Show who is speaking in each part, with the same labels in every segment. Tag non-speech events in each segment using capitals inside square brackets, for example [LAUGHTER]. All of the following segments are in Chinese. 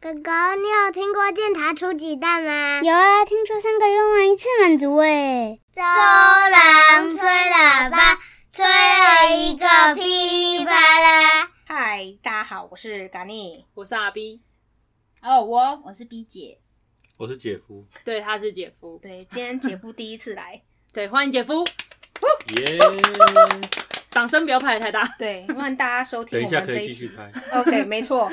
Speaker 1: 狗狗，你有听过健达出鸡蛋吗？
Speaker 2: 有啊，听说三个愿望一次满足欸诶。
Speaker 1: 周郎吹喇叭，吹了一个噼里啪啦。
Speaker 3: 嗨，大家好，我是嘎尼。
Speaker 4: 我是阿 B，
Speaker 3: 哦，我我是 B 姐。
Speaker 5: 我是姐夫，
Speaker 4: 对，他是姐夫，
Speaker 3: 对，今天姐夫第一次 [LAUGHS] 来，
Speaker 4: 对，欢迎姐夫，
Speaker 5: 耶！
Speaker 4: 掌声不要拍得太大，
Speaker 3: 对，欢迎大家收听
Speaker 5: 等一
Speaker 3: 我
Speaker 5: 下
Speaker 3: 们
Speaker 5: 可
Speaker 3: 这
Speaker 5: 以
Speaker 3: 一
Speaker 5: 继续
Speaker 3: 期。
Speaker 5: 开，
Speaker 3: OK，没错，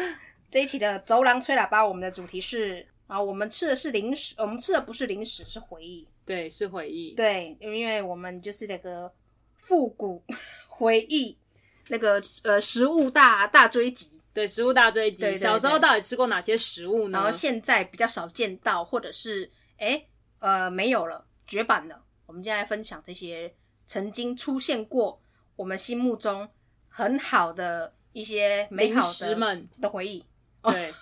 Speaker 3: 这一期的《走廊吹喇叭》，我们的主题是啊，我们吃的是零食，我们吃的不是零食，是回忆。
Speaker 4: 对，是回忆，
Speaker 3: 对，因为我们就是那个复古回忆，那个呃食物大大追集，
Speaker 4: 对，食物大追
Speaker 3: 对
Speaker 4: 击，
Speaker 3: 对哦
Speaker 4: 小时候到底吃过哪些食物
Speaker 3: 然
Speaker 4: 呢
Speaker 3: 后？现在比较少见到，或者是哎、诶呃没有了，绝版了。我们现在分享这些曾经出现过我们心目中很好的一些美好
Speaker 4: 零食
Speaker 3: 的
Speaker 4: 们，
Speaker 3: 的回忆，
Speaker 4: 对，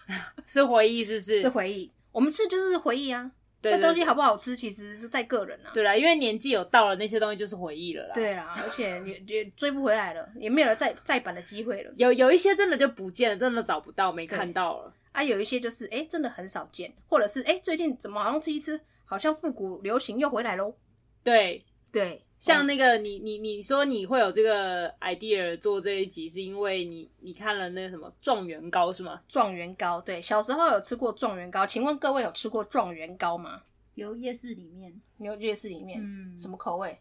Speaker 4: [LAUGHS] 是回忆，是不是？
Speaker 3: 是回忆。我们吃就是回忆啊，
Speaker 4: 对
Speaker 3: 那东西好
Speaker 4: 不
Speaker 3: 不好吃其实是在个人啊。
Speaker 4: 对啦，因为年纪有到了，那些东西就是回忆了啦。，
Speaker 3: 对啦，而且也也追不回来了，也没有了再再版的机会了。
Speaker 4: 有有一些真的就不见了，真的找不到，没
Speaker 3: 对
Speaker 4: 看到了。
Speaker 3: 啊，有一些就是哎、诶真的很少见，或者是哎、诶最近怎么好像吃一吃，好像复古流行又回来喽。
Speaker 4: 对，
Speaker 3: 对，
Speaker 4: 像
Speaker 3: 嗯
Speaker 4: 那个你你你说你会有这个 idea 做这一集，是因为你你看了那个什么状元糕是吗？
Speaker 3: 状元糕，对，小时候有吃过状元糕，请问各位有吃过状元糕吗？
Speaker 6: 有夜市里面，
Speaker 3: 牛夜市里面、
Speaker 6: 嗯，
Speaker 3: 什么口味？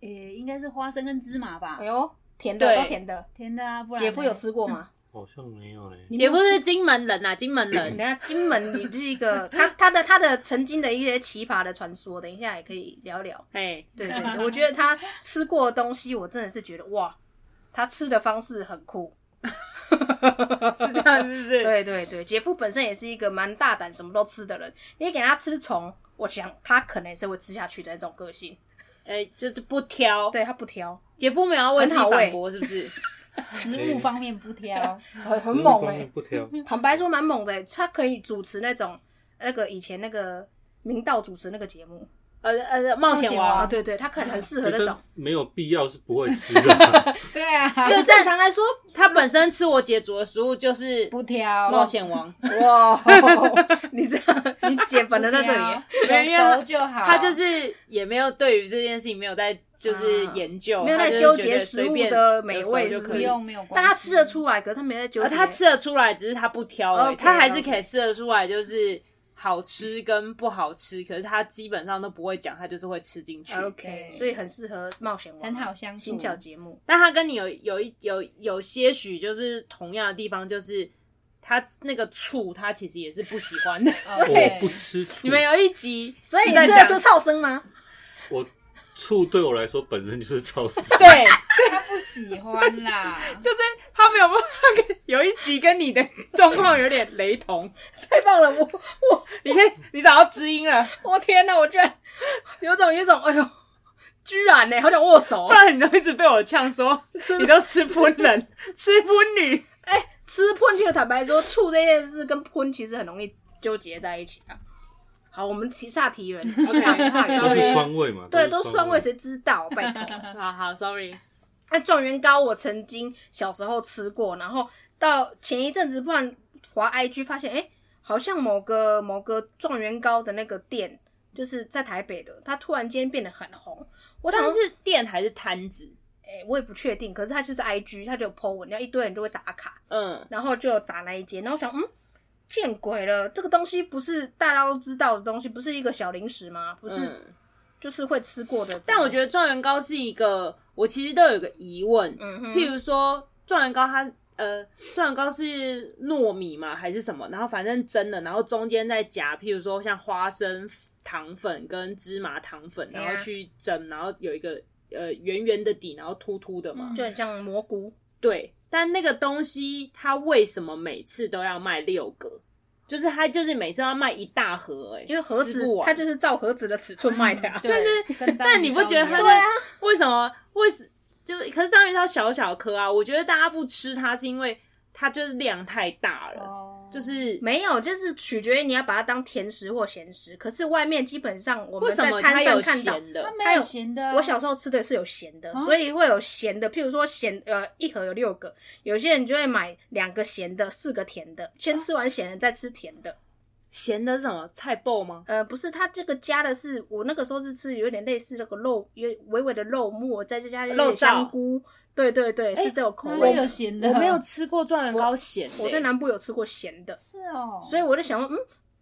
Speaker 6: 呃，应该是花生跟芝麻吧
Speaker 3: 哎，呦，甜的，
Speaker 4: 对
Speaker 3: 都甜的。
Speaker 6: 甜的啊，不然
Speaker 3: 姐夫有
Speaker 6: 呢嗯
Speaker 3: 吃过吗？
Speaker 5: 好像没有嘞。
Speaker 4: 姐夫是金门人啊呐，金门
Speaker 3: 等一
Speaker 4: [CLEARS THROAT] 人，
Speaker 3: 下，金门你是一
Speaker 4: [LAUGHS]
Speaker 3: 个他他的他的曾经的一些奇葩的传说，等一下也可以聊聊。
Speaker 4: 哎，
Speaker 3: 对对对，我觉得他吃过的东西，我真的是觉得哇，他吃的方式很酷。
Speaker 4: 是 [LAUGHS] 这样是不是？
Speaker 3: 对对对，姐夫本身也是一个蛮大胆、什么都吃的人。你给他吃虫，我想他可能也是会吃下去的那种个性。
Speaker 4: 哎，就是不挑，
Speaker 3: 对他不挑，
Speaker 4: 姐夫没有要为自己
Speaker 3: 很好喂
Speaker 4: 反驳，是
Speaker 3: [LAUGHS]
Speaker 4: 不是？
Speaker 6: 食物方面不挑，
Speaker 3: 很很
Speaker 5: 食物
Speaker 3: 猛
Speaker 5: 方
Speaker 3: 哎、
Speaker 5: 面不挑，
Speaker 3: 坦白说蛮猛的欸，他可以主持那种那个以前那个明道主持那个节目
Speaker 4: 呃呃，冒险
Speaker 3: 啊，
Speaker 4: 王，
Speaker 3: 对对，他可能很适合那
Speaker 5: 觉
Speaker 3: 种
Speaker 5: 得。没有必要是不会吃的，
Speaker 6: [LAUGHS] 对啊，
Speaker 3: 就正常来说，
Speaker 4: 他本身吃我姐煮的食物就是
Speaker 6: 不挑，
Speaker 4: 冒险王，
Speaker 6: [LAUGHS]
Speaker 3: 哇， [LAUGHS] 你这样你姐本人在这里欸，
Speaker 6: 不挑有熟就好，
Speaker 4: 他就是也没有对于这件事情没有在就是
Speaker 3: 啊
Speaker 4: 研究，
Speaker 3: 没有
Speaker 4: 他
Speaker 3: 在
Speaker 4: 就是
Speaker 3: 纠
Speaker 4: 觉
Speaker 3: 结
Speaker 4: 得
Speaker 3: 食
Speaker 4: 随
Speaker 3: 物
Speaker 4: 便
Speaker 3: 的
Speaker 4: 有
Speaker 3: 美
Speaker 4: 熟
Speaker 3: 味
Speaker 4: 就是
Speaker 3: 不
Speaker 4: 可
Speaker 6: 不
Speaker 3: 是
Speaker 4: 以。
Speaker 6: 用没有关
Speaker 3: 但
Speaker 6: 系，
Speaker 3: 他吃得出来，可是他没在纠
Speaker 4: 而
Speaker 3: 结。
Speaker 4: 哦他吃得出来，只是他不挑而已，
Speaker 3: OK，
Speaker 4: 他还是
Speaker 3: OK
Speaker 4: 可以吃得出来，就是好吃跟不好吃，可是他基本上都不会讲，他就是会吃进去。
Speaker 3: OK，所以很适合冒险王，
Speaker 6: 很好相处
Speaker 3: 新角节目
Speaker 4: 但他跟你有有一有有些许就是同样的地方，就是他那个醋，他其实也是不喜 [LAUGHS] 欢的。
Speaker 6: 哦
Speaker 5: 我不吃醋。
Speaker 4: 你们有一集是
Speaker 3: 所以你
Speaker 4: 在
Speaker 3: 吃得
Speaker 4: 讲，
Speaker 3: 出噪声吗？ [LAUGHS]
Speaker 5: 我醋对我来说本身就是超市。
Speaker 4: 对，
Speaker 6: 他不喜欢啦， [LAUGHS]
Speaker 4: 就是他没有办法跟有一集跟你的状况有点雷同，
Speaker 3: 太棒了，我
Speaker 4: 你可以你找到知音了，
Speaker 3: 我天哪，我居然有种有一种哎呦，居然欸呢，好想握手哦
Speaker 4: 不。然你都一直被我呛说你都吃荤 [LAUGHS] 人、吃荤女，
Speaker 3: 哎、吃喷嚏，坦白说，醋这件事跟喷其实很容易纠结在一起啊。好，我们提岔题远
Speaker 4: OK，
Speaker 3: 岔题
Speaker 5: 都
Speaker 3: 远
Speaker 5: 是酸味嘛？
Speaker 3: 对，
Speaker 5: 都
Speaker 3: 都
Speaker 5: 是
Speaker 3: 酸
Speaker 5: 味
Speaker 3: 味，。谁知道？拜托。
Speaker 4: 好好，sorry，
Speaker 3: 那状元糕我曾经小时候吃过，然后到前一阵子，突然滑 IG 发现，哎、好像某个某个状元糕的那个店，就是在台北的，它突然间变得很红。我当
Speaker 4: 但
Speaker 3: 时，
Speaker 4: 是店还是摊子，
Speaker 3: 哎、我也不确定，可是它就是 IG，它就有 po 文，然后一堆人就会打卡。
Speaker 4: 嗯，
Speaker 3: 然后就打那一间，然后我想，嗯，见鬼了，这个东西不是大家都知道的东西，不是一个小零食吗？不
Speaker 4: 不
Speaker 3: 是，就是会吃过的。
Speaker 4: 嗯但我觉
Speaker 3: 得，
Speaker 4: 得状元糕是一个，我其实都有一个疑问，
Speaker 3: 嗯
Speaker 4: 譬
Speaker 3: 哼，
Speaker 4: 如说状元糕它。呃，状元糕是糯米嘛还是什么？然后反正蒸的，然后中间再夹，譬如说像花生糖粉跟芝麻糖粉，
Speaker 3: 对啊
Speaker 4: 然后去蒸，然后有一个呃圆圆的底，然后凸凸的嘛。
Speaker 6: 嗯
Speaker 3: 就很像蘑菇，
Speaker 4: 对，但那个东西它为什么每次都要卖六个？就是它就是每次都要卖一大盒、哎，
Speaker 3: 因为盒
Speaker 4: 吃
Speaker 3: 子
Speaker 4: 不完嗯
Speaker 3: 它就是照盒子的尺寸卖的、啊。
Speaker 6: 对对，
Speaker 4: 但你不觉得它
Speaker 3: 对啊，
Speaker 4: 为什么？为什就可是章鱼烧小小颗啊？我觉得大家不吃它是因为它就是量太大了。
Speaker 6: 哦
Speaker 4: 就是
Speaker 3: [LAUGHS] 没有，就是取决于你要把它当甜食或咸食。可是外面基本上我
Speaker 4: 为
Speaker 3: 们
Speaker 4: 什
Speaker 3: 在
Speaker 4: 么它
Speaker 3: 摊
Speaker 4: 有
Speaker 3: 贩看到，
Speaker 4: 咸的
Speaker 6: 它？
Speaker 3: 它
Speaker 6: 没
Speaker 3: 有
Speaker 6: 有咸的啊。
Speaker 3: 我小时候吃的是有咸的，
Speaker 6: 啊
Speaker 3: 所以会有咸的。譬如说咸呃一盒有六个，有些人就会买两个咸的，四个甜的，先吃完咸的再吃甜的。
Speaker 4: 咸的是什么菜爆吗？
Speaker 3: 呃，不是，它这个加的是我那个时候是吃有点类似那个肉，有微微的肉末，再加一
Speaker 4: 肉
Speaker 3: 点
Speaker 4: 燥
Speaker 3: 香菇。对对对，
Speaker 4: 哎
Speaker 3: 是这种口
Speaker 6: 哪
Speaker 3: 味
Speaker 6: 里有
Speaker 3: 的。
Speaker 6: 咸的？
Speaker 4: 我没有，吃过状元糕咸的、
Speaker 3: 我在南部有吃过咸的，
Speaker 6: 是哦，
Speaker 3: 所以我就想说，嗯，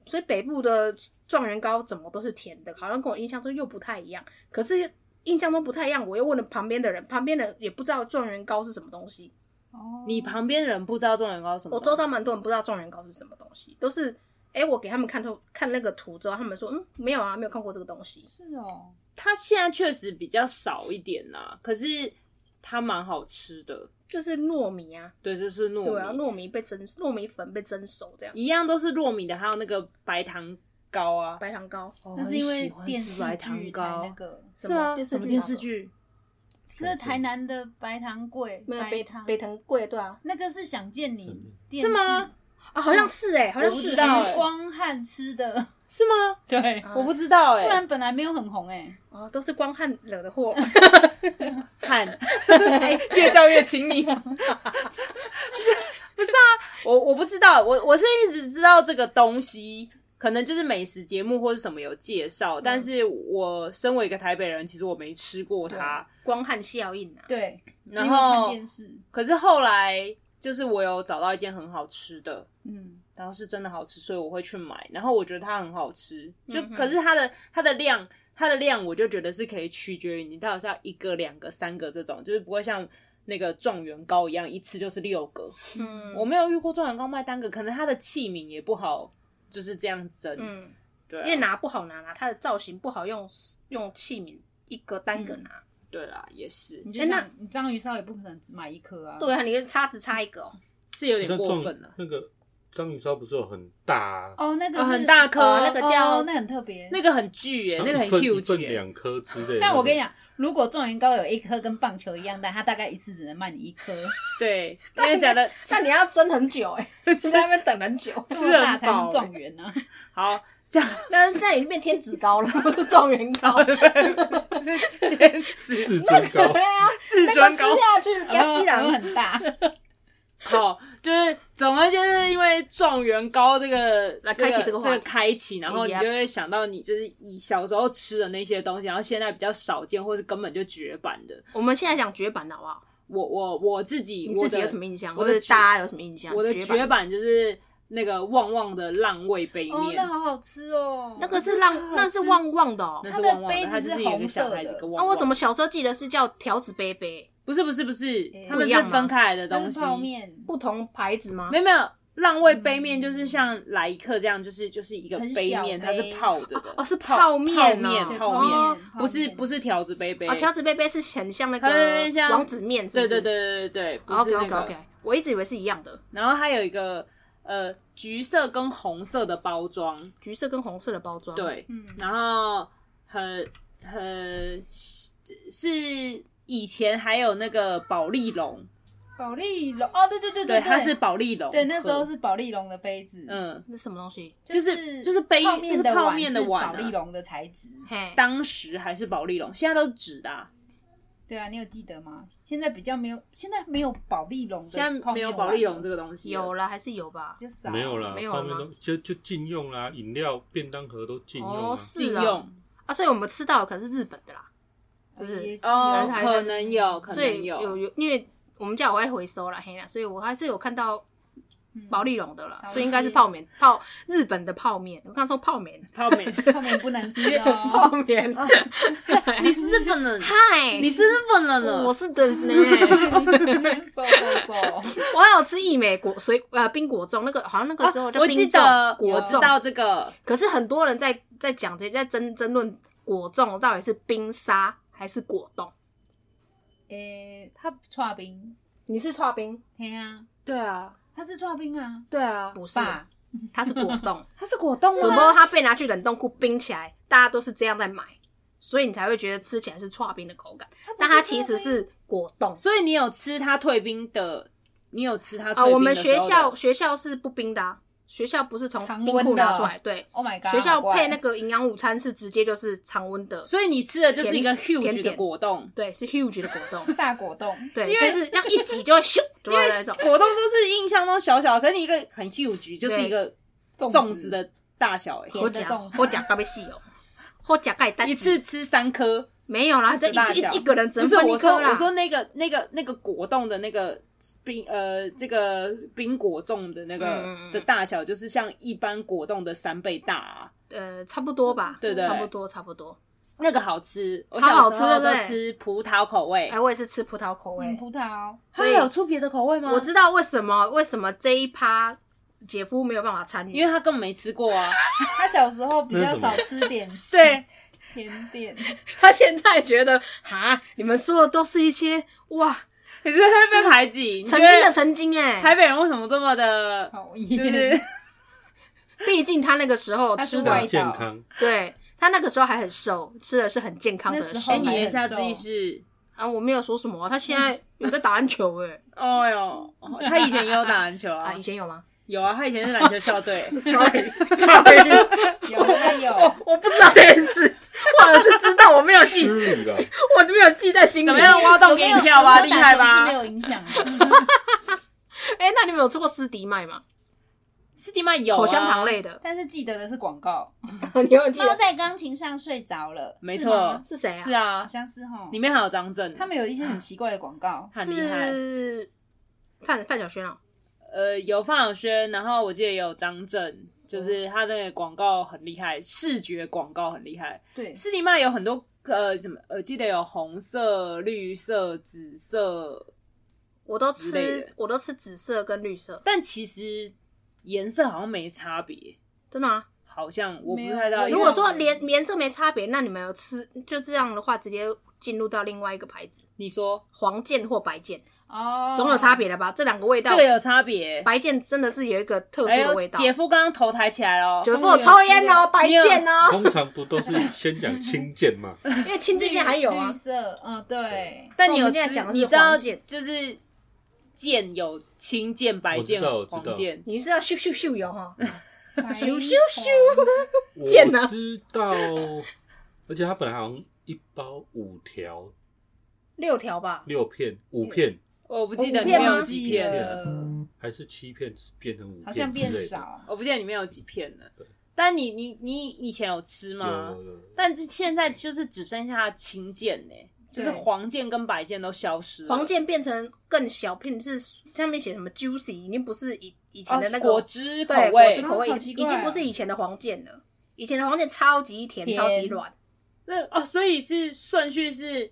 Speaker 3: 所以北部的状元糕怎么都是甜的，好像跟我印象中又不太一样。可是印象中不太一样，我又问了旁边的人，旁边的人也不知道状元糕是什么东西。
Speaker 6: 哦
Speaker 4: 你旁边的人不知道状元糕是什么
Speaker 3: 我
Speaker 4: 东西？
Speaker 3: 周遭蛮多人不知道状元糕是什么东西，都是哎、诶我给他们看图看那个图之后，他们说嗯没有啊，没有看过这个东西。
Speaker 6: 是哦，
Speaker 4: 它现在确实比较少一点啦、可是它蛮好吃的。
Speaker 3: 就是糯米啊，
Speaker 4: 对，就是糯米，
Speaker 3: 对啊，糯米被蒸，糯米粉被蒸熟这样，
Speaker 4: 一样都是糯米的，还有那个白糖糕啊。
Speaker 3: 白糖糕。
Speaker 4: 哦
Speaker 6: 那是因为
Speaker 4: 很喜欢
Speaker 6: 电
Speaker 4: 吃
Speaker 6: 视
Speaker 4: 白
Speaker 6: 剧
Speaker 4: 糖
Speaker 6: 才
Speaker 4: 糕，
Speaker 6: 那个，
Speaker 4: 是啊吗？
Speaker 6: 啊
Speaker 3: 什
Speaker 4: 什
Speaker 3: 么
Speaker 4: 么
Speaker 3: 电
Speaker 4: 电
Speaker 3: 视
Speaker 4: 视剧？
Speaker 6: 这是台南的白糖桂，
Speaker 3: 没有
Speaker 6: 白
Speaker 3: 北
Speaker 6: 糖
Speaker 3: 北藤贵对啊，
Speaker 6: 那个是想见你，
Speaker 4: 是吗？
Speaker 3: 啊好像是哎、好像
Speaker 4: 我不
Speaker 3: 是
Speaker 4: 知道
Speaker 3: 哎
Speaker 4: 欸
Speaker 6: 光汉吃
Speaker 4: [LAUGHS]
Speaker 6: 的，
Speaker 4: 是吗？
Speaker 6: 对
Speaker 3: 啊
Speaker 4: 我不知道
Speaker 6: 不然
Speaker 4: 哎，
Speaker 6: 本来没有很红哎。
Speaker 3: 哦，都是光汉惹的 [LAUGHS] 祸。
Speaker 4: 看，越叫越亲密。不是不是啊，我我不知道，我我是一直知道这个东西，可能就是美食节目或是什么有介绍，
Speaker 3: 嗯
Speaker 4: 但是我身为一个台北人，其实我没吃过它。
Speaker 3: 光汉效应啊，
Speaker 6: [LAUGHS] 对，
Speaker 4: 然
Speaker 6: 是因为看
Speaker 4: 后
Speaker 6: 电视，
Speaker 4: 可是后来就是我有找到一间很好吃的，
Speaker 6: 嗯，
Speaker 4: 然后是真的好吃，所以我会去买。然后我觉得它很好吃，就、
Speaker 3: 嗯哼
Speaker 4: 可是它的它的量，它的量我就觉得是可以取决于你到底是要一个、两个、三个这种，就是不会像那个状元糕一样一次就是六个。
Speaker 3: 嗯，
Speaker 4: 我没有遇过状元糕卖单个，可能它的器皿也不好，就是这样蒸。
Speaker 3: 嗯，
Speaker 4: 对
Speaker 3: 因为
Speaker 4: 啊，
Speaker 3: 拿不好拿拿，它的造型不好用，用器皿一个单个拿。
Speaker 4: 对啦，也是
Speaker 6: 你就
Speaker 3: 哎那
Speaker 6: 像你章鱼烧也不可能只买一颗啊，
Speaker 3: 对啊，你跟叉子插一个哦，
Speaker 4: 是有点
Speaker 5: 那
Speaker 4: 过
Speaker 5: 状
Speaker 4: 分了。
Speaker 5: 那个章鱼烧不是有很大啊、
Speaker 6: 哦，那个
Speaker 4: 哦
Speaker 6: 是
Speaker 4: 很大颗
Speaker 6: 哦
Speaker 3: 那个叫
Speaker 6: 哦那很特别。
Speaker 4: 那个很巨耶、
Speaker 5: 然后
Speaker 4: 那个很欸
Speaker 5: 一份一
Speaker 4: huge
Speaker 5: 份
Speaker 4: 耶、
Speaker 5: 两颗之类的。
Speaker 6: [LAUGHS] 但我跟你，讲，如果状元糕有一颗跟棒球一样大，它大概一次只能卖你一颗，
Speaker 3: [LAUGHS]
Speaker 4: 对，因为讲的
Speaker 3: [LAUGHS] 那你要蒸很久哎、 [LAUGHS] 欸，你在那边等很久。
Speaker 6: 这
Speaker 4: [LAUGHS] 吃
Speaker 6: 么
Speaker 4: 很
Speaker 6: 大才
Speaker 4: 饱欸
Speaker 6: 是状元啊！
Speaker 4: 好这样
Speaker 3: 那那你变天子糕 [LAUGHS] 了，不是状元糕。 [LAUGHS]
Speaker 5: 至尊糕
Speaker 3: 对啊，[LAUGHS]
Speaker 4: 至
Speaker 3: 那
Speaker 4: 尊
Speaker 3: 个吃啊
Speaker 4: 糕。
Speaker 3: 下 [LAUGHS] 去，
Speaker 6: 然
Speaker 3: 跟
Speaker 6: 后
Speaker 3: 西
Speaker 6: 然后
Speaker 3: 人
Speaker 6: 很大，
Speaker 4: [LAUGHS] 好，就是总而就是因为状元糕这个
Speaker 3: 来开启这
Speaker 4: 这
Speaker 3: 个
Speaker 4: 个
Speaker 3: 话题哎
Speaker 4: 开启，然后你
Speaker 3: Yep
Speaker 4: 就会想到你就是以小时候吃的那些东西，然后现在比较少见或是根本就绝版的。
Speaker 3: 我们现在讲绝版的好不好？
Speaker 4: 我我我自己
Speaker 3: 你
Speaker 4: 我
Speaker 3: 自
Speaker 4: 的
Speaker 3: 己有什么印象？
Speaker 4: 我
Speaker 3: 或
Speaker 4: 的
Speaker 3: 者
Speaker 4: 绝
Speaker 3: 大家有什么印象？
Speaker 4: 我的
Speaker 3: 绝
Speaker 4: 绝
Speaker 3: 版
Speaker 4: 版就是那个旺旺的浪味杯
Speaker 6: 哦，
Speaker 4: 面，
Speaker 6: 那好好吃哦。
Speaker 3: 那个是让那是旺旺的哦。
Speaker 4: 那
Speaker 6: 它
Speaker 4: 是
Speaker 6: 的
Speaker 4: 旺旺的，
Speaker 6: 杯子
Speaker 4: 它就是是有一个
Speaker 6: 红
Speaker 4: 小
Speaker 6: 色
Speaker 4: 孩子
Speaker 6: 的
Speaker 4: 跟旺
Speaker 3: 那
Speaker 4: 旺。
Speaker 3: 啊我怎么小时候记得是叫条子杯杯？
Speaker 4: 不是不是不是，他
Speaker 6: 不
Speaker 4: 们
Speaker 3: 一
Speaker 4: 是
Speaker 3: 样吗
Speaker 4: 分开来的
Speaker 6: 它
Speaker 4: 东
Speaker 6: 是
Speaker 4: 西。
Speaker 6: 泡面，嗯
Speaker 3: 不同牌子吗
Speaker 4: 没？有没有，浪味杯面就是像来客这样，就是就是一个
Speaker 6: 很
Speaker 4: 杯
Speaker 6: 小
Speaker 4: 面，它
Speaker 6: 杯
Speaker 4: 是泡着的
Speaker 3: 哦是泡
Speaker 4: [LAUGHS] 泡
Speaker 3: 面
Speaker 4: 泡
Speaker 3: 哦
Speaker 4: 面
Speaker 6: 对
Speaker 4: 泡
Speaker 6: 泡
Speaker 4: 面，
Speaker 6: 面
Speaker 4: 不是
Speaker 6: 泡面
Speaker 4: 不是条子杯杯
Speaker 3: 哦，，条子杯杯是很像那
Speaker 4: 它有
Speaker 3: 个
Speaker 4: 点像
Speaker 3: 王子面，是不
Speaker 4: 对
Speaker 3: 是？哦
Speaker 4: 对对对对对，不是
Speaker 3: OK
Speaker 4: 那
Speaker 3: OK
Speaker 4: 个
Speaker 3: OK，。我一直以为是一样的，
Speaker 4: 然后它有一个呃橘色跟红色的包装，
Speaker 3: 橘色跟红色的包装。，
Speaker 4: 对，
Speaker 6: 嗯，
Speaker 4: 然后很很是以前还有那个宝丽龙，
Speaker 6: 保利龙哦，对对对
Speaker 4: 对，
Speaker 6: 对，
Speaker 4: 它是宝丽龙盒，
Speaker 6: 对，那时候是保利龙的杯子，
Speaker 4: 嗯，
Speaker 3: 那什么东西？
Speaker 4: 就是就是杯
Speaker 6: 泡面
Speaker 4: 就是
Speaker 6: 的
Speaker 4: 泡
Speaker 6: 碗
Speaker 4: 面
Speaker 6: 是
Speaker 4: 的碗
Speaker 6: 保
Speaker 4: 啊
Speaker 6: 利龙的材质。
Speaker 3: 嘿，
Speaker 4: 当时还是宝丽龙，现在都是纸的啊。
Speaker 6: 对啊，你有记得吗？现在比较没有，现在没有保利龙的
Speaker 4: 现在
Speaker 6: 泡面碗了，
Speaker 4: 没有宝丽龙这个东西，
Speaker 3: 有啦，还是有吧
Speaker 6: 比？较少，
Speaker 5: 没有啦，
Speaker 3: 没有
Speaker 5: 泡
Speaker 3: 了
Speaker 5: 面
Speaker 3: 吗
Speaker 5: 都就就禁用啦，饮料、便当盒都禁用啊。
Speaker 3: 哦，
Speaker 4: 禁
Speaker 3: 是啊，
Speaker 4: 用
Speaker 3: 啊，所以我们吃到的可能是日本的啦，
Speaker 6: 呃，
Speaker 3: 就是
Speaker 6: 也是
Speaker 4: 哦
Speaker 6: 啊，
Speaker 3: 还是
Speaker 4: 可能有，可
Speaker 3: 所以
Speaker 4: 能
Speaker 3: 有有，因为我们家有爱回收啦，嘿啦，所以我还是有看到
Speaker 6: 嗯
Speaker 3: 保利龙的啦，
Speaker 6: 少一
Speaker 3: 所以应该是
Speaker 6: 些
Speaker 3: 泡面泡日本的泡面。我刚说泡面，
Speaker 4: 泡面。
Speaker 3: [LAUGHS]
Speaker 6: 泡面不能吃
Speaker 4: [LAUGHS]
Speaker 6: 哦。
Speaker 3: 面，
Speaker 4: 你是日本人，
Speaker 3: 啊嗨，哦
Speaker 4: 你是日本人
Speaker 3: 我
Speaker 4: 了，
Speaker 3: 是的
Speaker 4: [LAUGHS]
Speaker 3: 呢，
Speaker 4: 哦
Speaker 6: [LAUGHS] 瘦瘦瘦，
Speaker 3: 我还有吃一美果水呃冰果粽，那个好像那个时候
Speaker 4: 啊
Speaker 3: 叫
Speaker 4: 我
Speaker 3: 冰
Speaker 4: 记
Speaker 3: 粽
Speaker 4: 得
Speaker 3: 果
Speaker 4: 我
Speaker 3: 粽
Speaker 4: 知道这个，
Speaker 3: 可是很多人在在讲这在争争论果冻到底是冰沙还是果冻？
Speaker 6: 诶，他串冰，
Speaker 3: 你是刨冰？
Speaker 6: 嘿啊，
Speaker 4: 对啊，
Speaker 6: 他是串冰啊，
Speaker 4: 对啊，
Speaker 3: 不是，
Speaker 6: 爸，
Speaker 3: 它是果冻，
Speaker 4: 它是果冻啊
Speaker 3: 只不过它被拿去冷冻库冰起来，大家都是这样在买，所以你才会觉得吃起来是刨冰的口感，但它其实是果冻。
Speaker 4: 所以你有吃它退冰的，你有吃它
Speaker 3: 啊、
Speaker 4: 退冰的
Speaker 3: 我们学
Speaker 4: 时候
Speaker 3: 校
Speaker 4: 的
Speaker 3: 学校是不冰的、啊，学校不是从
Speaker 6: 常
Speaker 3: 冰
Speaker 6: 温
Speaker 3: 库
Speaker 6: 的
Speaker 3: 拿出来，对，
Speaker 6: Oh my god！
Speaker 3: 学校
Speaker 6: 好怪
Speaker 3: 配那个营养午餐是直接就是常温的，
Speaker 4: 所以你吃的就是一个
Speaker 3: 甜
Speaker 4: huge
Speaker 3: 甜
Speaker 4: 的
Speaker 3: 点
Speaker 4: 果冻，
Speaker 3: 对，是 huge 的果冻，
Speaker 6: 大果冻，
Speaker 3: 对，就是这样一挤就会咻，就
Speaker 4: 因为
Speaker 3: 会那种。
Speaker 4: 果冻都是印象中小小的，可是你一个很 huge，就是一个粽子的大小、欸，
Speaker 3: 我
Speaker 6: 甜的粽
Speaker 3: 讲
Speaker 6: 子
Speaker 3: 我讲到被细哦，我讲盖单
Speaker 4: 一次吃三颗，
Speaker 3: 没有啦，这
Speaker 4: 大
Speaker 3: 一
Speaker 4: 小
Speaker 3: 一一个人只
Speaker 4: 不
Speaker 3: 能
Speaker 4: 是
Speaker 3: 分
Speaker 4: 我
Speaker 3: 一
Speaker 4: 说
Speaker 3: 颗啦。
Speaker 4: 我说那个那个那个果冻的那个冰呃这个冰果粽的那个、
Speaker 3: 嗯嗯嗯
Speaker 4: 的大小，就是像一般果冻的三倍大、啊，
Speaker 3: 呃，差不多吧，
Speaker 4: 对对
Speaker 3: 差不多差不多。
Speaker 4: 那个好吃，我
Speaker 3: 超
Speaker 4: 小
Speaker 3: 好
Speaker 4: 时
Speaker 3: 吃
Speaker 4: 候都
Speaker 3: 对不对
Speaker 4: 吃葡萄口味
Speaker 3: 哎，，我也是吃葡萄口
Speaker 6: 嗯，
Speaker 3: 味，
Speaker 6: 葡萄，
Speaker 4: 它有出别的口味吗？
Speaker 3: 我知道为什么为什么这一趴姐夫没有办法参与，
Speaker 4: 因为他根本没吃 [LAUGHS] 过啊，
Speaker 6: 他小时候比较少吃点心，
Speaker 3: 对
Speaker 6: 甜
Speaker 4: [LAUGHS]
Speaker 6: 点，
Speaker 3: 他现在觉得哈，你们说的都是一些哇
Speaker 4: 可是他被排挤，
Speaker 3: 曾经的曾经哎、
Speaker 4: 台北人为什么这么 [LAUGHS] 的，
Speaker 6: 讨
Speaker 4: 就
Speaker 6: 厌
Speaker 4: 是。
Speaker 3: 毕竟他那个时候
Speaker 6: 他是
Speaker 3: 吃
Speaker 6: 外
Speaker 3: 的，
Speaker 5: 健康，
Speaker 3: 对他那个时候还很瘦，吃的是很健康的
Speaker 6: 那时
Speaker 4: 哎、
Speaker 6: 候
Speaker 4: 你
Speaker 6: 还
Speaker 4: 言
Speaker 6: 很
Speaker 4: 下之意
Speaker 6: 瘦
Speaker 4: 是，
Speaker 3: 啊，我没有说什么啊，他现在有在打篮球哎、 [LAUGHS]
Speaker 4: 哦哟，他以前也有打篮球啊
Speaker 3: 啊，以，前有吗
Speaker 4: 有啊，他以前是篮球校队。 [LAUGHS]
Speaker 3: ？Sorry， [LAUGHS]
Speaker 6: 有他有
Speaker 3: 我，我不知道这件事，或者 [LAUGHS] 是知道我没有记，
Speaker 5: 失礼了，
Speaker 3: 我没有记在心里。
Speaker 4: 怎么样，挖洞给你跳吧，
Speaker 6: 我
Speaker 4: 厉害
Speaker 6: 打球是
Speaker 4: 吧
Speaker 6: 没？有影响的。
Speaker 3: [LAUGHS] 哎、那你们有吃过斯迪麦吗？
Speaker 4: 斯蒂曼有啊
Speaker 3: 口香糖，类的，
Speaker 6: 但是记得的是广告，
Speaker 3: [LAUGHS] 你有记
Speaker 6: 猫
Speaker 3: 得
Speaker 6: 在钢琴上睡着了，
Speaker 4: 没
Speaker 6: 是
Speaker 4: 错
Speaker 6: 吗，
Speaker 3: 是谁啊？
Speaker 4: 是
Speaker 6: 好
Speaker 4: 啊，
Speaker 6: 像是哈
Speaker 4: 里。面还有张震，
Speaker 6: 他们有一些很奇怪的广告，
Speaker 4: 很厉害。
Speaker 3: 是范范晓萱啊，
Speaker 4: 呃，有范晓萱，然后我记得也有张震，就是他的广告很厉害，视觉广告很厉害。
Speaker 6: 对，
Speaker 4: 斯蒂曼有很多呃什么，呃，记得有红色、绿色、紫色，
Speaker 3: 我都
Speaker 4: 之类
Speaker 3: 吃
Speaker 4: 的，
Speaker 3: 我都吃紫色跟绿色，
Speaker 4: 但其实颜色好像没差别，
Speaker 3: 真的吗？
Speaker 4: 好像我不
Speaker 6: 没有
Speaker 4: 太知道。
Speaker 6: 我
Speaker 4: 因为
Speaker 3: 如果说连颜色没差别，那你们有吃就这样的话，直接进入到另外一个牌子，
Speaker 4: 你说
Speaker 3: 黄剑或白剑，
Speaker 6: 哦，
Speaker 3: 总有差。别的吧？这两个味道
Speaker 4: 这，个有差别，
Speaker 3: 白剑真的是有一个特殊
Speaker 4: 哎
Speaker 3: 的
Speaker 4: 呦，
Speaker 3: 味道。
Speaker 4: 姐夫刚刚头抬起来了，
Speaker 3: 姐夫我抽烟哦，白
Speaker 4: 你有
Speaker 3: 剑哦，
Speaker 5: 通常不都是先讲轻贱嘛？
Speaker 3: 因为青之线还有啊 [LAUGHS]
Speaker 6: 绿，色，嗯，对，
Speaker 4: 但你有
Speaker 3: 我们现在
Speaker 4: 吃
Speaker 3: 讲，的是
Speaker 4: 你知道
Speaker 3: 黄剑
Speaker 4: 就是剑有青剑、白剑
Speaker 5: 我、知道我知
Speaker 4: 黄
Speaker 5: 道
Speaker 4: 剑，
Speaker 3: 你是要咻咻咻有哈？
Speaker 6: 咻
Speaker 3: 咻
Speaker 6: 咻，
Speaker 5: 我
Speaker 3: 贱啊
Speaker 5: 知道，而且它本来好像一包五条、
Speaker 3: 六条吧，
Speaker 5: 六片、五片
Speaker 4: 我不记得
Speaker 3: 哦五
Speaker 4: 里
Speaker 3: 片
Speaker 4: 面
Speaker 3: 吗
Speaker 4: 有
Speaker 6: 忘
Speaker 4: 几
Speaker 6: 记
Speaker 4: 片，
Speaker 6: 了，
Speaker 5: 还是七片，变成五片，
Speaker 6: 好像变。少。
Speaker 4: 我不记得里面有几片了
Speaker 5: 对。
Speaker 4: 但你你你以前有吃
Speaker 5: 有
Speaker 4: 吗
Speaker 5: 有？有，
Speaker 4: 但是现在就是只剩下青剑呢，就是
Speaker 3: 对
Speaker 4: 黄剑跟白剑都消失了，
Speaker 3: 黄剑变成更小片，是上面写什么 juicy，已经不是以以前的那
Speaker 4: 哦
Speaker 3: 个
Speaker 4: 果汁口
Speaker 3: 对果
Speaker 4: 味
Speaker 3: 汁，口味，哦
Speaker 6: 啊好
Speaker 3: 已
Speaker 6: 奇
Speaker 3: 经
Speaker 6: 怪
Speaker 3: 已
Speaker 6: 啊
Speaker 3: 经不是以前的黄剑了。以前的黄剑超级甜，
Speaker 6: 甜
Speaker 3: 超级软，
Speaker 4: 那哦，所以是顺序是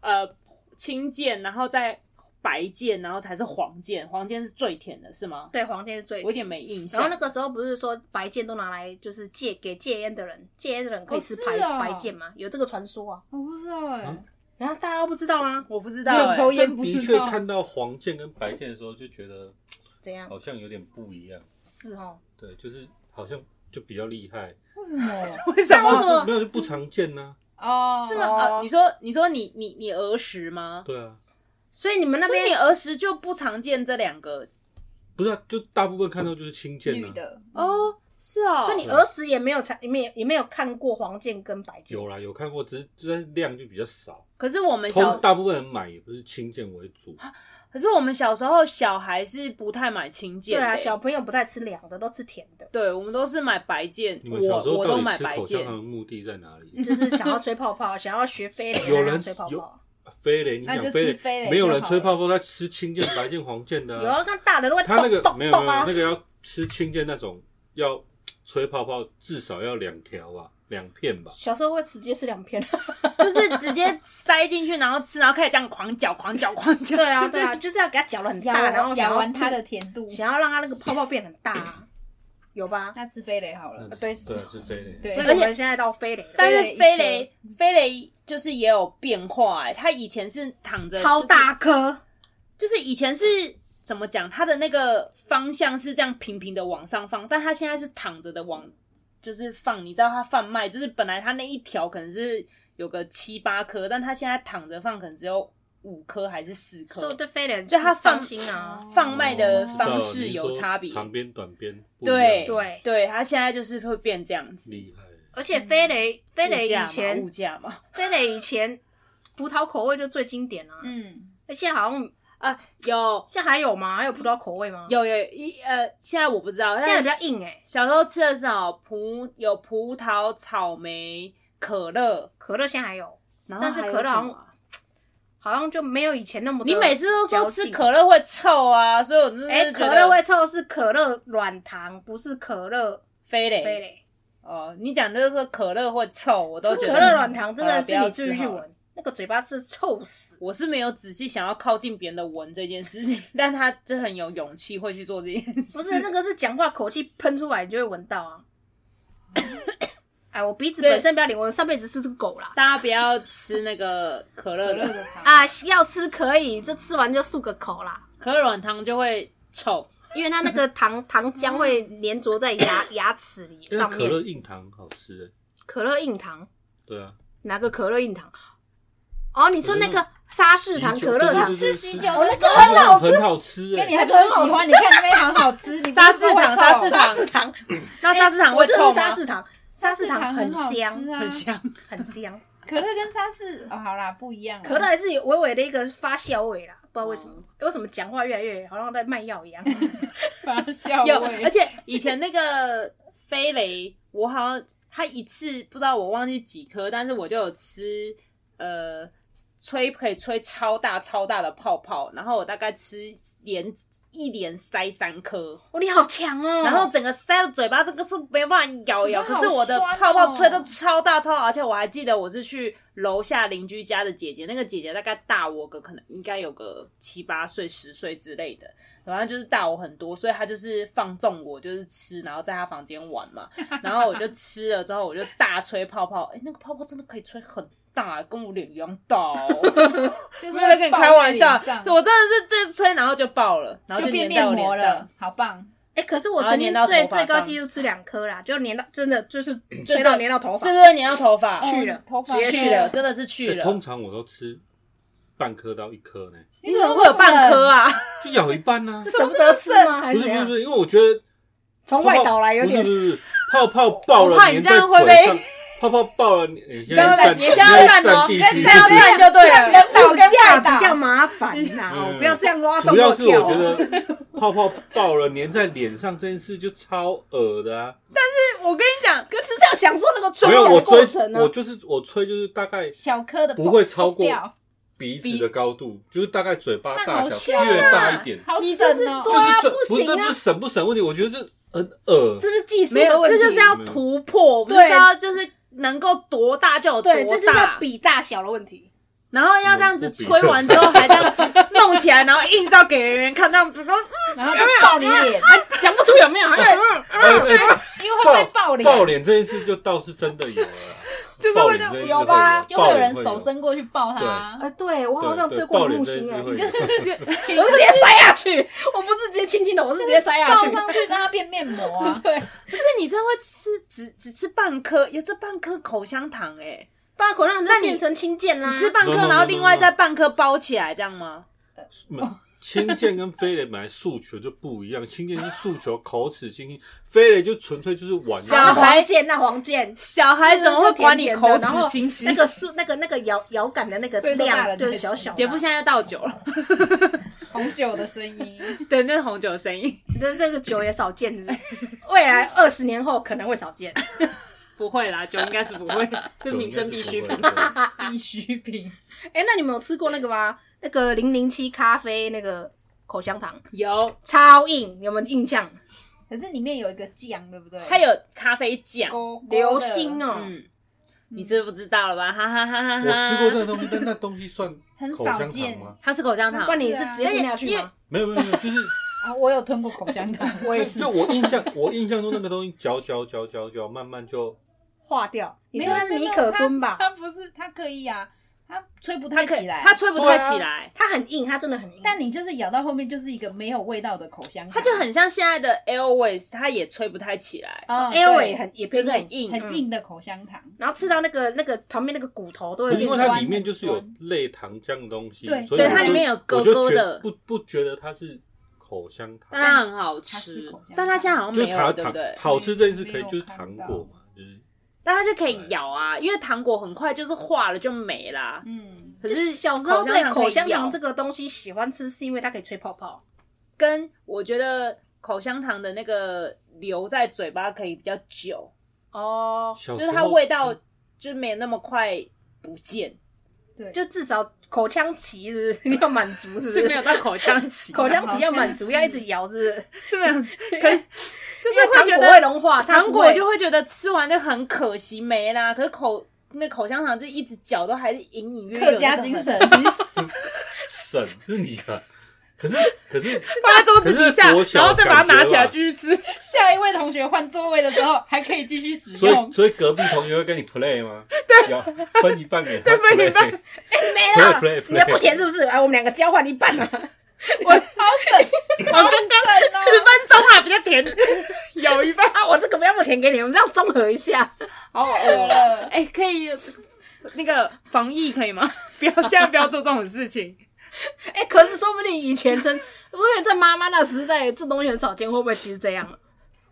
Speaker 4: 呃青剑，然后再白剑，然后才是黄剑，黄剑是最甜的，是吗？
Speaker 3: 对，黄剑是最
Speaker 4: 我有。点没印象。
Speaker 3: 然后那个时候不是说白剑都拿来就是戒给戒烟的人，戒烟的人可以吃白、
Speaker 6: 哦是哦
Speaker 3: 白剑吗？有这个传说啊？
Speaker 6: 我不知道哎
Speaker 5: 嗯，
Speaker 3: 然后大家都不知道吗？
Speaker 4: 我不知
Speaker 6: 没
Speaker 4: 道、
Speaker 6: 有
Speaker 4: 欸，
Speaker 6: 抽烟
Speaker 5: 但
Speaker 6: 不
Speaker 5: 的
Speaker 6: 知
Speaker 5: 确
Speaker 6: 道。
Speaker 5: 看到黄剑跟白剑的时候，就觉得
Speaker 3: 怎样？
Speaker 5: 好像有点不一样。
Speaker 3: 哦是哦，
Speaker 5: 对，就是好像就比较厉害，
Speaker 6: 为什么？
Speaker 4: 为什
Speaker 3: 但为什
Speaker 6: 呃
Speaker 3: 么？
Speaker 5: 没有就不常见呐。
Speaker 6: 哦，
Speaker 4: 是吗？啊，你说你说你你你儿时吗？
Speaker 5: 对啊，
Speaker 3: 所以你们那
Speaker 4: 所以你
Speaker 3: 边
Speaker 4: 儿时就不常见这两个
Speaker 5: 不是啊，就大部分看到就是轻剑
Speaker 6: 女
Speaker 5: 啊。
Speaker 6: 的，
Speaker 4: 哦，是哦
Speaker 3: 所以你儿时也没有才，也没有也没有看过黄剑跟白剑
Speaker 5: 有。啦，有看过，只是就是量就比较少。
Speaker 4: 可是我们小
Speaker 5: 通，大部分人买也不是轻剑为主，
Speaker 4: 可是我们小时候小孩是不太买青
Speaker 3: 对
Speaker 4: 剑的欸、
Speaker 3: 啊，小朋友不太吃凉的，都吃甜的，
Speaker 4: 对，我们都是买白剑，
Speaker 5: 你们小时
Speaker 4: 我
Speaker 5: 候
Speaker 4: 我
Speaker 5: 到
Speaker 4: 都
Speaker 5: 底
Speaker 4: 买
Speaker 5: 吃
Speaker 4: 白
Speaker 5: 口香
Speaker 4: [LAUGHS] 剑
Speaker 5: 糖，的目的在哪里？
Speaker 3: 就是想要吹泡泡，想要学飞
Speaker 5: 有
Speaker 3: 雷，
Speaker 5: 人
Speaker 3: 想要吹泡泡。
Speaker 5: 啊飞雷，你
Speaker 6: 那就
Speaker 5: 讲
Speaker 6: 吃
Speaker 5: 飞
Speaker 6: 飞雷
Speaker 5: 没有
Speaker 6: 就
Speaker 5: 人
Speaker 6: 好
Speaker 5: 吹
Speaker 6: 了
Speaker 5: 泡泡在吃青剑、白剑、黄剑的
Speaker 3: 有
Speaker 5: 啊、
Speaker 3: 啊，看大人都会
Speaker 5: 他那个
Speaker 3: 动
Speaker 5: 没
Speaker 3: 动动
Speaker 5: 有没有
Speaker 3: 啊
Speaker 5: 那，个要吃青剑那种，要吹泡泡至少要两条吧，两片吧。
Speaker 3: 小时候会直接吃两片。
Speaker 4: 就是直接塞进去，然后吃，然后开始这样狂嚼、狂嚼、狂嚼。
Speaker 3: [LAUGHS] 对啊，
Speaker 4: 就是
Speaker 3: 对啊，就是要给它搅得很
Speaker 6: 咬
Speaker 3: 大，然后想
Speaker 6: 咬
Speaker 3: 要
Speaker 6: 完
Speaker 3: 吐
Speaker 6: 它的，甜度，
Speaker 3: 想要让它那个泡泡变很大啊，有吧？
Speaker 6: 那吃飞雷好了
Speaker 5: 嗯。
Speaker 3: 对
Speaker 5: 对，是飞雷。
Speaker 6: 呃对
Speaker 3: 所以我们现在到飞雷了，
Speaker 4: 但是飞
Speaker 6: 飞
Speaker 4: 雷
Speaker 6: 雷
Speaker 4: 飞雷就是也有变化、欸，它以前是躺着、
Speaker 3: 超大，颗，
Speaker 4: 就是以前是怎么讲，它的那个方向是这样平平的往上放，但它现在是躺着的往就是放，你知道它贩卖就是本来它那一条可能是有个七八颗，但它现在躺着放可能只有五颗还是四颗，
Speaker 3: 说对飞人
Speaker 4: 就它放
Speaker 3: 放心啊，
Speaker 4: 放卖的方
Speaker 5: 我
Speaker 4: 式
Speaker 5: 哦知道
Speaker 4: 有
Speaker 5: 你说
Speaker 4: 差别。
Speaker 5: 长边短边不一样
Speaker 4: 对
Speaker 3: 对，
Speaker 4: 对，它现在就是会变这样子。
Speaker 5: 厉害，
Speaker 3: 而且飞雷飞雷
Speaker 4: 嗯
Speaker 3: 以
Speaker 4: 物价嘛
Speaker 3: 前
Speaker 4: 物价嘛，
Speaker 3: 飞雷以前葡萄口味就最经典啊，
Speaker 6: 嗯，
Speaker 3: 那现在好像
Speaker 4: 啊，有
Speaker 3: 现在还有吗？还有葡萄口味吗？，
Speaker 4: 有有一呃，现在我不知道，
Speaker 3: 现在
Speaker 4: 但
Speaker 3: 比
Speaker 4: 是
Speaker 3: 较。硬哎，
Speaker 4: 小时候吃的是哦，葡有葡萄、草莓、可乐，
Speaker 3: 可乐现在还有，
Speaker 4: 然后
Speaker 3: 但是
Speaker 4: 还有
Speaker 3: 可乐
Speaker 4: 什
Speaker 3: 好
Speaker 4: 么
Speaker 3: 像
Speaker 4: 啊
Speaker 3: 好像就没有以前那么的
Speaker 4: 你每次都说
Speaker 3: 嚼
Speaker 4: 吃
Speaker 3: 劲
Speaker 4: 可乐会臭啊，所以我真的
Speaker 3: 哎、
Speaker 4: 是觉
Speaker 3: 可
Speaker 4: 得
Speaker 3: 乐味臭是可乐软糖，不是可乐
Speaker 4: 飞嘞
Speaker 3: 飞嘞。
Speaker 4: 哦，你讲的就是说可乐会臭，我都
Speaker 3: 吃
Speaker 4: 觉
Speaker 3: 可
Speaker 4: 得嗯
Speaker 3: 乐软糖真
Speaker 4: 好
Speaker 3: 的
Speaker 4: 了不
Speaker 3: 是
Speaker 4: 要
Speaker 3: 你自己
Speaker 4: 吃
Speaker 3: 去
Speaker 4: 好了
Speaker 3: 闻，那个嘴巴是臭死。
Speaker 4: 我是没有仔细想要靠近别人的闻这件事情， [LAUGHS] 但他就很有勇气会去做这件事。
Speaker 3: 不是那个是讲话口气喷出来，你就会闻到啊。哎，我鼻子
Speaker 4: 所以
Speaker 3: 本身不要脸，我上辈子是只狗啦。
Speaker 4: [LAUGHS] 大家不要吃那个可乐
Speaker 6: 可乐
Speaker 4: 软，
Speaker 6: 的糖，
Speaker 3: 啊，要吃可以，这吃完就漱个口啦，
Speaker 4: 可乐软糖就会臭。
Speaker 3: 因为它那个糖糖浆会粘着在牙牙齿里
Speaker 5: 因为
Speaker 3: 上
Speaker 5: 可
Speaker 3: 面。
Speaker 5: 乐硬糖好吃哎，
Speaker 3: 可乐硬糖，
Speaker 5: 对啊，
Speaker 3: 哪个可乐硬糖？哦，你说那
Speaker 5: 可
Speaker 3: 个沙士糖、
Speaker 5: 喜
Speaker 3: 可乐糖
Speaker 5: 对对对
Speaker 6: 吃喜酒
Speaker 5: 对
Speaker 6: 的时候
Speaker 5: 对对对很好吃哎
Speaker 6: 跟你，还不是喜欢？你看那边糖好吃，你不是
Speaker 4: 沙士
Speaker 6: 说会
Speaker 4: 糖
Speaker 6: 臭
Speaker 4: 沙士糖
Speaker 3: 糖，
Speaker 4: 那沙士糖
Speaker 3: 我
Speaker 4: 会
Speaker 3: 吃
Speaker 4: 臭
Speaker 3: 的
Speaker 4: 吗？
Speaker 3: 是沙士糖，沙
Speaker 6: 沙
Speaker 3: 士
Speaker 6: 士
Speaker 3: 糖
Speaker 6: 糖
Speaker 3: 很
Speaker 6: 好吃
Speaker 3: 香，
Speaker 6: 啊，
Speaker 4: 很香，
Speaker 3: 很香。
Speaker 6: 可乐跟沙士哦，好啦，不一样
Speaker 4: 嗯
Speaker 6: 啦。
Speaker 3: 可乐还是有微微的一个发酵味啦，不知道为什
Speaker 4: 哦
Speaker 3: 么，为什么讲话越来越好像在卖药一
Speaker 4: [LAUGHS]
Speaker 3: 样。
Speaker 6: [LAUGHS] 发酵
Speaker 4: 有，
Speaker 6: 味，
Speaker 4: 而且以前那个飞雷，我好像他一次不知道我忘记几颗，但是我就有吃，呃，吹可以吹超大超大的泡泡，然后我大概吃连一连塞三颗，
Speaker 3: 哦，你好强哦！
Speaker 4: 然后整个塞到嘴巴，这个是没办法咬咬，
Speaker 6: 嘴
Speaker 4: 可
Speaker 6: 嗯巴好
Speaker 4: 是我的
Speaker 6: 酸哦
Speaker 4: 泡泡吹的超大超大，而且我还记得我是去楼下邻居家的姐姐，那个姐姐大概大我个可能应该有个七八岁十岁之类的，然后就是大我很多，所以她就是放纵我，就是吃，然后在她房间玩
Speaker 6: [LAUGHS]
Speaker 4: 嘛，然后我就吃了之后我就大吹泡泡，哎，那个泡泡真的可以吹很大，跟我脸一样大、哦。
Speaker 6: [LAUGHS] 就是
Speaker 4: 没有在跟你开玩笑，
Speaker 6: 会爆在脸上
Speaker 4: 我真的是这吹，然后就爆了，然后
Speaker 6: 就变
Speaker 4: 粘在
Speaker 6: 面
Speaker 4: 我脸
Speaker 6: 膜
Speaker 4: 上
Speaker 6: 了。，好棒！
Speaker 3: 哎、可是我
Speaker 4: 然后
Speaker 3: 曾经
Speaker 4: 粘到
Speaker 3: 最
Speaker 4: 头发
Speaker 3: 最高
Speaker 4: 上
Speaker 3: 纪录吃两颗啦，就粘到真的
Speaker 4: [COUGHS]
Speaker 3: 就是吹到粘到头发
Speaker 4: 是。不是粘到头发？
Speaker 3: 去了
Speaker 6: 哦头发
Speaker 3: 直接
Speaker 4: 去了，真的是去
Speaker 5: 哎
Speaker 4: 了。
Speaker 5: 通常我都吃半颗到一颗呢，
Speaker 4: 你怎么会有半颗啊？
Speaker 5: 就咬一半呢。
Speaker 3: 是舍不得吃吗？还
Speaker 5: 不
Speaker 3: 是怎
Speaker 5: 是不是
Speaker 3: 样
Speaker 5: 不？是，因为我觉得
Speaker 3: 从外岛来有点
Speaker 5: 不是不是不是泡泡爆了，
Speaker 4: 我怕你
Speaker 5: 粘在
Speaker 4: 这样会
Speaker 5: 腿
Speaker 4: 被
Speaker 5: 上泡泡爆了，你现
Speaker 4: 刚刚
Speaker 5: 在
Speaker 4: 在
Speaker 5: 占
Speaker 4: 你现在要站哦，
Speaker 5: 你
Speaker 4: 现
Speaker 5: 现在占地区
Speaker 4: 在要站就对啊了。
Speaker 3: 物价
Speaker 6: 跟外岛
Speaker 3: 比较麻烦啦，
Speaker 5: 嗯
Speaker 3: 哦不要这样挖洞
Speaker 5: 主要
Speaker 3: 我
Speaker 5: 是我
Speaker 3: 跳
Speaker 5: 觉
Speaker 3: 哦。
Speaker 5: 得泡泡爆了粘在脸上这件事就超恶的啊！
Speaker 4: 我跟你讲，
Speaker 3: 可是要享受那个吹
Speaker 5: 没有
Speaker 3: 角
Speaker 5: 我
Speaker 3: 的过
Speaker 5: 吹
Speaker 4: 啊
Speaker 3: 程，呢啊
Speaker 5: 我。就是我吹就是大概
Speaker 6: 小颗的
Speaker 5: 不会超过
Speaker 6: 掉
Speaker 5: 鼻子的高度，就是大概嘴巴大
Speaker 6: 那好
Speaker 5: 小
Speaker 6: 香啊
Speaker 5: 越大一点，
Speaker 6: 好
Speaker 3: 你
Speaker 6: 省
Speaker 3: 就是
Speaker 6: 哦
Speaker 3: 多。
Speaker 5: 就
Speaker 3: 对
Speaker 5: 是这
Speaker 3: 啊
Speaker 5: 不
Speaker 3: 不
Speaker 5: 是
Speaker 3: 行啊
Speaker 5: 这不是省不省问题，我觉得这很恶
Speaker 3: 这是技术
Speaker 4: 没
Speaker 3: 的
Speaker 4: 有，
Speaker 3: 问
Speaker 4: 这
Speaker 3: 题，
Speaker 4: 就是要突破，我们就是要就是能够多大就有多
Speaker 3: 对，这是要
Speaker 4: 大，
Speaker 3: 比大小的问题。
Speaker 4: 然后要这样子吹完之后还这样弄起来，然后硬是要给人看，这样子
Speaker 6: 然后就爆你脸，
Speaker 4: 讲不出有没有，
Speaker 5: [LAUGHS] 哎
Speaker 4: 啊
Speaker 5: 哎
Speaker 6: 因 [LAUGHS] 为会不会爆脸？
Speaker 5: 爆脸这件事就倒是真的有
Speaker 6: [LAUGHS]
Speaker 5: 了啦，
Speaker 4: 就是
Speaker 5: 爆
Speaker 4: 会
Speaker 5: 脸
Speaker 4: 这样
Speaker 5: 这件事
Speaker 3: 有吧
Speaker 6: 就会有人
Speaker 5: 爆脸
Speaker 6: 手伸过去抱他
Speaker 5: 对。
Speaker 3: 哎，对我
Speaker 5: 对
Speaker 3: 好像
Speaker 5: 对
Speaker 3: 过
Speaker 5: 爆
Speaker 3: 你
Speaker 5: 脸
Speaker 3: 木
Speaker 5: 这件
Speaker 3: 星
Speaker 5: 事
Speaker 3: 哎，
Speaker 5: 会
Speaker 3: 我
Speaker 5: 有 [LAUGHS]
Speaker 3: 是直接塞下去，我不是直接轻轻的，我是直接塞下
Speaker 6: 抱
Speaker 3: 去。
Speaker 6: 上去让它变面膜啊！ [LAUGHS]
Speaker 4: 不是你真的会吃只只吃半颗，有这半颗口香糖哎、
Speaker 3: 不然口让
Speaker 4: 那
Speaker 3: 那
Speaker 4: 你
Speaker 3: 变成青剑啦
Speaker 4: 你。吃半颗
Speaker 5: No, no, no,
Speaker 4: 然后另外
Speaker 5: no, no.
Speaker 4: 再半颗包起来，这样吗？
Speaker 5: 嗯青剑跟飞雷本来诉求就不一样，青剑是诉求口齿清新，飞雷就纯粹就是玩
Speaker 4: 小
Speaker 3: 那
Speaker 5: 闹。
Speaker 4: 孩
Speaker 3: 黄剑，那啊黄剑。
Speaker 4: 小孩怎么会管你口齿清晰？
Speaker 3: 那个速，那个那个摇摇杆的那个
Speaker 6: 所以都大
Speaker 3: 量
Speaker 6: 人
Speaker 3: 就是
Speaker 6: 在
Speaker 3: 小
Speaker 6: 吃
Speaker 3: 小
Speaker 4: 姐
Speaker 3: 的
Speaker 4: 夫
Speaker 3: 啊，
Speaker 4: 现在倒酒 [LAUGHS] 了，
Speaker 6: 红酒的声音，
Speaker 4: 对，那是红酒的声音，
Speaker 3: 就是这个酒也少见
Speaker 4: [LAUGHS]
Speaker 3: 是不是未来二十年后可能会少见。
Speaker 4: 不会啦，酒应该是不
Speaker 5: [LAUGHS]
Speaker 4: 会，这是民生必需
Speaker 6: [LAUGHS]
Speaker 4: 品。
Speaker 5: 对
Speaker 6: 必需品。
Speaker 3: 哎，那你们有吃过那个吗？那个零零七咖啡那个口香糖，
Speaker 4: 有，
Speaker 3: 超硬，有没有印象？
Speaker 6: 可是里面有一个酱，对不对？
Speaker 4: 它有咖啡酱，
Speaker 6: 勾勾的
Speaker 3: 流心哦，
Speaker 4: 嗯，你是不知道了吧？哈哈哈哈
Speaker 5: 我
Speaker 4: 哈！
Speaker 5: 吃过那个东西，但那东西算
Speaker 6: 很
Speaker 5: 口
Speaker 6: 少
Speaker 5: 香糖
Speaker 6: 见
Speaker 5: 吗？
Speaker 4: 它是口香糖
Speaker 3: 不，然你是直接吞下去
Speaker 4: 因为
Speaker 3: 吗？
Speaker 5: 没有没有没有，就是
Speaker 6: 啊！我有吞过口香糖， [LAUGHS] 我
Speaker 5: 就就我印象，我印象中那个东西嚼嚼嚼嚼嚼，慢慢就
Speaker 3: 化掉？你
Speaker 6: [LAUGHS] 没
Speaker 3: 说
Speaker 6: 有
Speaker 3: 那是
Speaker 4: 啊
Speaker 6: 真
Speaker 3: 尼
Speaker 6: 的
Speaker 3: 可
Speaker 6: 它
Speaker 3: 吞吧？
Speaker 6: 它不是，它可以啊，它吹不
Speaker 4: 它
Speaker 6: 太
Speaker 4: 可
Speaker 6: 起
Speaker 4: 以，
Speaker 6: 来，啊
Speaker 4: 它吹不太起来，
Speaker 3: 它很硬，它真的很硬。
Speaker 6: 但你就是咬到后面就是一个没有味道的口香糖，
Speaker 4: 它就很像现在的 Airways，它也吹不太起来，
Speaker 6: 哦
Speaker 3: air 哎也
Speaker 6: 对
Speaker 3: 很也
Speaker 4: 就
Speaker 3: 偏
Speaker 4: 是
Speaker 3: 硬
Speaker 4: 很，硬。嗯
Speaker 6: 很硬的口香糖。
Speaker 3: 然后吃到那个那个旁边那个骨头都会
Speaker 5: 是因
Speaker 3: 变
Speaker 5: 为
Speaker 3: 酸
Speaker 5: 它
Speaker 6: 酸
Speaker 5: 里面
Speaker 6: 很
Speaker 5: 就是有
Speaker 6: 酸
Speaker 5: 类糖浆的东西，
Speaker 6: 对
Speaker 5: 所以我
Speaker 6: 对它
Speaker 5: 就
Speaker 6: 里面
Speaker 4: 有
Speaker 5: 我就
Speaker 4: 勾勾
Speaker 5: 觉
Speaker 4: 的
Speaker 5: 不不觉得它是口香糖，
Speaker 4: 但它很好
Speaker 6: 它是
Speaker 4: 吃
Speaker 6: 口香糖，
Speaker 4: 但它现在好像
Speaker 5: 就
Speaker 4: 没
Speaker 5: 是
Speaker 4: 有
Speaker 5: 糖
Speaker 4: 了，对
Speaker 5: 糖
Speaker 4: 不对？
Speaker 5: 好吃这件事可
Speaker 6: 没
Speaker 5: 以
Speaker 6: 有
Speaker 5: 就是
Speaker 6: 看
Speaker 5: 糖
Speaker 6: 到
Speaker 5: 果嘛，就是
Speaker 4: 但它就可以咬啊，因为糖果很快就是化了就没啦。
Speaker 6: 嗯，
Speaker 4: 可
Speaker 3: 就是是小时候对口香糖这
Speaker 4: 个，
Speaker 3: 个东西喜欢吃，是因为它可以吹泡泡。
Speaker 4: 跟我觉得口香糖的那个留在嘴巴可以比较久，
Speaker 3: 哦，
Speaker 5: 小
Speaker 4: 就是
Speaker 5: 时
Speaker 4: 它
Speaker 5: 候嗯
Speaker 4: 味道就没有那么快不见，
Speaker 6: 对，
Speaker 3: 哦就至少口腔期是不是要满足，是
Speaker 4: 是
Speaker 3: 不
Speaker 4: 没
Speaker 3: 是？
Speaker 4: 有到口腔
Speaker 6: [LAUGHS]
Speaker 3: [LAUGHS]
Speaker 4: 期，
Speaker 3: 口腔期要满足，
Speaker 6: 好像是
Speaker 3: 要一直咬，是不是？
Speaker 4: 是
Speaker 3: [LAUGHS]
Speaker 4: 没有，可以就
Speaker 3: 就是
Speaker 4: 会
Speaker 3: 糖
Speaker 4: 觉
Speaker 3: 果会
Speaker 4: 得
Speaker 3: 融化，它
Speaker 4: 糖
Speaker 3: 不
Speaker 4: 果
Speaker 3: 会
Speaker 4: 就会觉得吃完就很可惜没啦，可是口。那口香糖就一直嚼都还是隐隐约约有那
Speaker 6: 客
Speaker 4: 个
Speaker 6: 家
Speaker 4: 很
Speaker 6: 精神，
Speaker 5: 省是你的，可是可是
Speaker 4: 放在桌子底下
Speaker 5: 可是国，小
Speaker 4: 然后再把它拿起来
Speaker 5: 感觉吧
Speaker 4: 继续吃。
Speaker 6: 下一位同学换座位的时候还可以继续使
Speaker 5: 所
Speaker 6: 用
Speaker 5: 以。所以隔壁同学会跟你 play 吗？对，有分一半给他 play，
Speaker 4: 分一半
Speaker 3: 没了
Speaker 5: play，play，play，
Speaker 3: 哎你的不甜是不是？哎，我们两个交换一半 [LAUGHS] 啊。
Speaker 4: 我刚刚
Speaker 3: 哦
Speaker 4: 十分钟还比较
Speaker 3: [LAUGHS]
Speaker 4: 甜，有一半
Speaker 3: 啊，我这个不要不甜给你，我们这样综合一下。
Speaker 4: 好饿了。哎、可以那个防疫可以 [LAUGHS] 吗？不要现在不要做这种事情。
Speaker 3: 哎，可是说不定以前真， [LAUGHS] 说不定在妈妈那时代，这东西很少见，会不会其实这样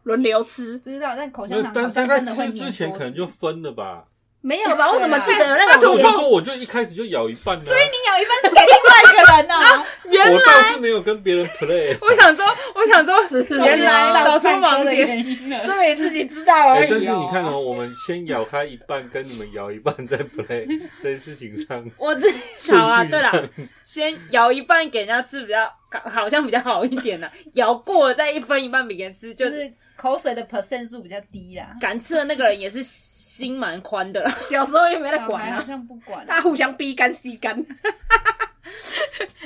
Speaker 3: 轮流吃？
Speaker 6: 不知道，但口香
Speaker 5: 那
Speaker 6: 糖好
Speaker 5: 但
Speaker 6: 像
Speaker 5: 但他
Speaker 6: 真的会
Speaker 5: 吃
Speaker 6: 粘
Speaker 5: 之前
Speaker 6: 桌
Speaker 5: 可能
Speaker 6: 子
Speaker 5: 就分了吧。
Speaker 3: 没有吧？我怎么记得啊有那
Speaker 5: 那
Speaker 3: 个
Speaker 5: 我
Speaker 3: 姐
Speaker 5: 就说，我就一开始就咬一半呢、所以
Speaker 6: 你有一半是给另外一个人哦呢、
Speaker 4: 原
Speaker 5: 我倒是没有跟别人 play。
Speaker 4: 我想说，我想说，原来找
Speaker 6: 找
Speaker 4: 出盲
Speaker 6: 的
Speaker 4: 点。
Speaker 6: 原因了。
Speaker 3: 所以自己知道而
Speaker 5: 哎
Speaker 3: 已、哦
Speaker 5: 但是你看哦，我们先咬他一半，跟你们咬一半再 play 这件事情上，
Speaker 4: [LAUGHS] 我自己好啊，
Speaker 5: 顺序
Speaker 4: 对了，先摇一半给人家吃比较，好像比较好一点呢、摇过了再一分一半给人吃，就
Speaker 6: 就是是口水的 percent 数比较低啦，
Speaker 4: 敢吃的那个人也是心蛮宽的啦。
Speaker 3: 小时候也没得
Speaker 6: 小
Speaker 3: 管
Speaker 6: 孩好
Speaker 3: 啊，
Speaker 6: 像不管。
Speaker 3: 大家互相逼干吸干。 [LAUGHS]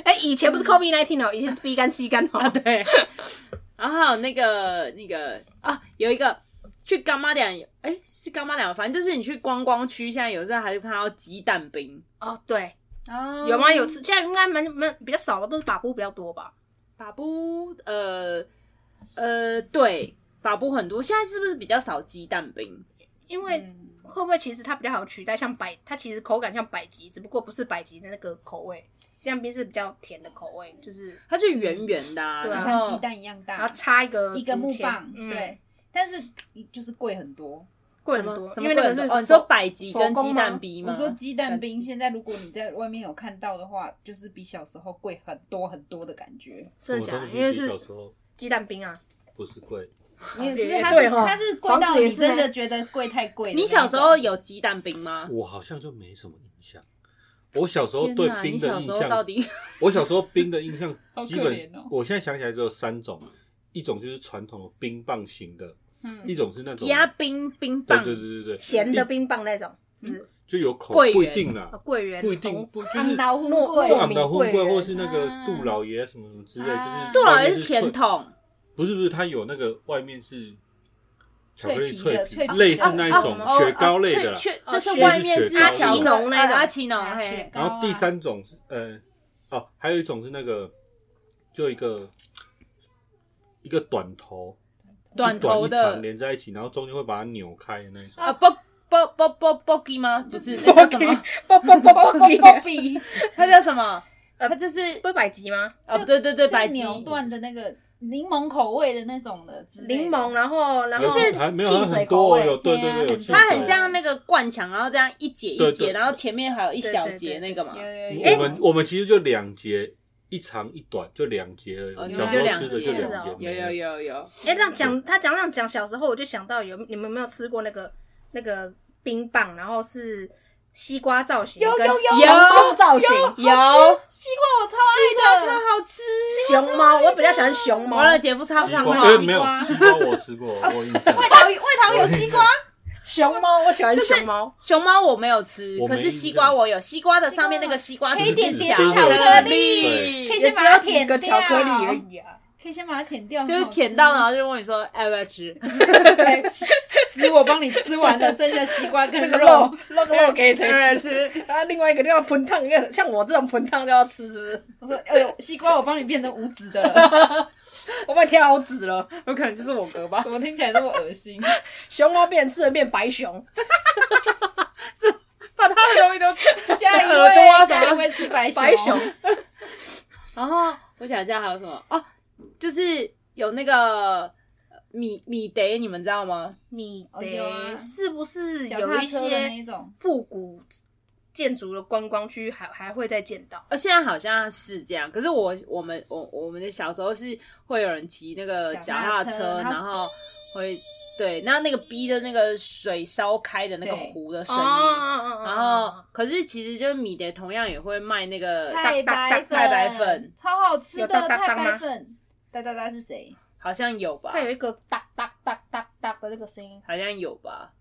Speaker 3: 哎、以前不是 COVID nineteen 哦，以前是逼干吸干哦。
Speaker 4: 对，然后还有那个那个啊，有一个去干妈店，哎、是干妈店吗，反正就是你去观光区，现在有时候还会看到鸡蛋冰，
Speaker 3: [LAUGHS] 哦，对，
Speaker 6: 哦
Speaker 3: 有吗？有吃，现在应该蛮蛮比较少吧，都是把布比较多吧。
Speaker 4: 法布呃呃，对，法布很多，现在是不是比较少鸡蛋冰？
Speaker 3: 因为、
Speaker 6: 嗯
Speaker 3: 会不会其实它比较好取代，像百，它其实口感像百吉，只不过不是百吉的那个口味，香槟是比较甜的口味，就是
Speaker 4: 它是圆圆的、啊，
Speaker 3: 对啊
Speaker 6: 就
Speaker 4: 然
Speaker 6: 像鸡
Speaker 4: 后
Speaker 6: 蛋一样
Speaker 3: 然
Speaker 6: 大
Speaker 3: 后，插一个
Speaker 6: 啊一个嗯木
Speaker 3: 竹签
Speaker 6: 棒，，对。但是就是贵很多。
Speaker 3: 贵
Speaker 4: 什
Speaker 3: 很
Speaker 4: 么
Speaker 3: 多，
Speaker 4: 什
Speaker 3: 因
Speaker 4: 么
Speaker 3: 为那
Speaker 4: 贵
Speaker 3: 个
Speaker 4: 族
Speaker 3: 是
Speaker 4: 哦，你说
Speaker 3: 手
Speaker 4: 百吉
Speaker 3: 手
Speaker 4: 跟
Speaker 3: 工
Speaker 4: 鸡
Speaker 3: 吗
Speaker 4: 蛋冰吗？
Speaker 6: 我说鸡蛋冰，现在如果你在外面有看到的话，就是比小时候贵很多很多的感
Speaker 3: [LAUGHS]
Speaker 6: 觉。
Speaker 3: 真的
Speaker 5: [LAUGHS] 我
Speaker 3: 假的？
Speaker 5: 东西
Speaker 3: 因为
Speaker 5: 比
Speaker 3: 是
Speaker 5: 小时候
Speaker 3: 鸡蛋冰啊，
Speaker 5: 不是贵，
Speaker 6: 因为
Speaker 3: 也
Speaker 6: 就是它
Speaker 3: 对
Speaker 6: 是
Speaker 3: 哦
Speaker 6: 它是贵
Speaker 3: 房
Speaker 6: 到
Speaker 3: 子也
Speaker 6: 你
Speaker 3: 是
Speaker 6: 真的觉得贵太贵的那种。
Speaker 4: 你小时候有鸡蛋冰吗？
Speaker 5: 我好像就没什么印象。我小时候
Speaker 4: 天
Speaker 5: 对
Speaker 4: 哪，
Speaker 5: 冰
Speaker 4: 你
Speaker 5: 的
Speaker 4: 小
Speaker 5: 印
Speaker 4: 时候
Speaker 5: 象，
Speaker 4: 到底
Speaker 5: 我小时候冰的印象
Speaker 6: 好可
Speaker 5: 基本
Speaker 6: 怜哦，
Speaker 5: 我现在想起来只有三种，一种就是传统的冰棒型的，
Speaker 6: 嗯
Speaker 5: 一种是那种
Speaker 4: 压冰冰
Speaker 5: 对
Speaker 4: 棒？
Speaker 5: 对对对对，
Speaker 3: 咸
Speaker 5: 一
Speaker 3: 的冰棒那种，是
Speaker 5: 就有口
Speaker 4: 桂圆
Speaker 5: 不一定啦
Speaker 3: 啊，，桂圆
Speaker 5: 不一定
Speaker 3: 红
Speaker 5: 不就是
Speaker 6: 昂刀
Speaker 3: 糯
Speaker 6: 富贵
Speaker 5: 就
Speaker 3: 糯
Speaker 5: 俺
Speaker 3: 米
Speaker 5: 的
Speaker 3: 桂
Speaker 5: 混
Speaker 3: 圆
Speaker 5: 桂，或是那个
Speaker 6: 啊
Speaker 5: 杜老爷什么什么之类，就是
Speaker 6: 啊
Speaker 4: 杜老
Speaker 5: 外
Speaker 4: 爷
Speaker 5: 面
Speaker 4: 是
Speaker 5: 脆
Speaker 4: 甜，筒，
Speaker 5: 不是不是，它有那个外面是巧克力
Speaker 6: 脆皮的
Speaker 5: 皮
Speaker 6: 脆皮，的
Speaker 5: 类似那一
Speaker 3: 哦
Speaker 5: 种
Speaker 3: 哦
Speaker 4: 啊哦
Speaker 5: 雪糕类
Speaker 4: 确
Speaker 5: 的啦。
Speaker 4: 确
Speaker 3: 哦
Speaker 4: 就是
Speaker 3: 雪
Speaker 4: 外面
Speaker 5: 雪
Speaker 4: 是
Speaker 5: 糕
Speaker 4: 阿奇
Speaker 3: 浓那种
Speaker 4: 阿奇浓，
Speaker 3: 啊
Speaker 4: 嘿
Speaker 3: 雪
Speaker 5: 然后第三种是呃哦，还有一种是那个就一个一个短头，
Speaker 4: 短
Speaker 5: 一短
Speaker 4: 头
Speaker 5: 一长
Speaker 4: 的
Speaker 5: 连在一起，然后中间会把它扭开的那一种。
Speaker 4: 啊，b o b b b b b 吗？就是那叫什么？
Speaker 3: 啵
Speaker 4: [LAUGHS]
Speaker 3: 啵啵啵啵啵，
Speaker 6: 比
Speaker 4: 它叫什么？
Speaker 3: 呃
Speaker 4: 它就是
Speaker 3: 不是百吉吗？
Speaker 4: 哦，对对对，白
Speaker 6: 就
Speaker 4: 鸡
Speaker 6: 扭断的那个柠檬口味的那种的之类的，
Speaker 3: 柠檬，然后
Speaker 6: 啊
Speaker 3: 然后
Speaker 5: 有还没有它很多哦有对对
Speaker 6: 对啊
Speaker 5: 对有
Speaker 6: 很
Speaker 5: 汽水，
Speaker 6: 多
Speaker 4: 它很像那个灌肠，然后这样一节一
Speaker 5: 对
Speaker 4: 节，
Speaker 5: 对
Speaker 4: 然后前面还有一小
Speaker 3: 对对对
Speaker 4: 节那个嘛
Speaker 6: 有。有有。
Speaker 5: 我们我们其实就两节，一长一短，就两节而已。
Speaker 4: 哦你
Speaker 5: 小
Speaker 4: 们
Speaker 5: 时
Speaker 4: 就
Speaker 5: 候
Speaker 4: 两
Speaker 5: 吃
Speaker 4: 节
Speaker 5: 的就
Speaker 3: 是哦
Speaker 5: 两节，
Speaker 4: 有有有有，
Speaker 3: 哎，这样讲，他讲这样讲，小时候我就想到有你们有没有吃过那个那个冰棒，然后是西瓜造型，
Speaker 6: 有
Speaker 3: 跟
Speaker 6: 有有
Speaker 3: 熊猫造型，
Speaker 4: 有超
Speaker 6: 西瓜我超爱的，
Speaker 4: 好吃。
Speaker 3: 熊猫，我比较喜欢熊猫
Speaker 4: 完，了，姐夫超
Speaker 5: 西
Speaker 4: 想
Speaker 5: 瓜，
Speaker 4: 买
Speaker 5: 哎，
Speaker 4: 西
Speaker 5: 没有
Speaker 4: 瓜。
Speaker 5: 西瓜我吃过，我有印
Speaker 4: [LAUGHS]
Speaker 5: 象。
Speaker 6: 桃味桃有西瓜，
Speaker 3: 熊猫我喜欢熊猫，
Speaker 4: 熊猫我没有吃，
Speaker 5: 我没
Speaker 4: 可是西瓜我有。西瓜的上面那个西瓜
Speaker 6: 黑点点
Speaker 5: 是
Speaker 6: 是
Speaker 5: 巧
Speaker 6: 巧
Speaker 5: 克
Speaker 6: 克
Speaker 5: 力
Speaker 6: 力，
Speaker 5: 对
Speaker 6: 可以
Speaker 3: 也
Speaker 6: 先
Speaker 3: 只
Speaker 6: 把它
Speaker 3: 有几
Speaker 6: 舔
Speaker 3: 个巧克力而
Speaker 6: 掉。
Speaker 3: 已啊。
Speaker 6: 可以先把它舔掉，
Speaker 4: 就是
Speaker 6: 很好吃
Speaker 4: 舔到，然后就问你说哎要不要吃，
Speaker 6: 对，籽我帮你吃完了，剩下西瓜跟
Speaker 3: 这个
Speaker 6: 肉
Speaker 3: 肉，那个肉给谁
Speaker 4: 要不要
Speaker 3: 吃？
Speaker 4: 吃？
Speaker 3: 啊，另外一个地方盆烫，像像我这种盆烫就要吃，是不是？
Speaker 6: 我说，哎呦，西瓜我帮你变成无籽的了，
Speaker 3: 我被挑籽了，
Speaker 4: 有可能就是 [LAUGHS] 我哥吧
Speaker 6: 怎。么听起来这么恶
Speaker 4: [LAUGHS]
Speaker 6: 心？
Speaker 3: 熊猫变吃了变白熊，
Speaker 4: [LAUGHS] 把他的东西都吃。
Speaker 6: 下一
Speaker 4: 耳朵啊
Speaker 6: 位，下一位吃白
Speaker 3: 白熊，
Speaker 4: 然后我想一下还有什么哦，就是有那个呃米米德，你们知道吗？
Speaker 3: [LAUGHS] 你
Speaker 6: 哦有啊
Speaker 3: 得是不是
Speaker 6: 脚
Speaker 3: 有
Speaker 6: 踏
Speaker 3: 一
Speaker 6: 车的那
Speaker 3: 些
Speaker 6: 一种，
Speaker 3: 复古建筑的观光区还还会再见到？
Speaker 4: 呃，现在好像是这样，可是我我们我我们的小时候是会有人骑那个
Speaker 6: 脚
Speaker 4: 脚踏
Speaker 6: 踏车
Speaker 4: 车，
Speaker 6: 然后
Speaker 4: 然后会对，那那个逼的那个水烧开的那个
Speaker 6: 对
Speaker 4: 壶的声音。
Speaker 3: 哦，
Speaker 4: 然后，可是其实就是米德同样也会卖那个大
Speaker 6: 太白粉，
Speaker 4: 太白粉
Speaker 6: 超好吃
Speaker 3: 有
Speaker 6: 的
Speaker 3: 哒哒哒
Speaker 6: 太白
Speaker 3: 吗
Speaker 6: 粉。哒哒哒是谁？
Speaker 4: 好像有吧
Speaker 3: 它，有一个哒哒哒哒哒的那个声音，
Speaker 4: 好像有吧，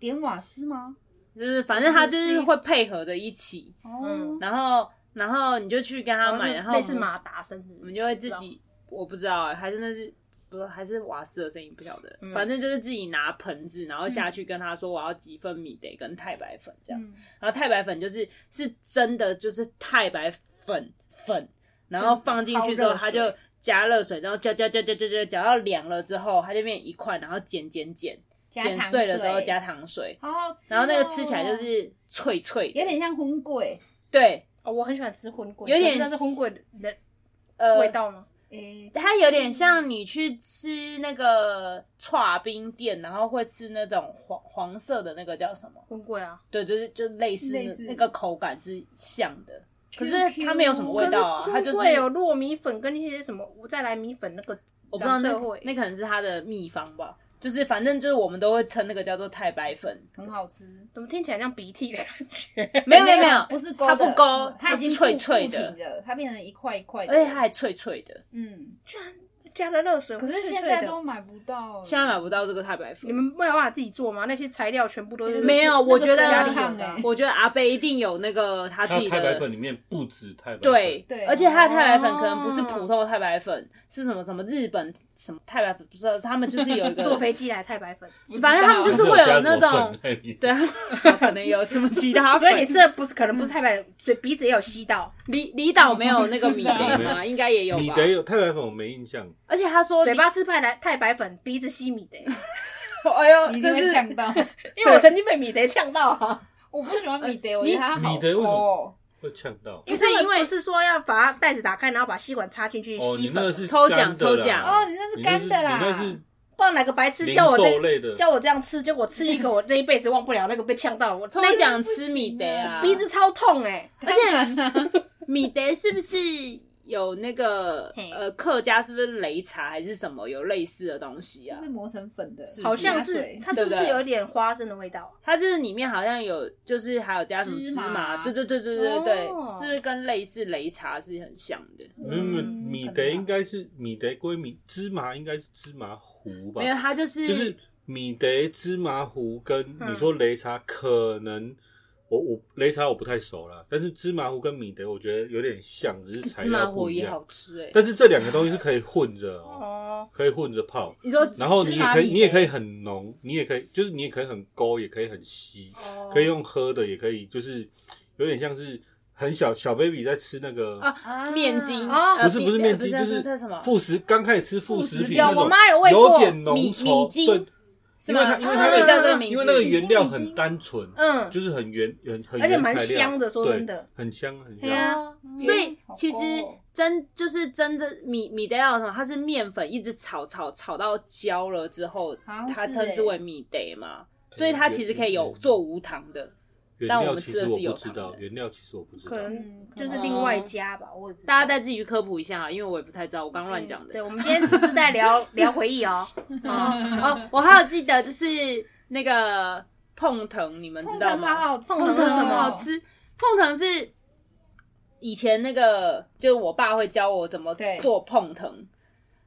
Speaker 6: 点瓦斯吗？
Speaker 4: 就是反正他就是会配合着一起，
Speaker 6: 哦，
Speaker 4: 然后然后你就去跟他买，然后
Speaker 3: 哦类似
Speaker 4: 我们
Speaker 3: 马达声，
Speaker 4: 我们就会自己，我不知道、欸，还真的是不是还是瓦斯的声音，不晓得，
Speaker 3: 嗯
Speaker 4: 反正就是自己拿盆子，然后下去跟他说我要几份米得跟太白粉这样，
Speaker 6: 嗯
Speaker 4: 然后太白粉就是是真的就是太白粉粉，然后放进去之后
Speaker 3: 嗯超热水
Speaker 4: 他就加热水，然后搅搅搅搅搅搅搅到凉了之后，它就变一块，然后剪剪剪
Speaker 6: 加
Speaker 4: 剪
Speaker 6: 糖
Speaker 4: 碎了之后
Speaker 6: 水
Speaker 4: 加糖水，
Speaker 6: 好好吃哦。
Speaker 4: 然后那个吃起来就是脆脆的，
Speaker 6: 有点像荤鬼，
Speaker 4: 对。
Speaker 3: 哦，我很喜欢吃荤鬼，
Speaker 4: 有点
Speaker 3: 可是那是荤鬼的
Speaker 4: 呃，
Speaker 3: 味道吗？
Speaker 6: 诶，
Speaker 4: 它有点像你去吃那个串冰店，然后会吃那种黄黄色的那个叫什么？
Speaker 3: 荤鬼啊，
Speaker 4: 对，就是就类似那
Speaker 6: 类似
Speaker 4: 那个口感是像的，可
Speaker 6: Q Q
Speaker 4: 是它没有什么味道啊，它
Speaker 3: 可
Speaker 4: 就是是
Speaker 3: 荤桂有糯米粉跟那些什么我再来米粉那个，
Speaker 4: 我不知道那
Speaker 3: 两者会
Speaker 4: 那可能是它的秘方吧，就是反正就是我们都会称那个叫做太白 [LAUGHS] 粉，
Speaker 6: 很好吃。
Speaker 3: 怎么听起来像鼻涕的感觉？
Speaker 4: 没有没有没有，
Speaker 6: 不是勾的，
Speaker 4: 它不勾
Speaker 6: 它已经
Speaker 4: 它是脆
Speaker 6: 固
Speaker 4: 脆
Speaker 6: 固
Speaker 4: 的
Speaker 6: 体的，它变成一块一块的。
Speaker 4: 而且它还脆脆的，
Speaker 6: 嗯，
Speaker 3: 加了热水，
Speaker 6: 可是
Speaker 3: 脆脆
Speaker 6: 现
Speaker 3: 的
Speaker 6: 在都买不到了，
Speaker 4: 现在买不到这个太白
Speaker 3: 你
Speaker 4: 粉。
Speaker 3: 们没有办法自己做吗？那些材料全部都是
Speaker 4: 没有
Speaker 3: 那个
Speaker 4: 我觉得
Speaker 3: 家里有的啊
Speaker 6: 烫欸
Speaker 4: 我觉得阿贝一定有那个他自
Speaker 5: 它
Speaker 4: 己
Speaker 5: 太白
Speaker 4: 的
Speaker 5: 粉里面不止太白粉，
Speaker 4: 对，
Speaker 6: 对
Speaker 4: 而且它的太白粉
Speaker 3: 哦
Speaker 4: 可能不是普通的太白粉，是什么什么日本什么太白粉，不知道他们就是
Speaker 3: [LAUGHS]
Speaker 4: 有一个
Speaker 3: 坐飞机来太白粉，
Speaker 4: 反正他们就是会有那种，
Speaker 5: 对，
Speaker 4: 对啊， [LAUGHS] 可能有什么其他
Speaker 3: 所
Speaker 4: 粉，
Speaker 3: 以你吃的嗯不是可能不是太白粉，所以鼻子也有吸到，
Speaker 4: 离离岛没有那个米 [LAUGHS] 德吗？应该也有
Speaker 5: 你
Speaker 4: 吧。
Speaker 5: 得有太白粉，我没印象。
Speaker 4: 而且他说
Speaker 3: 嘴，巴吃太白太白粉，鼻子吸米的。欸
Speaker 4: 哎呦，
Speaker 6: 你一定
Speaker 4: 这
Speaker 6: 会
Speaker 4: 是
Speaker 6: 呛到。
Speaker 3: [LAUGHS] 因为我曾经被米德呛到啊，
Speaker 6: [LAUGHS] 我不喜欢米
Speaker 4: 呃
Speaker 6: 德，我觉得它好哦
Speaker 5: 米德为什
Speaker 6: 勾
Speaker 5: 么。会呛到。
Speaker 4: 不是因为
Speaker 3: 是说要把它袋子打开，然后把吸管插进去
Speaker 5: 哦，
Speaker 3: 吸
Speaker 5: 你那
Speaker 3: 粉
Speaker 5: 个
Speaker 3: 吗，
Speaker 5: 是
Speaker 4: 抽奖
Speaker 5: 干的啦
Speaker 4: 抽奖
Speaker 6: 哦，你那是
Speaker 5: 你
Speaker 6: 干的啦，
Speaker 5: 你那是
Speaker 3: 不知道哪个白痴
Speaker 5: 零
Speaker 3: 叫我
Speaker 5: 售
Speaker 3: 这
Speaker 5: 类的，
Speaker 3: 叫我这样吃，结果吃一个我这一辈子忘不了那个被呛到，我
Speaker 4: 抽
Speaker 3: 那
Speaker 4: 奖吃米德啊，
Speaker 3: 鼻子超痛哎，
Speaker 4: 而且米德是不是有那个
Speaker 3: 嘿
Speaker 4: 呃客家是不是擂茶还是什么有类似的东西啊
Speaker 6: 就？是磨成粉的，
Speaker 4: 是
Speaker 3: 好像
Speaker 6: 加
Speaker 3: 是
Speaker 6: 水
Speaker 3: 它是不
Speaker 4: 对不
Speaker 3: 是
Speaker 4: 对
Speaker 3: 有点花生的味道啊？
Speaker 4: 它就是里面好像有，就是还有加什么
Speaker 6: 芝
Speaker 4: 芝
Speaker 6: 麻
Speaker 4: 麻，对对对对对对，
Speaker 3: 哦
Speaker 4: 是不是跟类似擂茶是很像的？
Speaker 5: 没有没有，
Speaker 6: 嗯
Speaker 5: 米
Speaker 6: 可
Speaker 5: 德
Speaker 6: 能吧
Speaker 5: 应该是米德归米，芝麻应该是芝麻糊吧
Speaker 4: 没？有，它就是
Speaker 5: 就是米德芝麻糊跟
Speaker 3: 嗯
Speaker 5: 你说擂茶，可能我我擂茶我不太熟啦，但是芝麻糊跟米德我觉得有点像，只是材
Speaker 4: 芝麻
Speaker 5: 料
Speaker 4: 糊
Speaker 5: 不一
Speaker 4: 也
Speaker 5: 样
Speaker 4: 好。吃哎、
Speaker 5: 但是这两个东西是可以混着哦，
Speaker 3: 哦，
Speaker 5: 可以混着泡。
Speaker 4: 你说
Speaker 5: 然后你
Speaker 6: 芝
Speaker 5: 也
Speaker 6: 麻
Speaker 5: 可以，
Speaker 6: 米
Speaker 5: 你也
Speaker 6: 德
Speaker 5: 可以很浓，你也可以，就是你也可以很勾，也可以很稀，
Speaker 3: 哦
Speaker 5: 可以用喝的，也可以，就是有点像是很小小 baby 在吃那个
Speaker 4: 啊面筋
Speaker 6: 嗯
Speaker 3: 哦
Speaker 4: 呃
Speaker 5: 不是
Speaker 4: 比
Speaker 5: 不是面
Speaker 4: 呃
Speaker 5: 筋，
Speaker 4: 不
Speaker 5: 就是
Speaker 4: 它什么
Speaker 5: 副食，刚开始吃副食品
Speaker 3: 有
Speaker 5: 那种
Speaker 3: 我妈有喂过
Speaker 5: 有点浓
Speaker 4: 米
Speaker 5: 稠，
Speaker 4: 米筋
Speaker 5: 对，
Speaker 4: 是
Speaker 5: 因为
Speaker 4: 吗？啊
Speaker 5: 它
Speaker 4: 因
Speaker 5: 因为
Speaker 4: 它那
Speaker 5: 它那
Speaker 4: 个叫这个
Speaker 5: 个
Speaker 4: 名字，
Speaker 5: 因为那个原料
Speaker 6: 米筋
Speaker 5: 很单纯，
Speaker 3: 嗯，
Speaker 5: 就是很原很很
Speaker 3: 而且
Speaker 5: 原
Speaker 3: 蛮
Speaker 5: 材料
Speaker 3: 香的说
Speaker 5: 对
Speaker 3: 真的
Speaker 5: 很香很
Speaker 3: 对
Speaker 5: 香，
Speaker 3: 啊，
Speaker 4: 所以
Speaker 6: 好
Speaker 4: 其实
Speaker 6: 勾哦
Speaker 4: 真就是真的米米德要什么？它是面粉一直炒炒炒到焦了之后，
Speaker 6: 好像
Speaker 4: 它
Speaker 6: 是
Speaker 4: 称之
Speaker 6: 欸
Speaker 4: 为米德嘛，
Speaker 5: 欸
Speaker 4: 所以它其实可以
Speaker 5: 嗯
Speaker 4: 有做无糖的。
Speaker 5: 原
Speaker 4: 但我
Speaker 5: 料
Speaker 4: 们
Speaker 5: 其
Speaker 4: 吃
Speaker 5: 实
Speaker 4: 的
Speaker 5: 我
Speaker 4: 是有
Speaker 5: 不知
Speaker 4: 糖
Speaker 5: 道
Speaker 4: 的，
Speaker 5: 原料其实我不知道
Speaker 3: 可，
Speaker 6: 嗯
Speaker 3: 能
Speaker 6: 可
Speaker 3: 就
Speaker 6: 能
Speaker 3: 是另外加吧，我也不知道
Speaker 4: 大家再自己科普一下啊，因为我也不太知道，我刚刚乱讲的
Speaker 3: 对，。我们今天只是在聊 [LAUGHS] 聊回忆哦，
Speaker 4: [LAUGHS] 哦，哦我还有记得就是那个碰藤，你们知
Speaker 6: 碰
Speaker 4: 道
Speaker 6: 糖好
Speaker 4: 吗？
Speaker 6: 好吃哦，
Speaker 3: 碰糖
Speaker 4: 碰藤
Speaker 3: 是
Speaker 4: 什
Speaker 3: 什
Speaker 4: 么
Speaker 3: 么
Speaker 4: 好吃？碰藤是以前那个，就是我爸会教我怎么
Speaker 6: 对
Speaker 4: 做碰藤，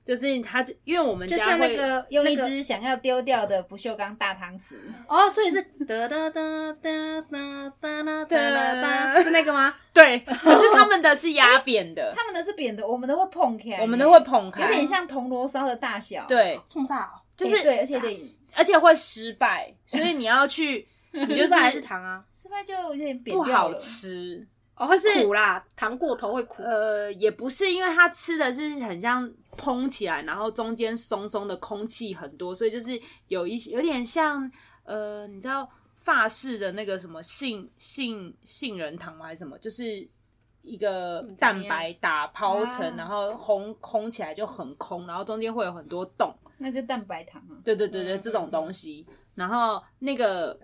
Speaker 4: 就是它就因为我们
Speaker 3: 就
Speaker 4: 家
Speaker 3: 像那
Speaker 4: 会
Speaker 6: [LAUGHS]
Speaker 3: 个
Speaker 6: 用
Speaker 3: 那
Speaker 6: 一
Speaker 3: 个
Speaker 6: 只想要丢掉的不锈钢大汤匙，
Speaker 3: 哦，所以是 [LAUGHS] 哒哒哒哒哒哒哒哒哒，是那个吗？
Speaker 4: 对，可是他们的是压扁
Speaker 6: [LAUGHS]
Speaker 4: 的，
Speaker 6: 他们的是扁的，我们的会碰开，
Speaker 4: 我们都会捧开，
Speaker 6: 有点像铜锣烧的大小，，
Speaker 4: 对，
Speaker 3: 这么大哦，
Speaker 4: 就是、
Speaker 6: 对，而且有点
Speaker 4: 而且会失败，所以你要
Speaker 6: [LAUGHS]
Speaker 4: 去，你就
Speaker 3: 就是
Speaker 4: 是
Speaker 3: 还是糖啊？
Speaker 6: 是不是就有点扁
Speaker 4: 不
Speaker 6: 掉
Speaker 4: 好
Speaker 6: 了？
Speaker 4: 吃。
Speaker 3: 哦，
Speaker 4: 就是
Speaker 3: 会苦啦，糖过头会苦。
Speaker 4: 呃，也不是，因为它吃的是很像蓬起来，然后中间松松的空气很多，所以就是有一些有点像呃，你知道法式的那个什么杏杏杏仁糖吗？还是什么？就是一个
Speaker 3: 嗯
Speaker 4: 蛋白打抛
Speaker 6: 啊
Speaker 4: 成，然后烘烘起来就很空，然后中间会有很多洞。
Speaker 6: 那就蛋白糖啊，
Speaker 4: 对对对对，
Speaker 6: 嗯
Speaker 4: 这种东西。然后那个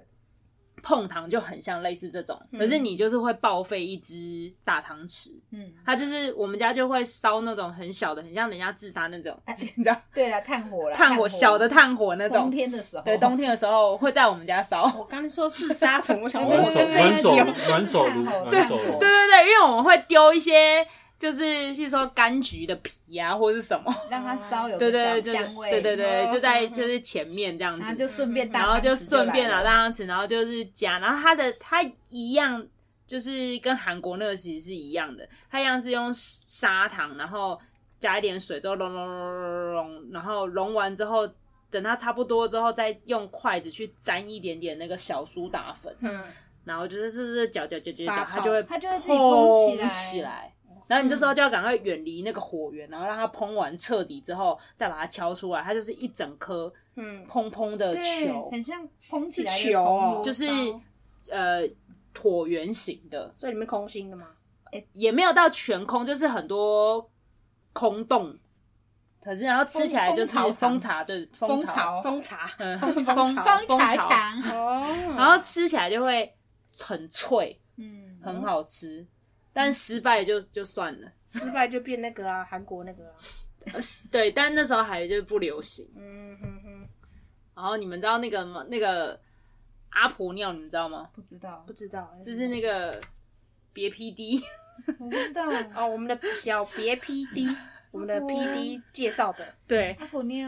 Speaker 4: 碰糖就很像类似这种，可是你就是会报废一只大汤匙。
Speaker 6: 嗯，
Speaker 4: 它就是我们家就会烧那种很小的，很像人家自杀那种，
Speaker 6: 哎
Speaker 4: [LAUGHS] 你知
Speaker 6: [LAUGHS]
Speaker 4: 道
Speaker 6: 对啦，炭火啦，
Speaker 4: 炭火小的炭火那
Speaker 6: 冬
Speaker 4: 种。
Speaker 6: 天的时候，
Speaker 4: 对，冬天的时候会在我们家
Speaker 6: [LAUGHS]
Speaker 4: 烧。
Speaker 3: 我刚才说自杀虫，我想
Speaker 6: 哦
Speaker 3: 说
Speaker 5: 暖手
Speaker 3: 跟这
Speaker 5: 暖
Speaker 3: 一
Speaker 5: 手
Speaker 3: 集
Speaker 5: 暖手炉暖手
Speaker 4: 对，对
Speaker 5: 炉
Speaker 4: 对，因为我们会丢一些，就是譬如说柑橘的皮啊，或是什么。
Speaker 6: 让它烧有
Speaker 4: 对
Speaker 6: 个
Speaker 4: 对
Speaker 6: 小
Speaker 4: 对
Speaker 6: 香味，嗯啊
Speaker 4: 对对对，
Speaker 3: 哦
Speaker 4: 就在就是前面这样
Speaker 6: 然后
Speaker 4: 子。
Speaker 6: 就顺便大
Speaker 4: 然
Speaker 6: 汤匙来了，
Speaker 4: 后就顺便啊拿大汤匙，然后就是加，然后它的它一样就是跟韩国那个其实是一样的，它一样是用砂糖，然后加一点水之后融融融融融融，然后融完之后，等它差不多之后，再用筷子去沾一点点那个小苏打粉，
Speaker 3: 嗯，
Speaker 4: 然后就是这这搅搅搅搅
Speaker 3: 发
Speaker 4: 搅，
Speaker 3: 泡
Speaker 4: 它就会
Speaker 6: 它就会自己蓬起来嗯
Speaker 4: 蓬起来。然后你这时候就要赶快远离那个火源，然后让它蓬完彻底之后，再把它敲出来，它就是一整颗
Speaker 3: 嗯
Speaker 4: 蓬蓬的
Speaker 6: 对
Speaker 4: 球，
Speaker 6: 很像蓬起来的
Speaker 3: 是球哦
Speaker 6: 铜锣烧
Speaker 4: 就是呃椭圆形的，
Speaker 3: 所以里面空心的嘛，
Speaker 4: 也没有到全空，就是很多空洞。可是然后吃起来就是
Speaker 6: 蜂蜂巢
Speaker 4: 蜂巢，对蜂
Speaker 6: 蜂巢
Speaker 4: 巢，
Speaker 3: 蜂茶
Speaker 4: 嗯，
Speaker 3: 蜂
Speaker 4: 蜂
Speaker 3: 巢
Speaker 4: 巢
Speaker 6: 蜂茶
Speaker 4: 巢，
Speaker 6: 糖，
Speaker 3: 哦，
Speaker 4: 然后吃起来就会很脆，
Speaker 6: 嗯，
Speaker 4: 很好吃。但失败就就算了，
Speaker 3: 失败就变那个啊，韩国那个啊，
Speaker 4: 呃是对，但那时候还就不流行。
Speaker 3: 嗯哼哼，
Speaker 4: 然后你们知道那个吗？那个阿婆尿，你们知道吗？
Speaker 6: 不知道
Speaker 3: 不，知道，
Speaker 4: 就是那个别 PD，
Speaker 6: 我不知道，
Speaker 3: 哦，我们的小别 [LAUGHS] PD，我们的 PD 介绍的，
Speaker 4: [LAUGHS] 对，
Speaker 6: 阿婆尿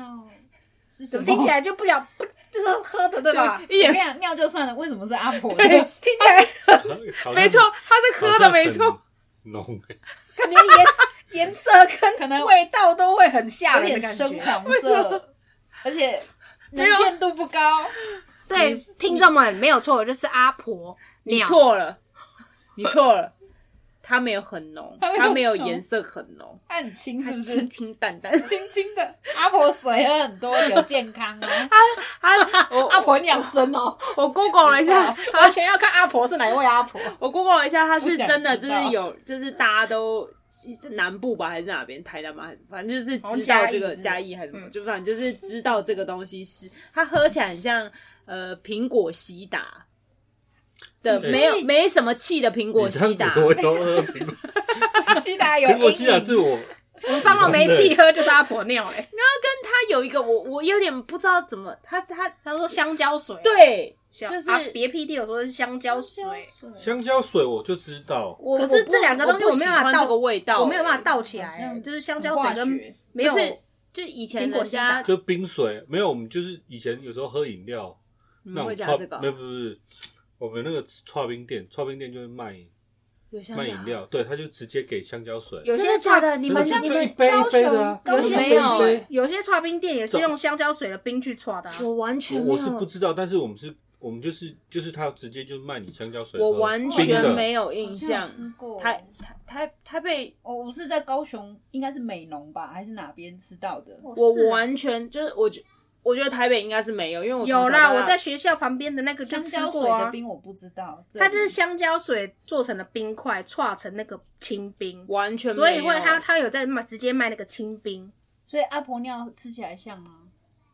Speaker 6: 是什
Speaker 3: 怎
Speaker 6: 么？
Speaker 3: 么听起来就不了不就是喝的对吧？
Speaker 4: 一
Speaker 6: 我跟
Speaker 4: 眼
Speaker 6: 你讲，尿就算了，为什么是阿
Speaker 3: [LAUGHS]
Speaker 6: 婆
Speaker 4: 对
Speaker 6: 尿？
Speaker 3: 听起来
Speaker 5: [LAUGHS] 好像
Speaker 4: 没错，，他是喝的没错，，
Speaker 5: 浓欸
Speaker 3: 感觉颜颜色
Speaker 6: 可
Speaker 3: 跟
Speaker 6: 能
Speaker 3: 味道都会很吓
Speaker 6: 有
Speaker 3: 人的
Speaker 6: 点
Speaker 3: 感
Speaker 6: 深
Speaker 3: 觉。
Speaker 6: 黄 [LAUGHS] 色，而 [LAUGHS] 且能见度不高。
Speaker 3: 对，听众们没有错，就是阿婆
Speaker 4: 你
Speaker 3: 鸟
Speaker 4: 错了，你错了，它没有很浓，
Speaker 6: 它没有
Speaker 4: 它没有颜色很浓，
Speaker 6: 它很轻， [LAUGHS] 是
Speaker 4: 它
Speaker 6: 不
Speaker 4: 清
Speaker 6: 是？
Speaker 4: 清淡淡。
Speaker 6: 轻轻的，阿婆水喝很多，有健康 [LAUGHS] 哦。
Speaker 4: 它我
Speaker 6: 阿婆尿
Speaker 3: [LAUGHS]
Speaker 6: 生哦，
Speaker 4: 我 Google 了一下，
Speaker 3: 完全要看阿婆是哪一位阿婆。
Speaker 4: 我 Google 了一下，它是真的，
Speaker 6: 我想
Speaker 4: 就
Speaker 6: 知道
Speaker 4: 是有，就是大家都是南部吧，还是哪边台南吗？反正就是知
Speaker 3: 好
Speaker 4: 道
Speaker 3: 像嘉义
Speaker 4: 这个
Speaker 3: 是不是
Speaker 4: 嘉义还是什么，
Speaker 3: 嗯
Speaker 4: 就反正就是知道这个东西是它喝起来很像呃苹果西打。的
Speaker 5: 是
Speaker 4: 没有没什么气的苹 [LAUGHS] 果
Speaker 5: 你这
Speaker 4: 西
Speaker 5: 样
Speaker 4: 打
Speaker 5: 子，我
Speaker 4: [LAUGHS]
Speaker 5: 都饿苹果
Speaker 6: 西达有
Speaker 5: 苹果
Speaker 6: 阴
Speaker 5: 西打是
Speaker 6: 影，
Speaker 5: 我
Speaker 3: [LAUGHS] 我们放到没气喝就是阿婆尿哎、
Speaker 4: 它有一个我我有点不知道怎么，它它
Speaker 3: 他说香蕉水啊、
Speaker 4: 对
Speaker 3: 小，
Speaker 4: 就是
Speaker 3: 啊别 PD 有说是香蕉水，
Speaker 5: 香蕉水，我就知道，
Speaker 4: 我
Speaker 3: 可是这两个东西我没有办法
Speaker 4: 到这
Speaker 3: 倒
Speaker 4: 个味道，
Speaker 3: 我没有办法倒起来、
Speaker 6: 好像
Speaker 3: 就是香蕉水
Speaker 6: 很化
Speaker 3: 跟
Speaker 6: 学
Speaker 3: 没有
Speaker 4: 不是就以前
Speaker 3: 苹果
Speaker 4: 人
Speaker 3: 西打
Speaker 4: 家
Speaker 5: 就冰水没有。我们就是以前有时候喝饮料，
Speaker 4: 你
Speaker 5: 那
Speaker 4: 们
Speaker 5: 种
Speaker 4: 会加
Speaker 5: 串
Speaker 4: 这个
Speaker 5: 没有
Speaker 4: 啊，
Speaker 5: 不是不是，我们那个串冰店，串冰店就是卖
Speaker 4: 有香
Speaker 5: 卖
Speaker 4: 蕉
Speaker 5: 饮，料，对，他就直接给香蕉水。
Speaker 3: 有
Speaker 4: 真
Speaker 3: 些
Speaker 4: 的假
Speaker 3: 串
Speaker 4: 的？你们
Speaker 5: 就是
Speaker 4: 你
Speaker 5: 这一
Speaker 4: 们
Speaker 5: 杯
Speaker 4: 高
Speaker 5: 一杯的
Speaker 4: 雄
Speaker 5: 啊
Speaker 4: 高
Speaker 5: 有
Speaker 4: 雄
Speaker 5: 些
Speaker 4: 没有
Speaker 5: 杯一
Speaker 4: 欸
Speaker 5: 杯？
Speaker 3: 有些串冰店也是用香蕉水的冰去串的、啊，
Speaker 4: 我完全没
Speaker 5: 我我是不
Speaker 4: 有，
Speaker 5: 知道，但是我们是，我们就是就是他直接就卖你香蕉水喝，
Speaker 4: 我完
Speaker 5: 冰
Speaker 4: 全
Speaker 5: 的
Speaker 4: 没有印象
Speaker 6: 好。像吃过。
Speaker 4: 台台台台北，
Speaker 6: 我我是在高雄，应该是美浓吧，还是哪边吃到的？
Speaker 4: 我
Speaker 3: 是啊
Speaker 4: 完全就是我觉我觉得台北应该是没有，因为我从
Speaker 3: 有
Speaker 4: 小到
Speaker 3: 啦，
Speaker 4: 大
Speaker 3: 我在学校旁边的那个就
Speaker 6: 香
Speaker 3: 吃
Speaker 6: 蕉水
Speaker 3: 过
Speaker 6: 的
Speaker 3: 啊。
Speaker 6: 冰我不知道，这里
Speaker 3: 它就是香蕉水做成的冰块，串成那个清冰，
Speaker 4: 完全没有，
Speaker 3: 所以会它它有在卖，直接卖那个清冰。
Speaker 6: 所以阿婆尿吃起来像吗？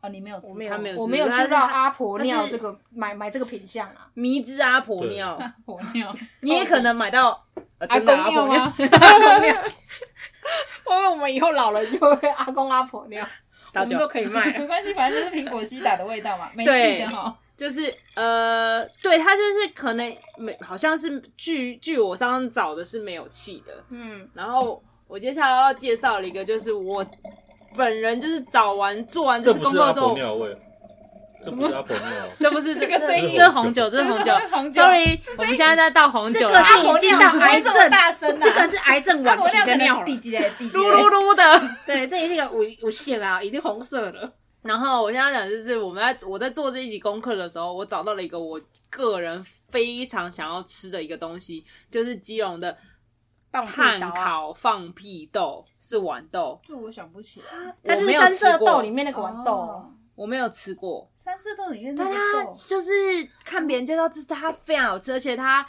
Speaker 6: 哦，你没有
Speaker 3: 我
Speaker 6: 吃过，
Speaker 3: 没有，
Speaker 4: 他没有吃
Speaker 3: 我没有
Speaker 4: 它
Speaker 3: 吃到阿婆
Speaker 4: 它是
Speaker 3: 尿这个买买这个品相 [LAUGHS] 啊。
Speaker 4: 迷之阿婆
Speaker 5: 对
Speaker 4: 尿，
Speaker 6: 阿婆尿，
Speaker 4: 你也可能买到呃
Speaker 6: 阿
Speaker 4: 真的阿
Speaker 6: 公
Speaker 4: 婆
Speaker 6: 尿
Speaker 4: 尿 [LAUGHS]
Speaker 6: 吗？
Speaker 3: 因为我们以后老了就会阿公阿婆尿，我
Speaker 4: 大
Speaker 3: 们
Speaker 4: 舅
Speaker 3: 都可以卖。
Speaker 6: [LAUGHS]
Speaker 3: 啊
Speaker 6: [LAUGHS] 没关系，反正就是苹果西打的味道嘛，没
Speaker 4: 对
Speaker 6: 气的哈。
Speaker 4: 就是呃，对，它就是可能没，好像是据据我上次找的是没有气的。
Speaker 3: 嗯，
Speaker 4: 然后我接下来要介绍了一个，就是我本人就是早完做完这次
Speaker 5: 这不
Speaker 4: 工
Speaker 5: 是
Speaker 4: 作
Speaker 5: 阿
Speaker 4: 之
Speaker 5: 婆
Speaker 4: 后，
Speaker 5: 尿味，这不是阿婆
Speaker 4: [LAUGHS]
Speaker 5: 尿，
Speaker 4: 这不是这
Speaker 6: 个声音
Speaker 4: 这是红酒，这是
Speaker 6: 这
Speaker 4: 红
Speaker 6: 是
Speaker 4: 酒
Speaker 6: 红酒
Speaker 4: ，sorry，我们现在在倒红
Speaker 3: 这
Speaker 4: 酒了啊
Speaker 3: 个，
Speaker 6: 阿
Speaker 3: 是
Speaker 6: 婆
Speaker 3: 已经
Speaker 6: 尿
Speaker 3: 到
Speaker 6: 怎么
Speaker 3: 癌
Speaker 6: 会这
Speaker 3: 症
Speaker 6: 么大声啊
Speaker 3: 这个是癌症晚
Speaker 6: 我
Speaker 3: 期 [LAUGHS]
Speaker 6: 尿
Speaker 3: 的
Speaker 6: 可
Speaker 3: 啊尿
Speaker 6: 能
Speaker 3: 了。
Speaker 6: 第几嘞？第几
Speaker 4: 噜噜
Speaker 6: 嘞？
Speaker 4: 噜的。
Speaker 3: 对，这也是一个五五线啊，一定红色的。
Speaker 4: [LAUGHS] 然后我现在讲就是我们在我在做这一集功课的时候，我找到了一个我个人非常想要吃的一个东西，就是基隆的
Speaker 3: 棒
Speaker 4: 炭
Speaker 3: 刀啊，
Speaker 4: 烤放屁豆，是豌豆，
Speaker 6: 这我想不起来。
Speaker 4: [LAUGHS]
Speaker 3: 它就是
Speaker 4: 我没有
Speaker 3: 三色
Speaker 4: 吃过
Speaker 3: 豆里面那个豌豆。
Speaker 6: 哦，
Speaker 4: 我没有吃过。
Speaker 6: 三色豆里面那
Speaker 4: 但
Speaker 6: 个
Speaker 4: 它
Speaker 6: 豆，
Speaker 4: 就是看别人介绍，就是它非常好吃，而且它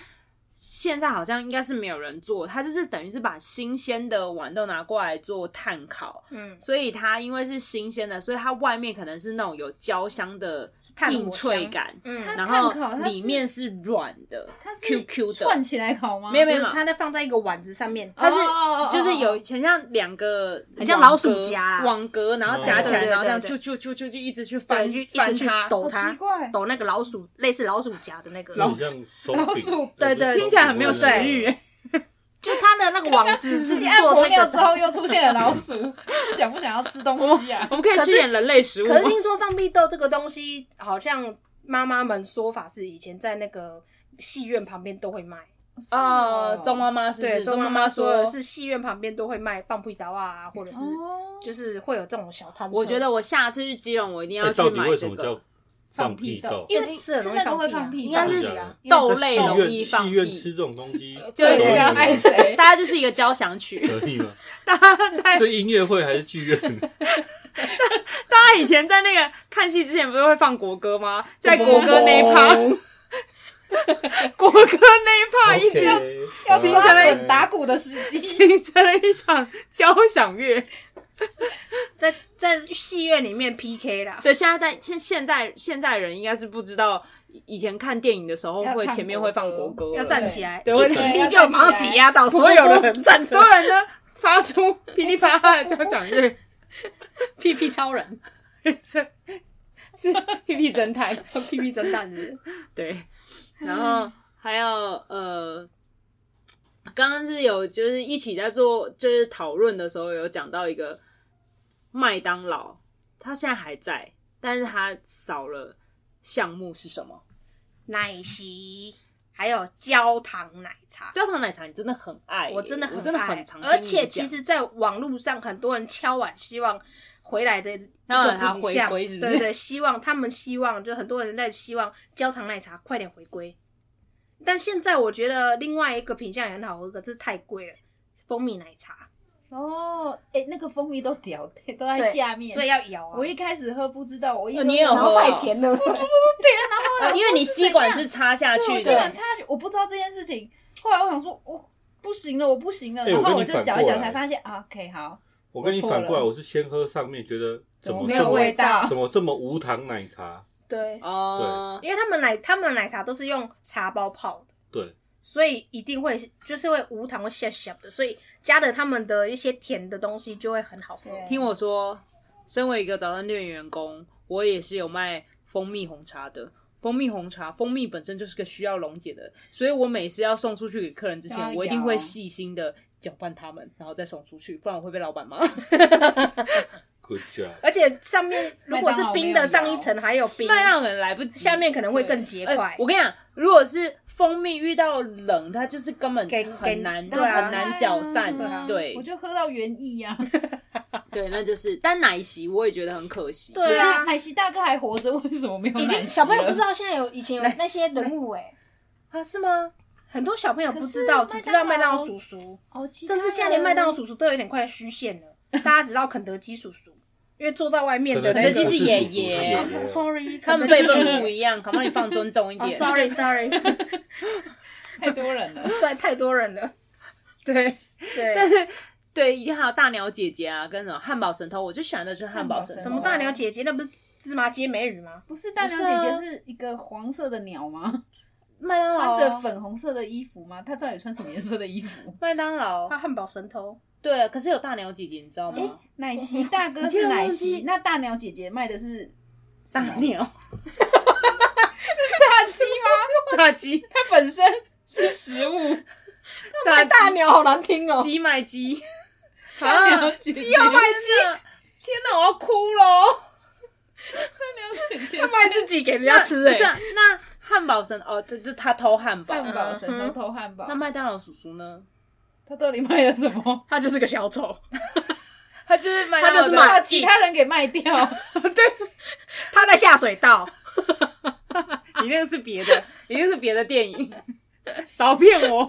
Speaker 4: 现在好像应该是没有人做，它就是等于是把新鲜的豌豆拿过来做炭烤，
Speaker 3: 嗯，
Speaker 4: 所以它因为是新鲜的，所以它外面可能是那种有焦香的
Speaker 3: 炭火
Speaker 4: 硬脆
Speaker 3: 香
Speaker 4: 感，
Speaker 3: 嗯
Speaker 4: 然
Speaker 6: 炭
Speaker 4: 后
Speaker 6: 烤它
Speaker 4: 里
Speaker 6: 是
Speaker 4: 面是软的
Speaker 6: 它是
Speaker 4: ，Q Q 的，
Speaker 6: 串起来烤吗？
Speaker 4: 没有
Speaker 3: 不
Speaker 4: 没有
Speaker 3: 是，
Speaker 4: 没有
Speaker 3: 它在放在一个碗子上面，
Speaker 4: 它是
Speaker 6: 哦哦哦哦
Speaker 4: 就是有很像两个
Speaker 3: 很像
Speaker 4: 网
Speaker 3: 老鼠
Speaker 4: 格
Speaker 3: 夹啦哦
Speaker 4: 网格，然后夹起
Speaker 3: 对
Speaker 4: 来，
Speaker 3: 对
Speaker 4: 然
Speaker 3: 对
Speaker 4: 后这样
Speaker 3: 对
Speaker 4: 就就就就就一直去
Speaker 3: 对，
Speaker 4: 翻
Speaker 3: 去一
Speaker 4: 翻
Speaker 3: 直去
Speaker 4: 它，
Speaker 3: 抖
Speaker 6: 好
Speaker 3: 它
Speaker 6: 奇，怪
Speaker 3: 抖那个老鼠，类似老鼠夹的那个，
Speaker 5: 老像手柄
Speaker 6: 老鼠
Speaker 3: 对对
Speaker 4: 听起来很没有食欲。。
Speaker 3: [LAUGHS] 就它的那个网子是
Speaker 6: 你按
Speaker 3: 做
Speaker 6: 摩
Speaker 3: 那
Speaker 6: 尿
Speaker 3: 个
Speaker 6: 之后
Speaker 4: [LAUGHS]
Speaker 6: 又出现了老鼠，是想不想要吃东西啊
Speaker 4: 我？们可以
Speaker 3: 可
Speaker 4: 吃
Speaker 3: 是
Speaker 4: 点人类食物吗
Speaker 3: 可是听说放屁豆这个东西，好像妈妈们说法是以前在那个戏院旁边都会卖。
Speaker 6: 是
Speaker 4: 呃
Speaker 6: 哦，
Speaker 4: 周妈妈是不是
Speaker 3: 对，周
Speaker 4: 妈
Speaker 3: 妈妈说
Speaker 4: 说
Speaker 3: 的，是戏院旁边都会卖棒屁刀啊，或者是
Speaker 6: 哦
Speaker 3: 就是会有这种小摊车。
Speaker 4: 我觉得我下次去基隆，我一定
Speaker 5: 哎
Speaker 4: 要去
Speaker 5: 到底
Speaker 4: 买
Speaker 5: 为
Speaker 4: 这
Speaker 5: 什么叫
Speaker 4: 个。
Speaker 5: 放屁豆？
Speaker 3: 因为吃了容易
Speaker 6: 那个会
Speaker 3: 放
Speaker 6: 放
Speaker 3: 屁
Speaker 6: 屁
Speaker 3: 啊
Speaker 4: 应该是
Speaker 3: 啊
Speaker 6: 因为
Speaker 4: 豆类
Speaker 5: 戏
Speaker 4: 容
Speaker 5: 院
Speaker 4: 易
Speaker 5: 戏
Speaker 4: 放
Speaker 5: 院吃
Speaker 4: 屁，
Speaker 5: 这种东西，
Speaker 4: 就有
Speaker 5: 可以
Speaker 4: 点
Speaker 3: 啊
Speaker 5: 吗
Speaker 4: 爱
Speaker 6: 谁
Speaker 4: [LAUGHS] 大家就是一个交响曲。
Speaker 5: 可以吗？
Speaker 4: 大家在
Speaker 5: [LAUGHS] 是音乐会还是剧院？
Speaker 4: 大家以前在那个看戏之前，不是会放国歌吗？在国歌那一趴，
Speaker 3: 哦
Speaker 4: [LAUGHS] 国歌那一趴一直
Speaker 5: OK，
Speaker 6: 要
Speaker 5: 好哎
Speaker 4: 形
Speaker 6: 形
Speaker 4: 成
Speaker 6: 成
Speaker 4: 了
Speaker 6: 了打鼓的时
Speaker 4: [LAUGHS]
Speaker 6: 机。
Speaker 4: 形成了一场交响乐。
Speaker 3: 在在戏院里面 PK 啦。
Speaker 4: 对，现在在现现在现在人应该是不知道，以以前看电影的时候
Speaker 6: 要
Speaker 4: 会
Speaker 6: 唱
Speaker 4: 前面
Speaker 6: 国
Speaker 4: 会放
Speaker 6: 歌
Speaker 4: 国歌，
Speaker 3: 要站起来，
Speaker 4: 对
Speaker 3: 一
Speaker 4: 会
Speaker 3: 起
Speaker 4: 站
Speaker 3: 立
Speaker 6: 起
Speaker 3: 就
Speaker 6: 来
Speaker 3: 马上挤压到所有的人站
Speaker 4: [LAUGHS]
Speaker 3: 起
Speaker 4: 所有人呢发出噼里啪啦的交响 [LAUGHS] 乐，
Speaker 3: 屁屁超
Speaker 4: [LAUGHS]
Speaker 3: 人，
Speaker 4: 这是屁屁侦探
Speaker 3: 屁屁侦探是不是
Speaker 4: [LAUGHS] 对，然后还有呃，刚刚是有就是一起在做就是讨论的时候有讲到一个麦当劳，它现在还在，但是它少了项目是什么？
Speaker 3: 奶昔，还有焦糖奶茶。
Speaker 4: 焦糖奶茶你真的很爱耶，
Speaker 3: 我真的
Speaker 4: 我
Speaker 3: 很
Speaker 4: 真的
Speaker 3: 爱
Speaker 4: 很常听你
Speaker 3: 而
Speaker 4: 讲，
Speaker 3: 且其实，在网络上很多人敲碗希望回来的一
Speaker 4: 当
Speaker 3: 个
Speaker 4: 然他
Speaker 3: 品
Speaker 4: 回
Speaker 3: 项
Speaker 4: 归是不是
Speaker 3: 对对，希望他们希望就很多人在希望焦糖奶茶快点回归。但现在我觉得另外一个品相也很好喝，可是太贵了，蜂蜜奶茶
Speaker 6: 哦，哎，那个蜂蜜都掉，都在
Speaker 3: 对
Speaker 6: 下面，
Speaker 3: 所以要摇啊。
Speaker 6: 我一开始喝不知道，我一喝
Speaker 4: 呃你也有
Speaker 6: 然
Speaker 4: 喝
Speaker 6: 后
Speaker 3: 后
Speaker 4: 啊
Speaker 3: 太甜了，
Speaker 4: 呃因为你吸管是插下
Speaker 6: 对，
Speaker 4: 去
Speaker 6: 我
Speaker 4: 的，
Speaker 6: 吸管插下去，我不知道这件事情。后来我想说，我、不行了，我不行了，
Speaker 5: 哎
Speaker 6: 然
Speaker 5: 我跟
Speaker 6: 后
Speaker 5: 你
Speaker 6: 我就搅
Speaker 5: 反
Speaker 6: 一
Speaker 5: 过
Speaker 6: 搅
Speaker 5: 来
Speaker 6: 才发现啊，OK，好，
Speaker 5: 我跟你反过
Speaker 6: 我错
Speaker 5: 来，
Speaker 6: 了
Speaker 5: 我是先喝上面，觉得怎么
Speaker 6: 没
Speaker 5: 这
Speaker 6: 有
Speaker 5: 么
Speaker 6: 味道？
Speaker 5: 怎么这么无糖奶茶？
Speaker 3: 对，
Speaker 4: 哦，
Speaker 3: 因为他们奶他们奶茶都是用茶包泡的。
Speaker 5: 对，
Speaker 3: 所以一定会就是会无糖会下小的，所以加了他们的一些甜的东西就会很好喝。
Speaker 6: 对
Speaker 4: 听我说，身为一个早餐店员工，我也是有卖蜂蜜红茶的。蜂蜜红茶，蜂蜜本身就是个需要溶解的，所以我每次要送出去给客人之
Speaker 6: 当
Speaker 4: 前，
Speaker 6: 然
Speaker 4: 我一定
Speaker 6: 有
Speaker 3: 啊
Speaker 4: 会细心的搅拌他们，然后再送出去，不然我会被老板骂。
Speaker 5: ，Good job。
Speaker 3: 而且上面如果是冰的，
Speaker 6: 麦
Speaker 3: 上
Speaker 6: 当劳没有
Speaker 3: 一层还有冰，
Speaker 4: [LAUGHS] 那让人来不及。
Speaker 3: 下面可能会更结
Speaker 4: 哎、
Speaker 3: 块。
Speaker 4: 我跟你讲，如果是蜂蜜遇到冷，它就是根本
Speaker 3: 给给
Speaker 4: 很难，
Speaker 3: 对啊
Speaker 4: 很难搅散。
Speaker 3: 对啊
Speaker 4: 对
Speaker 6: 我就喝到原意啊呀、
Speaker 4: 对，那就是。但奶昔我也觉得很可
Speaker 3: [LAUGHS]
Speaker 4: 惜。
Speaker 3: 对啊
Speaker 6: 可是海西大哥还活着，为什么没有
Speaker 3: 已
Speaker 6: 奶
Speaker 3: 经
Speaker 6: 昔
Speaker 3: 小朋友不知
Speaker 6: 了，
Speaker 3: 道现在有以前有那些人物哎、
Speaker 4: 啊，是吗？
Speaker 3: 很多小朋友不知道，只知道麦当劳叔叔，
Speaker 6: 哦，其他
Speaker 3: 甚
Speaker 6: 人
Speaker 3: 至现在连麦当劳叔叔都有点快虚线了。大家只知道肯德基叔叔，因为坐在外面的
Speaker 4: 肯
Speaker 3: 那
Speaker 4: 德
Speaker 3: 个
Speaker 4: 基是
Speaker 5: [LAUGHS]
Speaker 4: 爷爷
Speaker 5: 爷
Speaker 3: s o r r y
Speaker 4: [LAUGHS] 他们辈分不一样，可不可以放尊重一
Speaker 3: [LAUGHS] 哦
Speaker 4: 点？
Speaker 3: ，sorry，sorry，
Speaker 6: [LAUGHS] 太多人了。
Speaker 3: 对，太多人了，
Speaker 4: [LAUGHS] 对。但
Speaker 3: 对，
Speaker 4: 是对，一定还有大鸟姐姐啊，跟什么汉堡神偷，我最喜欢的就是汉堡神偷。
Speaker 6: 汉堡神
Speaker 3: 什
Speaker 6: 偷
Speaker 3: 么大鸟姐姐，那不是芝麻街美语吗？
Speaker 6: 不是大鸟姐姐是一个黄色的鸟
Speaker 3: [LAUGHS]
Speaker 6: 吗？
Speaker 4: 麦当劳
Speaker 6: 穿
Speaker 4: 啊？
Speaker 6: 着粉红色的衣服吗？她到底穿什么颜色的衣
Speaker 3: [LAUGHS]
Speaker 6: 服？
Speaker 4: 麦当劳
Speaker 3: 他。汉堡神偷，
Speaker 4: 对啊，可是有大鸟姐姐，你知道吗？
Speaker 6: 奶昔大哥是奶昔，那大鸟姐姐卖的是
Speaker 3: [LAUGHS]
Speaker 4: 大鸟
Speaker 6: 炸鸡
Speaker 4: [LAUGHS]
Speaker 6: 吗？
Speaker 4: 炸鸡，
Speaker 6: 它本身是食物，
Speaker 4: 炸
Speaker 3: 大鸟好难听哦，
Speaker 4: 鸡麦鸡。
Speaker 6: 大
Speaker 4: 啊
Speaker 6: 鸟，姐姐
Speaker 4: 鸡要麦鸡，天哪，我要哭了！
Speaker 6: 那你要
Speaker 3: 他卖自己给人
Speaker 4: 那
Speaker 3: 家吃哎、
Speaker 4: 不是啊那汉堡神哦，这就他偷汉堡。
Speaker 6: 汉堡神
Speaker 3: 嗯
Speaker 6: 偷
Speaker 3: 哼
Speaker 6: 偷汉堡
Speaker 4: 那，麦当劳叔叔呢？
Speaker 6: 他到底卖了什么？
Speaker 3: 他就是个小丑，
Speaker 4: 他就是麦
Speaker 3: [LAUGHS]
Speaker 4: 当
Speaker 3: 他就
Speaker 4: 劳的
Speaker 3: 是卖
Speaker 6: 把其他人给卖掉，
Speaker 3: 他在下水道，
Speaker 4: 你那个是别的，你那个是别的电影， [LAUGHS] 少骗我，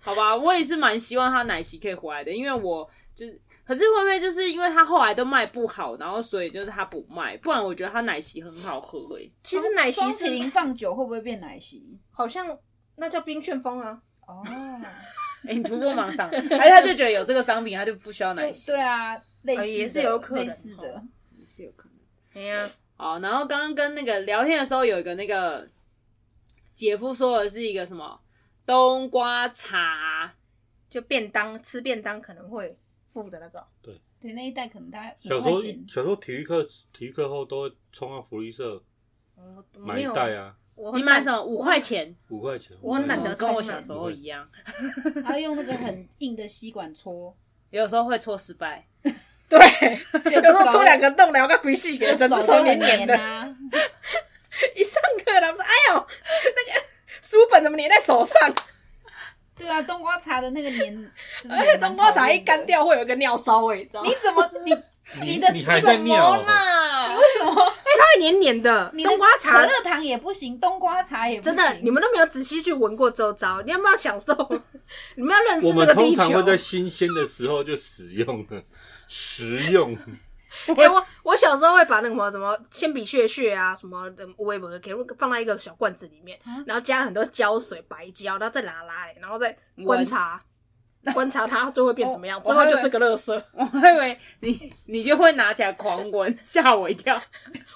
Speaker 4: 好吧？我也是蛮希望他奶昔可以回来的，因为我就是，可是会不会就是因为他后来都卖不好，然后所以就是他不卖，不然我觉得他奶昔很好喝欸诶、
Speaker 3: [LAUGHS] 其实奶昔
Speaker 6: 双麒麟
Speaker 3: 是
Speaker 6: 放久会不会变奶昔？
Speaker 3: 好像那叫冰旋风啊， [LAUGHS]
Speaker 6: 哦，
Speaker 4: 哎、你突破盲场，还是他就觉得有这个商品，他就不需要奶
Speaker 6: 就
Speaker 4: 昔，
Speaker 6: 对啊，类似的
Speaker 3: 呃也是有可能
Speaker 6: 类似的
Speaker 3: 哦。
Speaker 4: 是有可能。
Speaker 3: 哎呀，
Speaker 4: 好，然后刚刚跟那个聊天的时候，有一个那个姐夫说的是一个什么冬瓜茶，
Speaker 3: 就便当吃便当可能会附的那个，
Speaker 6: 对，那一袋可能大概
Speaker 5: 小
Speaker 6: 五
Speaker 5: 时
Speaker 6: 块
Speaker 5: 候 [LAUGHS]
Speaker 6: 钱，
Speaker 5: 小时候体育课体育课后都会冲到福利社
Speaker 3: 我我
Speaker 5: 买
Speaker 3: 没
Speaker 5: 一
Speaker 3: 有，
Speaker 5: 袋啊，
Speaker 3: 我
Speaker 4: 你
Speaker 3: 很
Speaker 4: 买
Speaker 3: 懒
Speaker 4: 什么五块钱？嗯
Speaker 5: 五块钱。
Speaker 3: 我很懒得
Speaker 4: 跟我
Speaker 3: 冲
Speaker 4: 小
Speaker 3: 啊
Speaker 4: 时候一样，
Speaker 6: 然后用那个很硬的吸管搓，
Speaker 3: [LAUGHS]
Speaker 4: 有时候会搓失败。
Speaker 3: 对，
Speaker 6: 就
Speaker 3: [LAUGHS] 有时候戳两个洞，然后个鬼戏给整只手
Speaker 6: 都
Speaker 3: 黏
Speaker 6: 很
Speaker 3: 黏
Speaker 6: 黏
Speaker 3: 的。
Speaker 6: 啊。
Speaker 3: 一上课他们说：“哎呦， [LAUGHS] 那个书本怎么粘在手上？
Speaker 6: 对啊，冬瓜茶的那个黏，
Speaker 3: [LAUGHS]
Speaker 6: 就是
Speaker 3: 而且冬瓜茶一干，掉会有一个尿骚味，你知道吗
Speaker 6: 你？怎
Speaker 3: [LAUGHS]
Speaker 6: 么你
Speaker 5: 你
Speaker 6: 你的
Speaker 5: 你还在尿哦？
Speaker 4: 啦，
Speaker 6: 为什么
Speaker 3: 它会黏黏的
Speaker 6: 你的
Speaker 3: 冬瓜茶
Speaker 6: 可乐糖也不行，冬瓜茶也不
Speaker 3: 真
Speaker 6: 行
Speaker 3: 的，你们都没有仔细去闻过周遭，你要不要享受？ [LAUGHS] 你们要认识
Speaker 5: 我
Speaker 3: 这
Speaker 5: 们
Speaker 3: 个
Speaker 5: 通
Speaker 3: 地
Speaker 5: 常会
Speaker 3: 球。
Speaker 5: 在新鲜的时候就使用了，食用。
Speaker 3: 哎，我我小时候会把那个什么什么铅笔屑屑啊，什么的微博给放到一个小罐子里面，然后加很多胶水、白胶，然后再拿来，然后再观察。观察它最后会变怎么样？
Speaker 4: 我
Speaker 3: 最
Speaker 4: 我还
Speaker 3: 后
Speaker 4: 以为
Speaker 3: 就是个乐色。
Speaker 4: 我还以为你你就会拿起来狂闻，吓我一跳。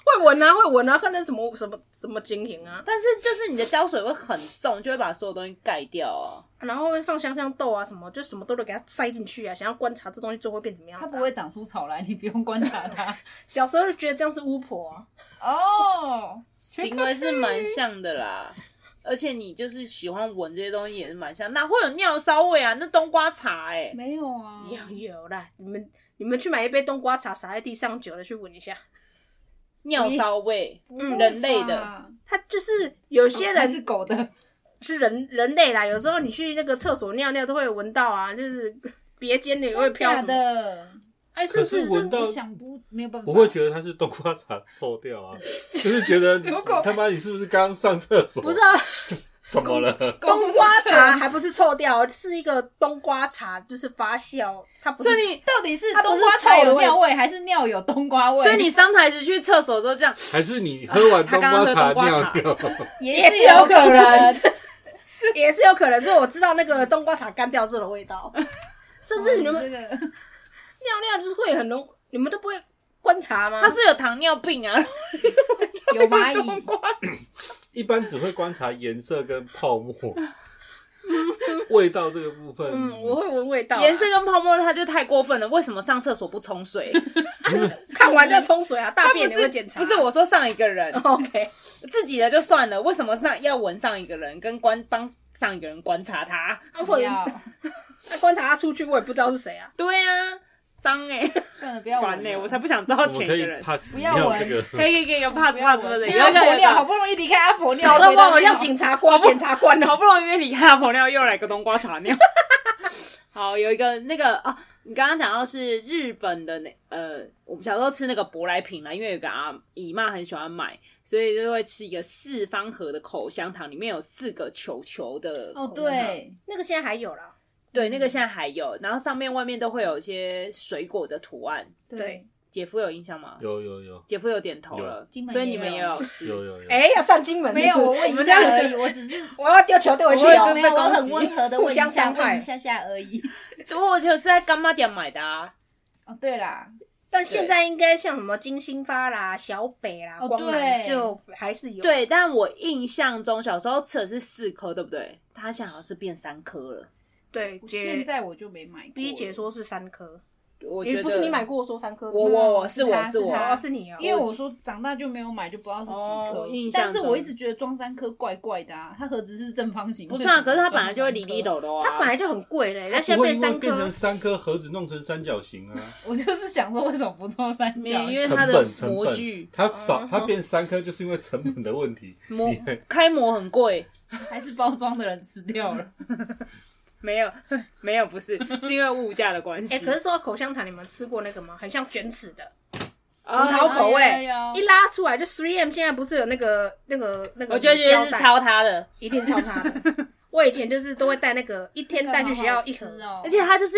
Speaker 3: 会闻啊，会闻啊，看那什么什么什么晶莹啊，
Speaker 4: [LAUGHS] 但是就是你的胶水会很重，就会把所有东西盖掉 [LAUGHS] 哦。
Speaker 3: 然后会放香香豆啊，什么就什么都得给它塞进去啊，想要观察这东西最后会变怎么样、啊
Speaker 6: 它不会，长出草来，你不用观察
Speaker 3: [LAUGHS]
Speaker 6: 它。
Speaker 3: 小时候就觉得这样是巫婆、啊，
Speaker 6: 哦，
Speaker 4: 行为是蛮像的啦，而且你就是喜欢闻这些东西也是蛮像，哪会有尿骚味啊？那冬瓜茶哎、
Speaker 6: 没有啊，
Speaker 3: 有有啦，你们你们去买一杯冬瓜茶洒在地上，久了去闻一下，
Speaker 4: 尿骚味，
Speaker 6: 不会吧
Speaker 4: 人类的，
Speaker 3: 它就是有些
Speaker 6: 哦还
Speaker 3: 人
Speaker 6: 是狗的，
Speaker 3: 是人人类啦，有时候你去那个厕所尿尿都会闻到啊，就是 [LAUGHS] 别间的也会飘
Speaker 6: 假
Speaker 3: 什么，
Speaker 6: 的，
Speaker 3: 哎，
Speaker 5: 可
Speaker 3: 甚至
Speaker 5: 闻
Speaker 3: 是
Speaker 5: 到
Speaker 6: 我想不没有办法，
Speaker 5: 不会觉得它是冬瓜茶臭掉啊，就是觉得
Speaker 6: 如果
Speaker 5: 他妈你是不是刚刚上厕所？
Speaker 3: 不是啊，
Speaker 5: 怎么了？
Speaker 6: 狗不
Speaker 3: 冬
Speaker 6: [LAUGHS]
Speaker 3: 瓜茶
Speaker 6: 会
Speaker 3: 还不是臭掉，哦是一个冬瓜茶就是发酵，它不是
Speaker 4: 所以你。
Speaker 6: 到底是
Speaker 3: 它不
Speaker 6: 冬
Speaker 3: 是
Speaker 6: 瓜茶
Speaker 3: 臭的
Speaker 6: 有
Speaker 3: 味
Speaker 6: 尿味，还是尿有冬瓜味？
Speaker 4: 所以你上台子去厕所都这样，
Speaker 5: 还是你喝完冬瓜茶尿
Speaker 4: 他刚
Speaker 5: 尿？
Speaker 6: 也是有可能。
Speaker 3: 也是有可能，所以我知道那个冬瓜塔干掉之后的味道，甚至你们
Speaker 6: 这个
Speaker 3: 尿尿就是会很浓，你们都不会观察吗？
Speaker 4: 他是有糖尿病 [LAUGHS] 啊，
Speaker 6: 有蚂
Speaker 4: 冬
Speaker 6: 蚁，
Speaker 4: 瓜
Speaker 5: 一般只会观察颜色跟泡沫，味道这个部分，
Speaker 3: 嗯，我会闻味道啊、
Speaker 4: [LAUGHS] 颜色跟泡沫，它就太过分了。为什么上厕所不冲 [LAUGHS] 水？
Speaker 3: 看完再冲水啊，大
Speaker 4: 它
Speaker 3: 便
Speaker 4: 不
Speaker 3: 也会
Speaker 4: 是
Speaker 3: 检查。
Speaker 4: 不是我说上一个人
Speaker 3: [LAUGHS] ，OK，
Speaker 4: 自己的就算了，为什么上要闻上一个人，跟观帮上一个人观察他？
Speaker 3: 啊或者
Speaker 6: 不要
Speaker 3: 那观察他出去，我也不知道是谁啊。
Speaker 4: 对啊，脏哎、欸，
Speaker 6: 算了，不要
Speaker 4: 烦
Speaker 6: 玩
Speaker 4: 哎、
Speaker 6: 了
Speaker 4: 我才不想知道
Speaker 5: 我们
Speaker 4: 前
Speaker 5: 可
Speaker 4: 一
Speaker 5: 以
Speaker 4: 个人。
Speaker 5: pass
Speaker 6: 不要
Speaker 5: 掉
Speaker 6: 闻
Speaker 5: 这个。
Speaker 4: 可以可以有怕怕什么的，
Speaker 6: 不要
Speaker 4: 有
Speaker 6: 婆尿，好
Speaker 4: 好
Speaker 6: 不容易离开阿婆尿，
Speaker 3: 搞得
Speaker 6: 回到
Speaker 3: 我好
Speaker 6: 家
Speaker 3: 像检察官、
Speaker 4: [LAUGHS]
Speaker 3: 检察官
Speaker 4: 好
Speaker 3: 哦。
Speaker 4: 不容易离开阿婆尿，又来个冬瓜茶尿。好，有一个那个哦，你刚刚讲到是日本的那呃，我们小时候吃那个舶来品啦，因为有个阿姨妈很喜欢买，所以就会吃一个四方盒的口香糖，里面有四个球球的
Speaker 6: 哦，
Speaker 4: 口香糖
Speaker 6: 对，
Speaker 3: 那个现在还有啦，
Speaker 4: 对，
Speaker 5: 嗯
Speaker 4: 那个现在还有，然后上面外面都会有一些水果的图案。
Speaker 3: 对，
Speaker 4: 姐夫有印象吗？
Speaker 5: 有有有
Speaker 4: 姐夫有点头了
Speaker 6: 金，门
Speaker 4: 所以
Speaker 6: 也
Speaker 4: 你们
Speaker 6: 有
Speaker 4: 也
Speaker 5: [LAUGHS]
Speaker 4: 有吃。
Speaker 5: 有有有，
Speaker 3: 哎，要站金门
Speaker 6: 没
Speaker 3: [LAUGHS]
Speaker 6: 有，我问一
Speaker 3: 们
Speaker 6: 下
Speaker 3: 这样
Speaker 6: 而已，我只是
Speaker 3: 我要丢球丢回去哦
Speaker 4: 我
Speaker 6: 没
Speaker 4: 会。
Speaker 6: 有，我很温和的
Speaker 3: [LAUGHS]
Speaker 6: 问
Speaker 3: 互
Speaker 6: 一
Speaker 3: 相
Speaker 6: 下，
Speaker 3: 伤害
Speaker 6: 问一下下而已。
Speaker 4: 不过我就是在干妈店买的啊。
Speaker 6: 哦，对啦，
Speaker 3: 但现在应该像什么金星发啦、小北啦、
Speaker 6: 哦
Speaker 3: 光南
Speaker 6: 对
Speaker 3: 就还是有。
Speaker 4: 对，但我印象中小时候吃的是四颗，对不对？他现在好像是变三颗了。
Speaker 3: 对，
Speaker 6: 现
Speaker 3: 姐
Speaker 6: 在我就没买过了。
Speaker 3: B 姐说是三颗，
Speaker 4: 我觉
Speaker 3: 也
Speaker 4: 得
Speaker 3: 不是你买过说三颗的吗，
Speaker 4: 我我我是
Speaker 6: 是
Speaker 4: 我
Speaker 6: 他
Speaker 4: 是
Speaker 6: 是
Speaker 4: 我，
Speaker 6: 他
Speaker 3: 哦是你哦，
Speaker 6: 因为我说长大就没有买，就不知道是几
Speaker 3: 哦
Speaker 6: 颗
Speaker 3: 我，
Speaker 4: 印象
Speaker 6: 但
Speaker 4: 中
Speaker 6: 是我一直觉得装三颗怪怪的啊，它盒子是正方形，
Speaker 4: 不是啊，
Speaker 6: 为什么
Speaker 4: 可是它本来就会
Speaker 6: 装
Speaker 4: 里
Speaker 6: 三颗
Speaker 4: 里抖抖啊，
Speaker 3: 它本来就很贵嘞，那现在
Speaker 5: 不会
Speaker 3: 变
Speaker 5: 因为
Speaker 3: 三
Speaker 5: 变成
Speaker 3: 颗，
Speaker 5: 三颗盒子弄成三角形啊，
Speaker 6: 我就是想说为什么不做三
Speaker 4: 没
Speaker 6: 角
Speaker 4: 有因
Speaker 6: 形？
Speaker 4: 为
Speaker 5: 成
Speaker 4: 它的
Speaker 5: 本成
Speaker 4: 模具
Speaker 5: 本，它少
Speaker 3: 嗯
Speaker 5: 它变三颗就是因为成本的问题。
Speaker 4: 模
Speaker 5: 你
Speaker 4: 开模很贵，
Speaker 6: 还是包装的人吃掉了？
Speaker 4: [LAUGHS] 没有 [LAUGHS] 没有不是，是因为物价的 [LAUGHS] 关系。
Speaker 3: 哎，可是说到口香糖，你们吃过那个吗？很像卷尺的
Speaker 4: 葡
Speaker 3: 葡萄口味
Speaker 4: 啊
Speaker 6: 哎呦哎呦，
Speaker 3: 一拉出来就 3M，现在不是有那个那个那个
Speaker 4: 我就觉得
Speaker 3: 胶
Speaker 4: 是
Speaker 3: 带
Speaker 4: 抄它的，
Speaker 3: 一定超它的。我以前就是都会带那个，一天带去学校一盒
Speaker 6: 那， [LAUGHS] 个好好
Speaker 4: 而
Speaker 6: 吃哦，
Speaker 4: 且它就是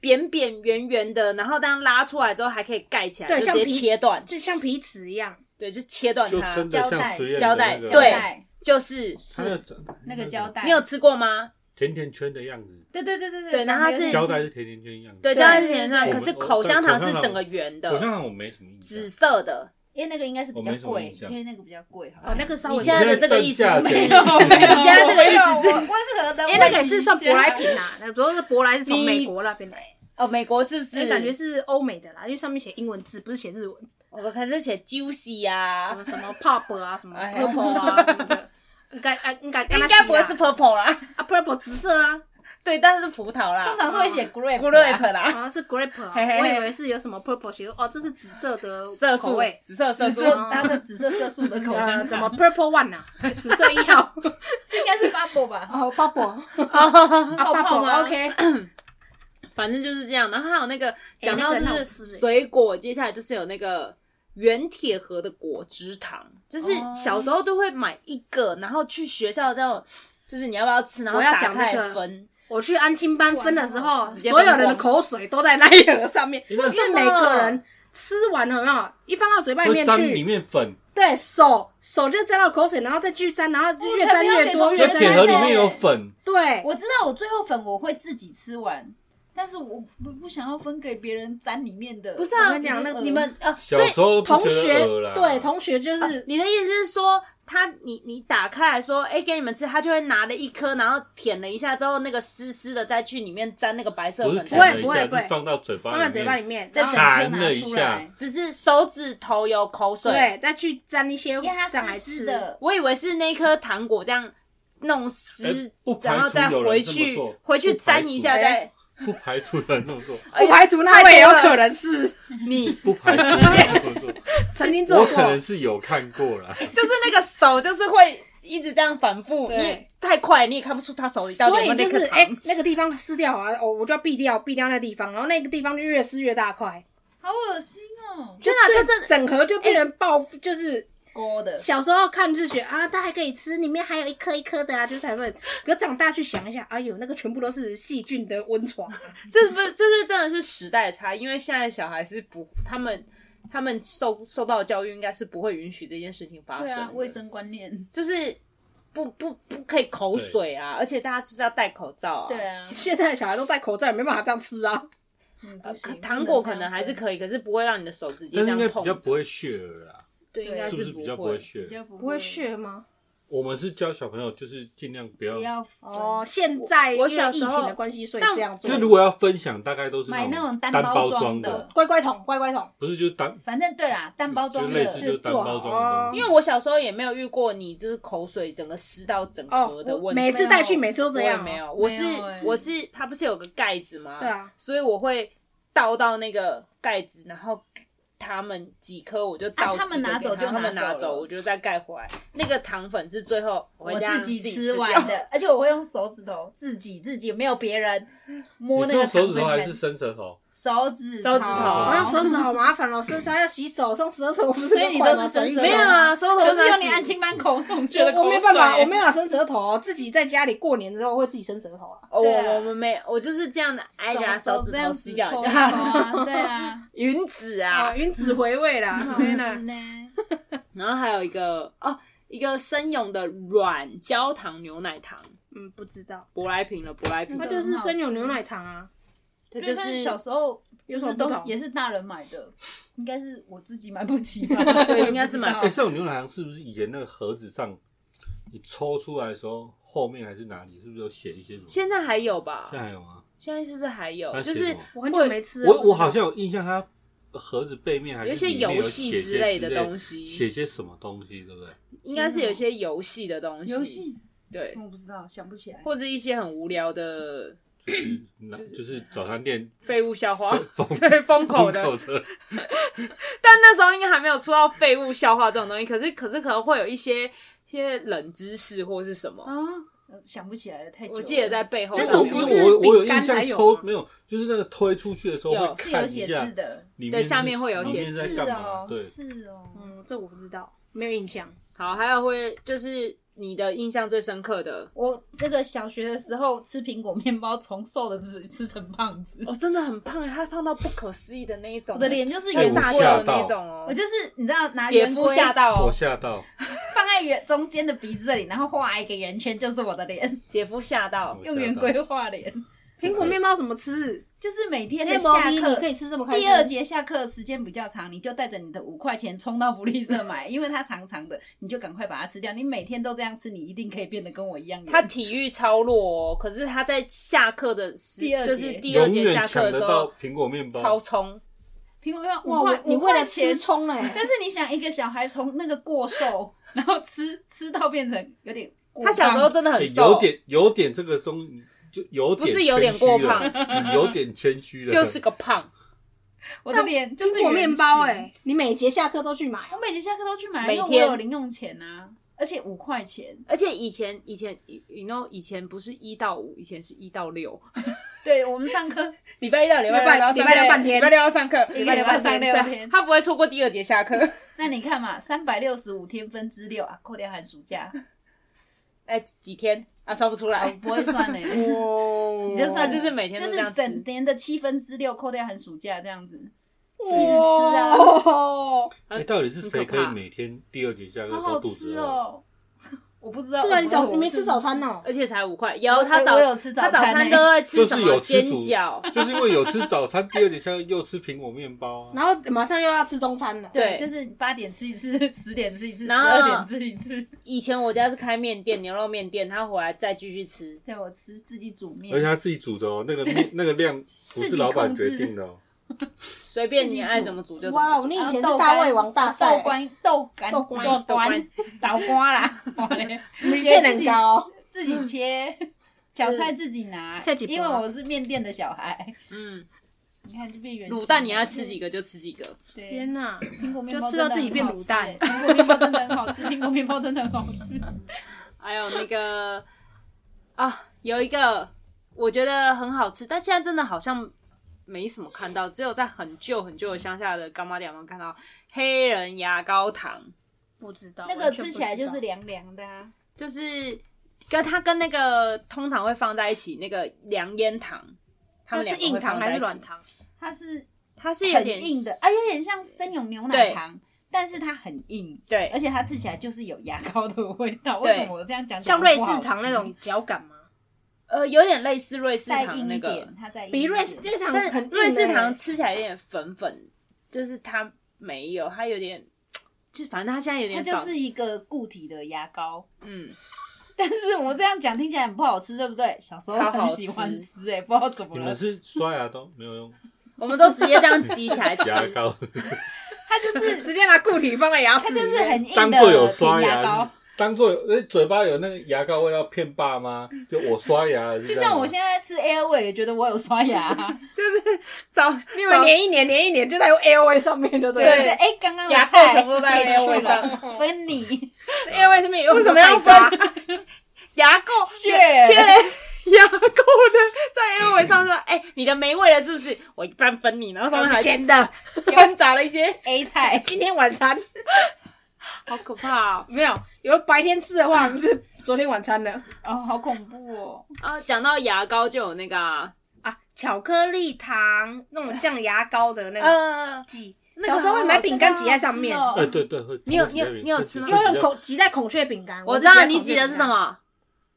Speaker 4: 扁扁圆圆的，然后当拉出来之后还可以盖起来，
Speaker 3: 对
Speaker 4: 就
Speaker 3: 像
Speaker 4: 直接
Speaker 3: 皮
Speaker 4: 切断，
Speaker 3: 就像皮尺一样。
Speaker 4: 对，就切断
Speaker 5: 就
Speaker 4: 它
Speaker 5: 真，的
Speaker 6: 胶
Speaker 5: 像
Speaker 6: 带
Speaker 5: 实验
Speaker 4: 胶
Speaker 5: 的
Speaker 4: 带
Speaker 5: 那个
Speaker 4: 对
Speaker 6: 胶带
Speaker 4: 就是
Speaker 5: 它要整
Speaker 6: 那个胶带，
Speaker 4: 你有吃过吗？
Speaker 5: 甜甜圈的样子，
Speaker 6: 对对对对
Speaker 4: 对然后它是
Speaker 5: 胶带是甜甜圈一样的。
Speaker 4: 对，
Speaker 6: 对
Speaker 4: 胶带是甜的，
Speaker 5: 对
Speaker 4: 可是
Speaker 5: 我我
Speaker 4: 口香糖
Speaker 5: 口
Speaker 4: 是
Speaker 5: 香糖
Speaker 4: 整个圆
Speaker 5: 口香
Speaker 4: 的，
Speaker 5: 糖我没什么印啊
Speaker 4: 紫
Speaker 5: 象。
Speaker 4: 色的。
Speaker 6: 因为那个应该是比
Speaker 5: 我
Speaker 6: 较
Speaker 5: 没什么
Speaker 6: 贵
Speaker 5: 印，象
Speaker 6: 因为那个比较贵，好
Speaker 3: 哦
Speaker 6: 像， [LAUGHS]
Speaker 3: 那个稍微
Speaker 4: 你现在的这个意思是
Speaker 5: 我现
Speaker 4: 没
Speaker 5: 在
Speaker 4: 有
Speaker 5: 正价钱
Speaker 4: 你 [LAUGHS] 现在这个意思是
Speaker 6: 温和的问一
Speaker 3: 哎，
Speaker 6: 下，
Speaker 3: 那个也是算舶来品啦，那主要是舶来是从美国那边来，
Speaker 4: 哦，美国是不是？
Speaker 3: 哎，感觉是欧美的啦，因为上面写英文字，不是写日文，
Speaker 4: 我可能就写 juicy
Speaker 3: 什
Speaker 4: 啊
Speaker 3: 么，什么 pop 啊，什么
Speaker 4: 哎
Speaker 3: purple 啊什么的，应该啊应该
Speaker 4: 应该不会是 purple 啦， [LAUGHS]
Speaker 3: 啊 purple 紫色啊，
Speaker 4: 对，但是葡萄啦
Speaker 6: 通常是会写 grape 啊
Speaker 4: ，grape 啦，
Speaker 3: 好像是 grape 啊，
Speaker 4: 嘿嘿嘿
Speaker 3: 我以为是有什么 purple 写哦，这是紫色的
Speaker 4: 色
Speaker 3: 口
Speaker 4: 素啊
Speaker 3: 味，，
Speaker 4: 紫色色素，
Speaker 6: 紫色它的紫色色素的口香
Speaker 3: 呃，
Speaker 6: 糖，
Speaker 3: 怎么 purple one 啊，紫色一号，
Speaker 4: [LAUGHS]
Speaker 6: 这应该是 bubble 吧？
Speaker 3: 哦 purple [LAUGHS] 啊
Speaker 6: 泡泡
Speaker 3: purple
Speaker 6: 吗
Speaker 3: OK，
Speaker 4: 反正就是这样。然后还有那个讲
Speaker 3: 哎那
Speaker 4: 到
Speaker 3: 个很
Speaker 4: 就
Speaker 3: 好
Speaker 4: 是
Speaker 3: 吃欸
Speaker 4: 水果，接下来就是有那个原铁盒的果汁糖，就是
Speaker 6: 哦
Speaker 4: 小时候就会买一个，然后去学校那种，就是你要不要吃，然后
Speaker 3: 我要
Speaker 4: 打
Speaker 3: 讲
Speaker 4: 开
Speaker 3: 那
Speaker 4: 来
Speaker 3: 个
Speaker 4: 分。
Speaker 3: 我去安亲班分的时候，
Speaker 4: 接
Speaker 3: 所
Speaker 4: 分光
Speaker 3: 有人的口水都在那一盒上面，因
Speaker 5: 为什
Speaker 3: 为每个人吃完了啊，一放到嘴巴里
Speaker 5: [LAUGHS] 会
Speaker 3: 面
Speaker 5: 沾里
Speaker 3: 去，
Speaker 5: 面粉，
Speaker 3: 对手手就沾到口水，然后再继续沾，然后越沾越多，
Speaker 6: 我
Speaker 3: 越
Speaker 5: 就
Speaker 6: 才
Speaker 3: 沾
Speaker 5: 铁
Speaker 6: 不
Speaker 3: 越
Speaker 5: 盒
Speaker 6: 要
Speaker 5: 哦里
Speaker 3: 多。
Speaker 5: 面有粉，
Speaker 4: 哎
Speaker 3: 对，
Speaker 6: 我知道我最后粉我会自己吃完，但是我不不想要分给别人沾里面的。
Speaker 4: 不是
Speaker 3: 我
Speaker 4: 啊，
Speaker 3: 们俩那个
Speaker 4: 你们
Speaker 6: 呃
Speaker 4: 啊，
Speaker 5: 小
Speaker 4: 所以
Speaker 5: 时候不
Speaker 3: 同
Speaker 5: 觉
Speaker 3: 学
Speaker 5: 得恶啦
Speaker 3: 对同学就是
Speaker 4: 你的意思是说，他你你打开来说，哎、给你们吃，他就会拿了一颗，然后舔了一下之后，那个湿湿的再去里面沾那个白色
Speaker 5: 不是
Speaker 4: 粉，
Speaker 5: 舔了一
Speaker 3: 不
Speaker 5: 下
Speaker 3: 会不会
Speaker 5: 是放到嘴巴
Speaker 3: 放在嘴巴里，面，
Speaker 6: 再
Speaker 3: 再
Speaker 6: 整
Speaker 3: 整
Speaker 5: 弹
Speaker 6: 颗拿
Speaker 5: 了一
Speaker 6: 出
Speaker 5: 下
Speaker 6: 来，
Speaker 4: 只是手指头有口水。
Speaker 3: 对，再去沾一些
Speaker 6: 因为它
Speaker 3: 上来
Speaker 6: 湿湿
Speaker 3: 吃。
Speaker 6: 的，
Speaker 4: 我以为是那颗糖果这样弄湿
Speaker 5: 哎，不排除
Speaker 4: 然后再回
Speaker 5: 有人
Speaker 4: 去
Speaker 5: 这么做
Speaker 4: 回去沾一下
Speaker 3: 不
Speaker 4: 再
Speaker 3: 排。
Speaker 5: 不排除有人这么做，
Speaker 3: 不排除
Speaker 4: 哎
Speaker 3: 那位也有可能是
Speaker 4: [LAUGHS]
Speaker 3: 你
Speaker 5: 不排除有人这么做。
Speaker 3: 曾经
Speaker 5: 我
Speaker 3: 做过
Speaker 5: 可，能是有看过啦，
Speaker 4: 就是那个手就是会一直这样反复，
Speaker 3: 对
Speaker 4: 因为太快你也看不出他手里到底
Speaker 3: 所
Speaker 4: 有没有
Speaker 3: 以
Speaker 4: 那
Speaker 3: 就
Speaker 4: 颗
Speaker 3: 是
Speaker 4: 糖。
Speaker 3: 哎、那个地方撕掉啊，哦，我就要避掉，避掉那个地方，然后那个地方就越撕越大块，
Speaker 6: 好恶心哦，
Speaker 3: 就
Speaker 4: 真的啊
Speaker 3: 整
Speaker 4: 这真的
Speaker 3: 整盒就变成爆，就是
Speaker 6: 勾的。
Speaker 3: 哎小时候看日学啊，它还可以吃，里面还有一颗一颗的啊，就是还会。可长大去想一下，哎呦，那个全部都是细菌的温 [LAUGHS] 床，
Speaker 4: 这不这是真的是时代的差异，因为现在小孩是不他们他们受受到的教育应该是不会允许这件事情发
Speaker 6: 对
Speaker 4: 生
Speaker 6: 啊
Speaker 4: 的，，
Speaker 6: 卫生观念。
Speaker 4: 就是不不不可以口水啊，而且大家就是要戴口罩啊。
Speaker 6: 对啊，
Speaker 3: 现在的小孩都戴口罩，也没办法这样吃啊。
Speaker 6: 嗯，
Speaker 4: 呃。
Speaker 6: 不行，
Speaker 4: 糖果
Speaker 6: 不
Speaker 4: 可
Speaker 6: 能这
Speaker 4: 能
Speaker 6: 样
Speaker 4: 还是
Speaker 6: 分
Speaker 4: 可以，可是不会让你的手直接
Speaker 5: 但
Speaker 4: 这样
Speaker 5: 是应该比
Speaker 4: 碰
Speaker 5: 较
Speaker 4: 着。
Speaker 5: 不会血儿啦，
Speaker 4: 对，应该
Speaker 5: 是不是比较
Speaker 4: 不
Speaker 5: 不会
Speaker 4: 会。
Speaker 5: 血
Speaker 6: 比？较不
Speaker 3: 不会血吗？
Speaker 5: 我们是教小朋友，就是尽量不要
Speaker 6: 不，要分
Speaker 3: 哦，，现在因
Speaker 4: 我
Speaker 3: 为
Speaker 4: 小时
Speaker 3: 疫
Speaker 4: 候
Speaker 3: 情的关系，所以
Speaker 4: 但
Speaker 3: 这样做
Speaker 5: 就。如果要分享，大概都是
Speaker 6: 买那种单
Speaker 5: 单
Speaker 6: 包
Speaker 5: 装
Speaker 6: 装
Speaker 5: 的
Speaker 6: 的，，
Speaker 3: 乖乖桶，乖乖桶，
Speaker 5: 不是就是单
Speaker 6: 反正对啦，蛋包装
Speaker 5: 就类似
Speaker 6: 的
Speaker 5: 就是
Speaker 3: 就是
Speaker 5: 单包
Speaker 3: 做好
Speaker 5: 装的
Speaker 3: 哦
Speaker 5: 东西，
Speaker 4: 因为我小时候也没有遇过你就是口水整个湿到整
Speaker 3: 哦
Speaker 4: 个的，
Speaker 3: 我
Speaker 4: 问题。
Speaker 3: 每次带去，
Speaker 6: 没有
Speaker 3: 每次都
Speaker 4: 我
Speaker 3: 这
Speaker 4: 也
Speaker 3: 样、哦
Speaker 4: 没，有，我是
Speaker 6: 没有欸
Speaker 4: 我是它不是有个盖子吗？
Speaker 3: 对啊，
Speaker 4: 所以我会倒到那个盖子，然后他们几颗我就倒
Speaker 6: 啊他们
Speaker 4: 几颗
Speaker 6: 拿
Speaker 4: 给
Speaker 6: 走就
Speaker 4: 他们
Speaker 6: 拿
Speaker 4: 拿
Speaker 6: 走
Speaker 4: 走，
Speaker 6: 了
Speaker 4: 我就再盖回来。那个糖粉是最后
Speaker 6: 我
Speaker 4: 这样
Speaker 6: 自
Speaker 4: 自
Speaker 6: 己
Speaker 4: 吃
Speaker 6: 吃
Speaker 4: 掉
Speaker 6: 完，的，而且我会用手指头自己自己，没有别人摸
Speaker 5: 你
Speaker 6: 那
Speaker 5: 是
Speaker 6: 个
Speaker 5: 用手指
Speaker 6: 糖分
Speaker 5: 头还
Speaker 6: 圈
Speaker 5: 是，伸舌头？
Speaker 6: 手指
Speaker 4: 手指头
Speaker 5: 哦
Speaker 3: 我用手指好麻烦哦，身上要洗手，用舌头不是
Speaker 6: 所以你都是
Speaker 3: 伸
Speaker 6: 伸舌
Speaker 4: [LAUGHS]
Speaker 6: 头
Speaker 4: 没有啊，收头
Speaker 6: 可是
Speaker 4: 上
Speaker 6: 用你安亲班口同学的
Speaker 3: 我
Speaker 6: 口
Speaker 3: 我没
Speaker 6: 水，
Speaker 3: 办法，我没办法伸舌头哦、自己在家里过年之后会自己伸舌头啊。
Speaker 4: 哦，
Speaker 6: 对啊
Speaker 4: 我我们没，我就是这样的，挨着手指
Speaker 6: 这
Speaker 3: 哎
Speaker 4: 头
Speaker 6: 样
Speaker 4: 吸
Speaker 6: 子
Speaker 4: 掉
Speaker 6: 抠一抠啊，哦
Speaker 3: [LAUGHS]
Speaker 6: 对啊，
Speaker 4: [LAUGHS] 云子啊
Speaker 3: 啊，，云子回味啦，
Speaker 6: 好
Speaker 3: 天
Speaker 6: 吃
Speaker 3: 哪！
Speaker 6: 呢。
Speaker 4: 然后还有一个哦，一个生勇的软焦糖牛奶糖，
Speaker 3: 嗯，不知道，
Speaker 4: 舶来品了，舶来品
Speaker 3: 它
Speaker 6: 那
Speaker 4: 了，
Speaker 3: 就是生有牛奶糖啊，
Speaker 4: 它就
Speaker 6: 就
Speaker 4: 是是
Speaker 6: 小时候
Speaker 3: 有
Speaker 6: 就
Speaker 3: 什么
Speaker 6: 是
Speaker 3: 不
Speaker 6: 都
Speaker 3: 同？
Speaker 6: 也是大人买的，应该是我自己买不起吧？
Speaker 4: 对
Speaker 6: 我也
Speaker 4: 应该是买
Speaker 6: 不
Speaker 5: 哎，
Speaker 6: 知
Speaker 5: 这
Speaker 6: 道
Speaker 5: 种牛奶糖是不是以前那个盒子上，你抽出来的时候，后面还是哪里，是不是有写一些什么？
Speaker 4: 现在还有吧
Speaker 5: 现在？还有吗？
Speaker 4: 现在是不是还有
Speaker 5: 啊它？
Speaker 4: 就
Speaker 5: 写
Speaker 4: 是
Speaker 5: 什么
Speaker 3: 我很久没吃了。
Speaker 5: 我我好
Speaker 3: 不知道
Speaker 5: 像有印象，它盒子背面还
Speaker 4: 有一
Speaker 5: 是
Speaker 4: 些
Speaker 5: 里面
Speaker 4: 游
Speaker 5: 有
Speaker 4: 戏
Speaker 5: 写
Speaker 4: 之
Speaker 5: 些
Speaker 4: 类的
Speaker 5: 之类
Speaker 4: 东西
Speaker 5: 写些什么东西，对不对？
Speaker 4: 应该是有一些游戏的东西，
Speaker 6: 游戏
Speaker 4: 对，
Speaker 6: 我不知道，想不起来。
Speaker 4: 或者一些很无聊的
Speaker 5: 那就是早餐店
Speaker 4: 废物笑话，
Speaker 5: 封
Speaker 4: [LAUGHS] 对，封口
Speaker 5: 封
Speaker 4: 的。
Speaker 5: 口车，
Speaker 4: 但那时候应该还没有出到废物笑话这种东西，可是可是可能会有一些一些冷知识或是什么，
Speaker 6: 啊，呃想不起来了，太久了。
Speaker 4: 我记得在背后
Speaker 3: 那
Speaker 4: 上
Speaker 3: 种
Speaker 4: 面
Speaker 3: 不
Speaker 4: 有
Speaker 5: 因
Speaker 3: 是
Speaker 5: 为我我有
Speaker 3: 饼
Speaker 5: 印
Speaker 3: 干
Speaker 5: 象
Speaker 3: 才有
Speaker 5: 抽
Speaker 3: 吗
Speaker 5: 没有，就是那个推出去的时候
Speaker 4: 有
Speaker 5: 会
Speaker 6: 是
Speaker 5: 看
Speaker 6: 有
Speaker 5: 一
Speaker 6: 写
Speaker 5: 下
Speaker 6: 字，的，
Speaker 5: 里面
Speaker 4: 对
Speaker 5: 是
Speaker 4: 下面会有
Speaker 5: 里
Speaker 4: 写
Speaker 5: 面
Speaker 6: 是
Speaker 5: 在干嘛？
Speaker 6: 哦，
Speaker 5: 对，
Speaker 6: 是哦，
Speaker 3: 嗯，这我不知道，没有印象。
Speaker 4: 好，还有会就是你的印象最深刻的
Speaker 6: 我这个小学的时候吃苹果面包，从瘦的吃吃成胖子，
Speaker 4: 哦，真的很胖，他胖到不可思议的那一种，
Speaker 6: 我的脸就是
Speaker 4: 会
Speaker 6: 圆
Speaker 5: 哎我
Speaker 4: 炸
Speaker 5: 吓
Speaker 4: 掉的
Speaker 6: 规，
Speaker 5: 到
Speaker 4: 那种哦
Speaker 6: 我。就是你知道拿
Speaker 4: 姐
Speaker 6: 圆
Speaker 4: 夫
Speaker 6: 规
Speaker 4: 吓到
Speaker 5: 我
Speaker 4: 哦，
Speaker 5: 吓到，
Speaker 6: 放在圆中间的鼻子这里，然后画一个圆圈，就是我的
Speaker 3: [LAUGHS]
Speaker 6: 脸，
Speaker 4: 姐夫吓到
Speaker 5: 我，
Speaker 6: 用
Speaker 5: 吓
Speaker 6: 圆
Speaker 5: 到
Speaker 6: 规画脸，
Speaker 3: 苹果面包怎么吃？
Speaker 6: 就是每天的
Speaker 3: 哎那毛
Speaker 6: 下
Speaker 3: 咪你可以
Speaker 6: 课。
Speaker 3: 吃这么开心？
Speaker 6: 第二节下课时间比较长，你就带着你的五块钱冲到福利社
Speaker 3: [LAUGHS]
Speaker 6: 买，因为它长长的，你就赶快把它吃掉。你每天都这样吃，你一定可以变得跟我一样圆。
Speaker 4: 他体育超弱哦，可是他在下课的时
Speaker 6: 第二节
Speaker 4: 就是第二
Speaker 5: 永
Speaker 4: 节
Speaker 5: 远
Speaker 4: 下
Speaker 5: 抢
Speaker 4: 课的
Speaker 5: 得
Speaker 4: 时
Speaker 5: 到
Speaker 4: 候
Speaker 5: 苹果面
Speaker 4: 超
Speaker 5: 包，
Speaker 4: 冲，
Speaker 6: 苹果面包，
Speaker 3: 哇，我
Speaker 6: 哇，
Speaker 3: 你为
Speaker 6: 五块
Speaker 3: 了
Speaker 6: 钱
Speaker 3: 吃葱哎、
Speaker 6: [LAUGHS]
Speaker 3: [LAUGHS]
Speaker 6: 但是你想，一个小孩从那个过瘦，然后吃吃到变成有点过
Speaker 4: 他
Speaker 6: 胖，
Speaker 4: 小时候真的很
Speaker 5: 欸
Speaker 4: 瘦
Speaker 5: 有，点有点这个中就有点
Speaker 4: 不是有点
Speaker 5: 谦虚
Speaker 4: 过
Speaker 5: 了
Speaker 4: 胖，
Speaker 5: 你有点谦虚
Speaker 4: [LAUGHS]
Speaker 5: 了，
Speaker 4: 就是个胖。
Speaker 6: 我的脸就是
Speaker 3: 苹果面包哎、
Speaker 6: 圆形
Speaker 3: 你每节下课都去买
Speaker 6: 我每节下课都去买，
Speaker 4: 每
Speaker 6: 因为我
Speaker 4: 天
Speaker 6: 有零用钱啊，而且五块钱。
Speaker 4: 而且以前以前，you know，以前不是一到五，以前是一到六， [LAUGHS]
Speaker 6: 对我们上课
Speaker 4: 礼拜一到礼拜六要上
Speaker 3: 礼拜六半天
Speaker 4: 礼拜六要上课，
Speaker 6: 一个礼拜上六
Speaker 4: 对 [LAUGHS]
Speaker 6: 天，
Speaker 4: 他不会错过第二节下课。 [LAUGHS]
Speaker 6: 那你看嘛，三百六十五天分之六啊，扣掉寒暑假，
Speaker 4: 哎，几天啊？算不出
Speaker 6: 我
Speaker 4: 来，
Speaker 6: 不会算
Speaker 3: [LAUGHS]
Speaker 6: 呢、
Speaker 3: 哦，
Speaker 6: 你就
Speaker 4: 他
Speaker 6: 算
Speaker 4: 就是每天
Speaker 6: 就
Speaker 4: 都这
Speaker 6: 是
Speaker 4: 样
Speaker 6: 整
Speaker 4: 吃，
Speaker 6: 年的七分之六扣掉寒暑假这样子，
Speaker 3: 一
Speaker 6: 一直吃啊
Speaker 3: 哦、
Speaker 5: 欸到底是谁
Speaker 4: 很可
Speaker 5: 可
Speaker 4: 怕
Speaker 5: 以每天第二节下课
Speaker 6: 好
Speaker 5: 都
Speaker 6: 好
Speaker 5: 肚
Speaker 6: 吃
Speaker 5: 子饿？啊
Speaker 6: 哦。我不知道，
Speaker 3: 对啊，
Speaker 6: 我
Speaker 3: 你
Speaker 6: 不
Speaker 3: 早
Speaker 6: 我
Speaker 3: 你没吃早餐哦、
Speaker 4: 而且才五块。有
Speaker 6: 我
Speaker 4: 他早
Speaker 6: 我有吃
Speaker 4: 他
Speaker 6: 早餐
Speaker 4: 早餐
Speaker 6: 欸
Speaker 4: 都会
Speaker 5: 就
Speaker 4: 吃什
Speaker 5: 是
Speaker 4: 么
Speaker 5: 有
Speaker 4: 煎
Speaker 5: 吃主
Speaker 4: 饺？，
Speaker 5: [LAUGHS] 就是因为有吃早餐，第二节下课又吃苹果面包啊。
Speaker 3: 然后马上又要吃中餐了。
Speaker 6: 对，
Speaker 4: 对
Speaker 6: 就是八点吃一次，十点吃一次，十
Speaker 4: 然后
Speaker 6: 二点吃一次。
Speaker 4: 以前我家是开面店，牛肉面店，他回来再继续吃。
Speaker 6: 对，我吃自己煮面
Speaker 5: 而且，他自己煮的哦，那个面那个量不是老板决定的哦。
Speaker 4: 随便你爱怎么煮就怎
Speaker 3: 哇
Speaker 4: 么
Speaker 3: 哦，
Speaker 4: 煮。
Speaker 3: 你
Speaker 6: 然
Speaker 3: 以
Speaker 6: 后
Speaker 3: 前
Speaker 6: 豆
Speaker 3: 是
Speaker 6: 干
Speaker 3: 大胃王大赛、
Speaker 6: 豆干、豆干、
Speaker 3: 啊豆干
Speaker 6: 豆干、 [LAUGHS] 豆瓜啦，
Speaker 3: 你欠很高、哦，
Speaker 6: 自己切，小菜自己拿
Speaker 3: 切几，包
Speaker 6: 因为我是面店的小孩。 [LAUGHS]
Speaker 4: 嗯，
Speaker 6: 你看就变圆形了。
Speaker 4: 卤蛋你要吃几个就吃几个，
Speaker 6: 对
Speaker 3: 天哪、
Speaker 6: 苹果面
Speaker 3: 就
Speaker 6: 包
Speaker 3: 吃
Speaker 6: 真的
Speaker 3: 到
Speaker 6: 很
Speaker 3: 自
Speaker 6: 好
Speaker 3: 己变卤蛋
Speaker 6: 吃 [LAUGHS] 苹果面包真的很好吃，苹果面包真的很好吃。
Speaker 4: 还有那个啊，有一个我觉得很好吃，但现在真的好像没什么看到，只有在很旧很旧的乡下的干妈店有没有看到黑人牙膏糖，
Speaker 3: 不知道
Speaker 6: [LAUGHS] 那个吃起来就是凉凉的啊，
Speaker 4: 就是跟它跟那个通常会放在一起那个凉烟糖，
Speaker 3: 它
Speaker 4: 他们
Speaker 3: 是
Speaker 4: 两个会
Speaker 3: 硬糖
Speaker 4: 放在
Speaker 3: 还
Speaker 4: 一
Speaker 3: 是
Speaker 4: 起
Speaker 3: 软？糖？
Speaker 6: 它是
Speaker 4: 它是有
Speaker 6: 很
Speaker 4: 点
Speaker 6: 硬的，啊，有点像生永牛奶
Speaker 4: 对
Speaker 6: 糖，但是它很硬。
Speaker 4: 对
Speaker 6: 而，且它吃起来就是有牙膏的味道。
Speaker 4: 对
Speaker 6: 为什么我这样讲？
Speaker 3: 像瑞士
Speaker 6: 糖
Speaker 3: 糖那种嚼感
Speaker 4: [LAUGHS]
Speaker 3: 吗？
Speaker 4: 呃，有点类似瑞士
Speaker 6: 再
Speaker 4: 糖
Speaker 6: 硬
Speaker 4: 那
Speaker 6: 一
Speaker 4: 个
Speaker 6: 点，，它再硬
Speaker 3: 比
Speaker 6: 一
Speaker 3: 瑞
Speaker 6: 点
Speaker 3: 士瑞士糖
Speaker 4: 但
Speaker 3: 很硬
Speaker 4: 瑞士
Speaker 3: 欸
Speaker 4: 糖吃起来有点粉粉，就是它没有，它有点，就反正它现在有
Speaker 6: 它
Speaker 4: 点
Speaker 6: 就
Speaker 4: 少，
Speaker 6: 是一个固体的牙膏。
Speaker 4: 嗯，
Speaker 6: [LAUGHS] 但是我这样讲听起来很不好吃，对不对？小时候
Speaker 4: 超好
Speaker 6: 很
Speaker 4: 吃
Speaker 6: 喜欢吃、哎，不知道怎么
Speaker 5: 你
Speaker 6: 了
Speaker 5: 们，是刷牙都
Speaker 4: [LAUGHS]
Speaker 5: 没有用
Speaker 4: 我们都直接这样挤起来吃，
Speaker 5: [LAUGHS] 牙膏，[LAUGHS]
Speaker 6: 它就是
Speaker 3: 直接拿固体放在牙齿
Speaker 6: 它
Speaker 3: 里
Speaker 6: 就
Speaker 3: 面，
Speaker 6: 是很硬
Speaker 5: 当做有
Speaker 6: 的
Speaker 5: 刷
Speaker 6: 甜牙膏
Speaker 5: 牙。，当做有呃嘴巴有那个牙膏味要骗爸妈，
Speaker 4: 嗯
Speaker 5: 就我刷牙。
Speaker 6: 就像我现在吃 Airway 也觉得我有刷牙、
Speaker 4: 早
Speaker 3: 你们粘一粘，粘一粘就在 L A 上面，对不
Speaker 6: 对，
Speaker 3: 对
Speaker 6: 就是
Speaker 3: 了？
Speaker 6: 哎，刚刚的
Speaker 4: 牙
Speaker 6: 菜
Speaker 4: 垢全部都在
Speaker 6: 可以吃
Speaker 4: Airway
Speaker 6: 了
Speaker 4: 上
Speaker 6: 分你
Speaker 3: L A 上面有
Speaker 4: 为什么
Speaker 3: 很多
Speaker 4: 要
Speaker 3: 菜
Speaker 4: 分 [LAUGHS]
Speaker 3: 渣？
Speaker 4: 牙垢
Speaker 6: 屑
Speaker 4: 切牙垢的在 A
Speaker 3: 嗯
Speaker 4: 尾上说，哎、你的没味了是不是？我一半分你，然后上面还
Speaker 3: 咸的，
Speaker 4: 掺杂了一些，
Speaker 6: [LAUGHS] A 菜，
Speaker 3: 今天晚餐
Speaker 4: [LAUGHS] 好可怕哦！
Speaker 3: 没有，有白天吃的话，就是昨天晚餐的
Speaker 6: 哦，好恐怖哦！
Speaker 4: 啊，讲到牙膏就有那个、啊，
Speaker 3: 啊，巧克力糖那种像牙膏的那个
Speaker 4: 嗯、
Speaker 3: 挤，
Speaker 4: 那个
Speaker 3: 小时候会买饼干挤在上面，
Speaker 6: 好好
Speaker 5: 哎，
Speaker 6: 吃哦
Speaker 5: 对对会。
Speaker 4: 你有
Speaker 5: 会
Speaker 4: 你有
Speaker 5: 比较
Speaker 4: 你有
Speaker 5: 会
Speaker 4: 吃
Speaker 5: 比
Speaker 4: 吗
Speaker 5: 较
Speaker 3: 又用孔挤在孔雀饼干。
Speaker 4: 我
Speaker 3: 是
Speaker 4: 知道
Speaker 3: 在
Speaker 4: 你
Speaker 3: 孔雀
Speaker 4: 挤的是
Speaker 3: 饼
Speaker 4: 什
Speaker 3: 干？
Speaker 4: 么，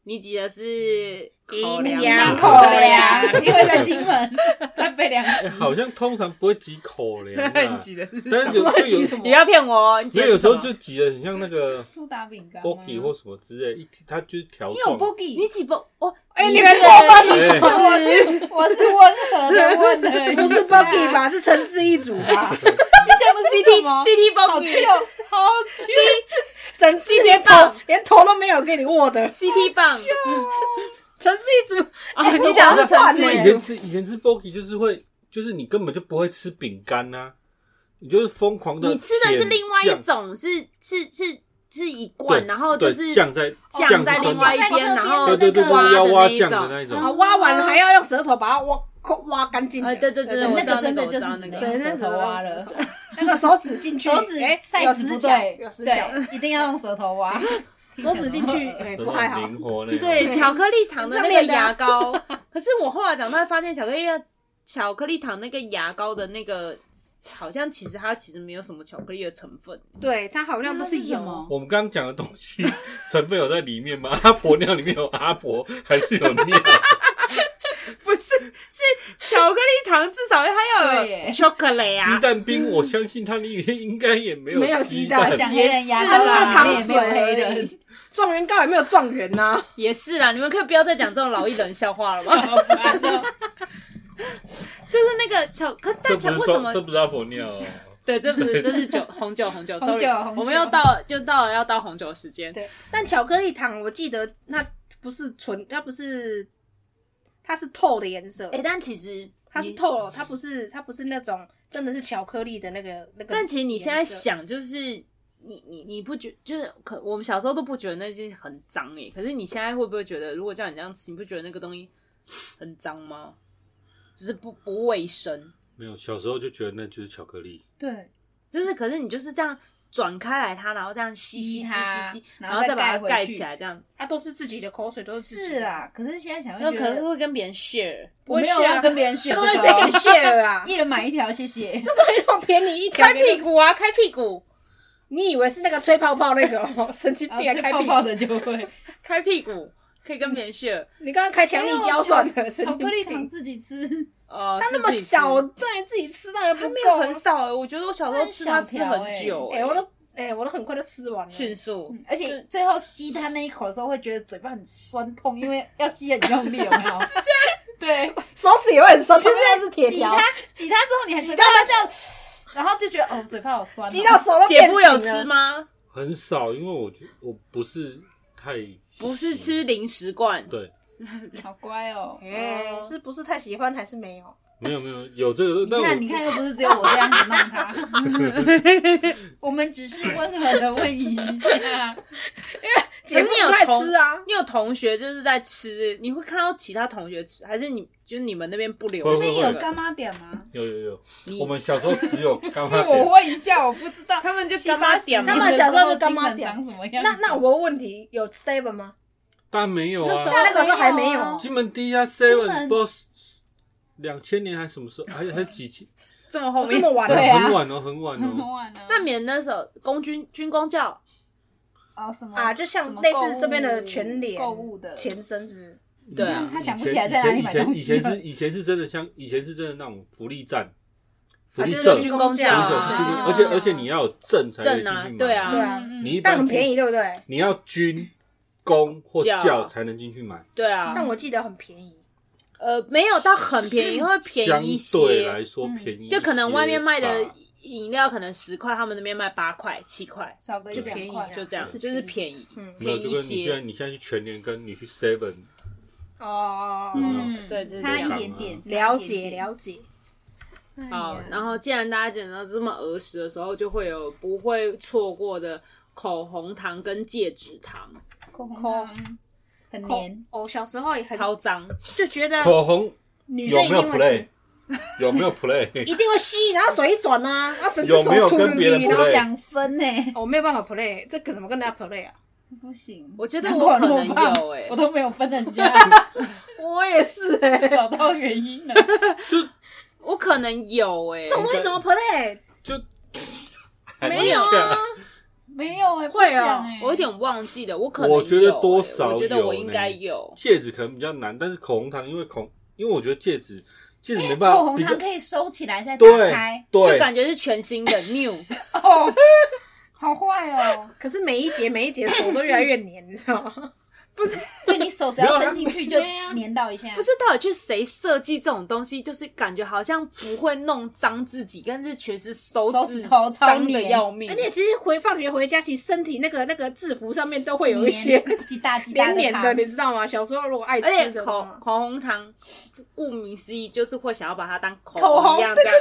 Speaker 4: 你挤的是
Speaker 5: 呃
Speaker 3: 口
Speaker 4: 营
Speaker 3: 粮
Speaker 4: 养
Speaker 6: 口
Speaker 4: [LAUGHS]
Speaker 6: 粮，因为在金门， [LAUGHS] 在北两
Speaker 5: 哎
Speaker 6: 溪。
Speaker 5: 好像通常不会挤口
Speaker 4: [LAUGHS]
Speaker 5: 粮啊，
Speaker 4: 挤的是
Speaker 5: 但
Speaker 4: 什
Speaker 5: 是有
Speaker 4: 么？
Speaker 5: 就有
Speaker 3: 什么
Speaker 4: 你要骗我哦？你
Speaker 5: 没
Speaker 4: 解
Speaker 5: 有
Speaker 4: 释
Speaker 5: 有时候
Speaker 4: 什么
Speaker 5: 就挤得很像那个
Speaker 6: 苏打饼干吗
Speaker 5: boggy 或什么之类，一它就是条
Speaker 6: 你
Speaker 4: 啊
Speaker 5: 状。
Speaker 6: 有
Speaker 4: 你
Speaker 6: boogie，
Speaker 4: 几分哦？
Speaker 3: 哎，你
Speaker 4: 你
Speaker 3: 们
Speaker 4: 这
Speaker 3: 过
Speaker 4: 个
Speaker 3: 分，
Speaker 5: 哎
Speaker 3: 你
Speaker 6: 我是 [LAUGHS] 啊我是温和的问的，
Speaker 3: 不是 Buggy？吧？是城市一组吧？
Speaker 6: 你讲的是
Speaker 4: CT
Speaker 6: 什么？
Speaker 4: CT
Speaker 6: 哦好
Speaker 4: 包
Speaker 6: 旧
Speaker 4: 裹，
Speaker 6: [LAUGHS] 好旧，
Speaker 3: 整季连头
Speaker 4: 棒
Speaker 3: 连头都没有给你握的，
Speaker 4: CT 棒
Speaker 3: 城市一组哎
Speaker 4: 啊！你讲的是
Speaker 3: 我
Speaker 4: 什
Speaker 3: 对
Speaker 5: 因为以
Speaker 4: 么？
Speaker 5: 前吃以前吃 boggy 就是会，就是你根本就不会吃饼干呐，你就是疯狂的。
Speaker 4: 你吃的是另外一种，是是是是一
Speaker 5: 对
Speaker 4: 罐，然后就
Speaker 5: 对
Speaker 4: 是
Speaker 5: 酱在
Speaker 4: 酱在另外一
Speaker 5: 上面
Speaker 4: 边，然后
Speaker 5: 对对对
Speaker 4: 挖
Speaker 5: 对，要挖
Speaker 4: 那一
Speaker 5: 酱的
Speaker 4: 种。
Speaker 5: 那一
Speaker 3: 啊，
Speaker 5: 种。
Speaker 3: 挖完还要用舌头把它挖抠挖干净。
Speaker 4: 呃，对对对对，
Speaker 3: 对
Speaker 4: 我
Speaker 6: 那
Speaker 4: 知
Speaker 6: 个
Speaker 4: 道
Speaker 6: 真的
Speaker 4: 我
Speaker 6: 就
Speaker 4: 知
Speaker 6: 是
Speaker 4: 道
Speaker 6: 只
Speaker 4: 那
Speaker 6: 能
Speaker 4: 个。
Speaker 3: 对
Speaker 6: 用
Speaker 3: 那
Speaker 6: 舌
Speaker 3: 时候
Speaker 6: 头挖
Speaker 3: 是
Speaker 6: 了，
Speaker 3: 那个手指进去，
Speaker 6: 手指
Speaker 3: 哎，有
Speaker 6: size
Speaker 3: 死
Speaker 6: 不
Speaker 3: 角，
Speaker 6: 对
Speaker 3: 有，死角，
Speaker 6: 对，一定要用舌头挖。
Speaker 3: 手指进去哎
Speaker 5: 真
Speaker 3: 不
Speaker 5: 的
Speaker 3: 太好
Speaker 5: 很。灵活呢。
Speaker 4: 对，巧克力糖的那
Speaker 3: 这
Speaker 4: 个
Speaker 3: 样练的啊
Speaker 4: 牙膏，可是我后来长大发现，巧克力巧克力糖那个牙膏的那个，好像其实它其实没有什么巧克力的成分。
Speaker 3: 对，它好像都是
Speaker 6: 什
Speaker 3: 有
Speaker 6: 么？
Speaker 5: 我们刚刚讲的东西成分有在里面吗？阿婆尿里面有阿婆，还是有尿？
Speaker 4: 不是，是巧克力糖，至少它要
Speaker 6: 对耶
Speaker 4: 有巧克力
Speaker 5: 鸡
Speaker 4: 啊。
Speaker 5: 蛋冰，我相信它里面应该也没有
Speaker 3: 没有鸡
Speaker 5: 鸡
Speaker 3: 蛋
Speaker 6: 想黑人牙
Speaker 3: 它
Speaker 6: 膏
Speaker 3: 就是
Speaker 6: 啊，
Speaker 3: 糖
Speaker 6: 里面
Speaker 3: 水
Speaker 6: 也没有黑
Speaker 3: 而
Speaker 6: 人
Speaker 3: 已。状元糕也没有状元啊呐，
Speaker 4: 也是啊啦，你们可以不要再讲这种老艺人笑话了 [LAUGHS] 吧？就是那个巧，可
Speaker 5: 这
Speaker 4: 但
Speaker 5: 不
Speaker 4: 巧
Speaker 5: 是
Speaker 4: 为什
Speaker 5: 装
Speaker 4: 么
Speaker 5: 这？不是阿婆尿哦、
Speaker 4: 对，这不是，这是酒，红酒，红酒
Speaker 6: 红酒
Speaker 4: ，sorry，
Speaker 6: 红酒
Speaker 4: 我们要到就到了要到红酒的时间。
Speaker 3: 对，但巧克力糖我记得那不是纯，它不是，它是透的颜色
Speaker 4: 哎、，但其实
Speaker 3: 它是
Speaker 4: 你
Speaker 3: 透了，它不是它不是那种真的是巧克力的那个那个。
Speaker 4: 但其实你现在，想，就是你你你不觉就是可我们小时候都不觉得那些很脏哎、可是你现在会不会觉得，如果叫你这样吃，你不觉得那个东西很脏吗？就是不不卫生，
Speaker 5: 没有，小时候就觉得那就是巧克力，
Speaker 6: 对，
Speaker 4: 就是可是你就是这样转开来它，然后这样吸吸吸吸吸，
Speaker 6: 吸它
Speaker 4: 然后再把
Speaker 6: 然
Speaker 4: 它
Speaker 6: 后再盖
Speaker 4: 盖
Speaker 6: 回去
Speaker 4: 起来，这样
Speaker 3: 它都是自己的口水，都是啊自己
Speaker 6: 是
Speaker 3: 的，
Speaker 6: 啦。可是现在想
Speaker 4: 那
Speaker 6: 要觉
Speaker 4: 可是
Speaker 6: 得，
Speaker 4: 会跟别人 share。
Speaker 6: 我没有要跟别
Speaker 3: [LAUGHS]
Speaker 6: 人炫，
Speaker 3: 这东西谁敢 share [LAUGHS] 啊？
Speaker 6: 一人买一条，谢谢。
Speaker 3: 那种便宜一条
Speaker 4: 开，屁股啊，开屁股，
Speaker 3: 你以为是那个吹泡泡那 [LAUGHS] 个哦？神经病啊，
Speaker 6: 吹
Speaker 3: 开
Speaker 6: 泡
Speaker 3: 屁
Speaker 6: 泡
Speaker 3: 股！
Speaker 6: 的就会。
Speaker 4: 开屁股，可以跟别人 share。
Speaker 3: 你刚刚开强力胶算了，神
Speaker 6: 巧
Speaker 3: 经
Speaker 6: 克力糖
Speaker 3: 病。
Speaker 6: 自己吃，
Speaker 4: 哦，
Speaker 3: 它
Speaker 4: 是
Speaker 3: 那么
Speaker 4: 自己吃
Speaker 3: 少，当然自己吃当然不
Speaker 4: 它没
Speaker 3: 够
Speaker 4: 有
Speaker 3: 啊。
Speaker 4: 很少哎、我觉得我小时候吃它吃
Speaker 6: 它很小
Speaker 4: 很
Speaker 6: 欸
Speaker 4: 久
Speaker 3: 哎，我都嗯哎，我都很快就吃完了。
Speaker 4: 迅速。
Speaker 6: 而且最后吸它那一口的时候，会觉得嘴巴很酸痛，因为要吸很用力，有没有？ [LAUGHS] 对，
Speaker 3: 手指也会很酸，因为那是铁
Speaker 6: 挤
Speaker 3: 条啊
Speaker 6: 它，，挤它之后你还
Speaker 3: 挤
Speaker 6: 觉得
Speaker 3: 到
Speaker 6: 它这样，然后就觉得哦，嘴巴
Speaker 3: [LAUGHS]
Speaker 6: 好酸哦，
Speaker 3: 挤到手都
Speaker 4: 姐
Speaker 3: 变
Speaker 4: 夫
Speaker 3: 形
Speaker 4: 有
Speaker 3: 了。
Speaker 4: 吃吗？
Speaker 5: 很少，因为我觉我不是太
Speaker 4: 不是吃零食罐，
Speaker 5: 对，
Speaker 6: [LAUGHS] 好乖哦。
Speaker 3: 嗯，是不是太喜欢还是没有？
Speaker 5: 没有没有有这个，但我
Speaker 6: 你看，你看，又不是只有我这样子弄 [LAUGHS] 它，我们只是温和的问一 [LAUGHS] 下。
Speaker 3: 姐夫
Speaker 4: 可是你
Speaker 3: 不
Speaker 4: 有
Speaker 3: 爱
Speaker 4: 同
Speaker 3: 吃啊，
Speaker 4: 你有同学就是在吃，你会看到其他同学吃，还是你就你们那边不流
Speaker 5: 会
Speaker 4: 行
Speaker 5: 会
Speaker 4: 这
Speaker 5: 会
Speaker 4: 个？
Speaker 6: 妈点吗？
Speaker 5: 有有有，
Speaker 4: 你
Speaker 5: 我们小时候只有干
Speaker 6: 是
Speaker 5: 妈
Speaker 6: 我
Speaker 5: 点，
Speaker 6: 问一下，我不知道。
Speaker 4: 他们就
Speaker 6: 七
Speaker 4: 干
Speaker 6: 八
Speaker 4: 妈
Speaker 6: 十
Speaker 4: 点嘛
Speaker 3: 那
Speaker 6: 年
Speaker 3: 么小时候的干妈
Speaker 6: 金门
Speaker 3: 点
Speaker 6: 长什么样子？
Speaker 3: 那那我问题有 seven 吗？
Speaker 5: 当然没有
Speaker 4: 那时
Speaker 5: 啊
Speaker 4: 候。
Speaker 3: 那个时候还没
Speaker 6: 没有啊
Speaker 3: 有，
Speaker 5: 金门第一家
Speaker 6: 金门
Speaker 5: seven 不知道两千年还是什么时
Speaker 6: [LAUGHS]
Speaker 5: 候，还还几千，
Speaker 4: 这么后
Speaker 3: 这
Speaker 4: 面
Speaker 3: 么。晚。
Speaker 6: 对啊
Speaker 5: 很晚哦，很晚
Speaker 6: 很 [LAUGHS]
Speaker 5: 哦。
Speaker 6: 晚啊。
Speaker 4: 那免那时候公军军工教，
Speaker 6: 哦什么
Speaker 3: 啊就像
Speaker 6: 什么
Speaker 3: 类似
Speaker 6: 购物
Speaker 3: 这边的全联
Speaker 6: 购物的嗯
Speaker 3: 前身是不是？
Speaker 4: 对啊，
Speaker 6: 他
Speaker 5: 以
Speaker 6: 想不
Speaker 5: 前
Speaker 6: 起来在哪里
Speaker 5: 以
Speaker 6: 买
Speaker 5: 前
Speaker 6: 东
Speaker 5: 以
Speaker 6: 西了
Speaker 5: 前以前是以前是真的像以前是真的那种福利站，福
Speaker 3: 啊，
Speaker 5: 利
Speaker 3: 就是
Speaker 5: 社，福利
Speaker 4: 军
Speaker 5: 社，
Speaker 4: 工教
Speaker 5: 是
Speaker 4: 啊
Speaker 5: 军而且而且你要有证才能
Speaker 4: 证啊
Speaker 5: 进去买
Speaker 4: 对啊
Speaker 3: 对啊，
Speaker 6: 嗯
Speaker 5: 你一般
Speaker 3: 但很便宜，对不对？
Speaker 5: 你要军、工或
Speaker 4: 教
Speaker 5: 教才能进去买，
Speaker 4: 对啊，
Speaker 3: 但我记得很便宜，
Speaker 4: 呃没有到很便宜，会便
Speaker 5: 相
Speaker 4: 宜一
Speaker 5: 对来
Speaker 4: 些，
Speaker 5: 说便宜一些
Speaker 4: 就
Speaker 5: 吧，
Speaker 4: 可能外面卖的饮料可能十块，他们那边卖八块七块，
Speaker 6: 少个一
Speaker 3: 就
Speaker 6: 两
Speaker 3: 便宜
Speaker 6: 块
Speaker 3: 啊
Speaker 4: 就这样，
Speaker 3: 是
Speaker 4: 就是
Speaker 3: 便
Speaker 4: 便宜，
Speaker 3: 嗯
Speaker 5: 没有
Speaker 4: 便
Speaker 5: 就
Speaker 4: 宜一
Speaker 5: 跟你现
Speaker 4: 些。
Speaker 5: 在你现在去全联跟你去 Seven，
Speaker 3: 哦。
Speaker 5: 有没有
Speaker 6: 嗯，
Speaker 4: 对就是这
Speaker 6: 差
Speaker 4: 样
Speaker 6: 一点点，
Speaker 3: 了解了解，
Speaker 6: 解
Speaker 4: 好，然后既然大家讲到这么儿时的时候，就会有不会错过的口红糖跟戒指糖，
Speaker 6: 口红糖很黏，
Speaker 3: 哦，小时候也很
Speaker 4: 超脏。
Speaker 3: 就觉得
Speaker 5: 口红
Speaker 3: 女
Speaker 5: 有
Speaker 3: 生一
Speaker 5: 没有
Speaker 3: 定会
Speaker 5: play？
Speaker 3: 吃
Speaker 5: [LAUGHS] 有没有 play？
Speaker 3: [LAUGHS] 一定会吸，然后转一转啊，然后整只
Speaker 5: 有
Speaker 3: 手
Speaker 5: 没有
Speaker 3: 吐
Speaker 5: 跟
Speaker 3: 噜
Speaker 5: 别人
Speaker 3: 噜
Speaker 5: 不
Speaker 3: 然后
Speaker 5: 对
Speaker 6: 想分呢，欸
Speaker 3: 我没有办法 play，这可怎么跟人家 play 啊？
Speaker 6: 不行，
Speaker 4: 我觉得
Speaker 6: 难怪
Speaker 4: 我可
Speaker 6: 我那
Speaker 4: 能
Speaker 6: 么胖
Speaker 4: 有哎、
Speaker 6: 我都没有分人家，
Speaker 3: 我也是哎，
Speaker 6: 找到原因了。
Speaker 4: 我可能有哎、
Speaker 3: 这种东西怎么 play？
Speaker 5: 就
Speaker 3: [LAUGHS] 没有啊，
Speaker 6: 没有哎、不
Speaker 3: 会哦
Speaker 6: 想哎
Speaker 4: 我有点忘记了，我可能
Speaker 5: 我觉得
Speaker 4: 有欸
Speaker 5: 多少
Speaker 4: 我觉得
Speaker 5: 有
Speaker 4: 我应
Speaker 5: 呢
Speaker 4: 该有。
Speaker 5: 戒指可能比较难，但是口红糖因为口，因为我觉得戒指戒指没办
Speaker 6: 口
Speaker 5: 法
Speaker 6: 红
Speaker 5: 比较
Speaker 6: 糖可以收起来再打
Speaker 5: 对
Speaker 6: 开，
Speaker 4: 就
Speaker 5: 对，
Speaker 4: 感觉是全新
Speaker 5: [LAUGHS]
Speaker 4: 的 new，
Speaker 6: 哦， [LAUGHS] 好坏哦！
Speaker 3: 可是每一节每一节手都越来越黏，你知道 [LAUGHS] 吗？
Speaker 6: 对你手只要伸进去就粘到一下，
Speaker 4: 不是到底去谁设计这种东西？就是感觉好像不会弄脏自己，但是全是手
Speaker 6: 手
Speaker 4: 指
Speaker 6: 指头超
Speaker 4: 脏的
Speaker 6: 黏
Speaker 4: 要命
Speaker 3: 而。且其实回放学回家，其实身体那个那个制服上面都会有一
Speaker 6: 黏
Speaker 3: 些
Speaker 6: 几大几大
Speaker 3: [LAUGHS] 黏黏
Speaker 6: 糖
Speaker 3: 的，你知道吗？小时候如果爱
Speaker 4: 而
Speaker 3: 吃
Speaker 4: 且
Speaker 3: 的
Speaker 4: 口
Speaker 3: 话，
Speaker 4: 口红糖，顾名思义就是会想要把它当口
Speaker 3: 口红
Speaker 4: 一样这样。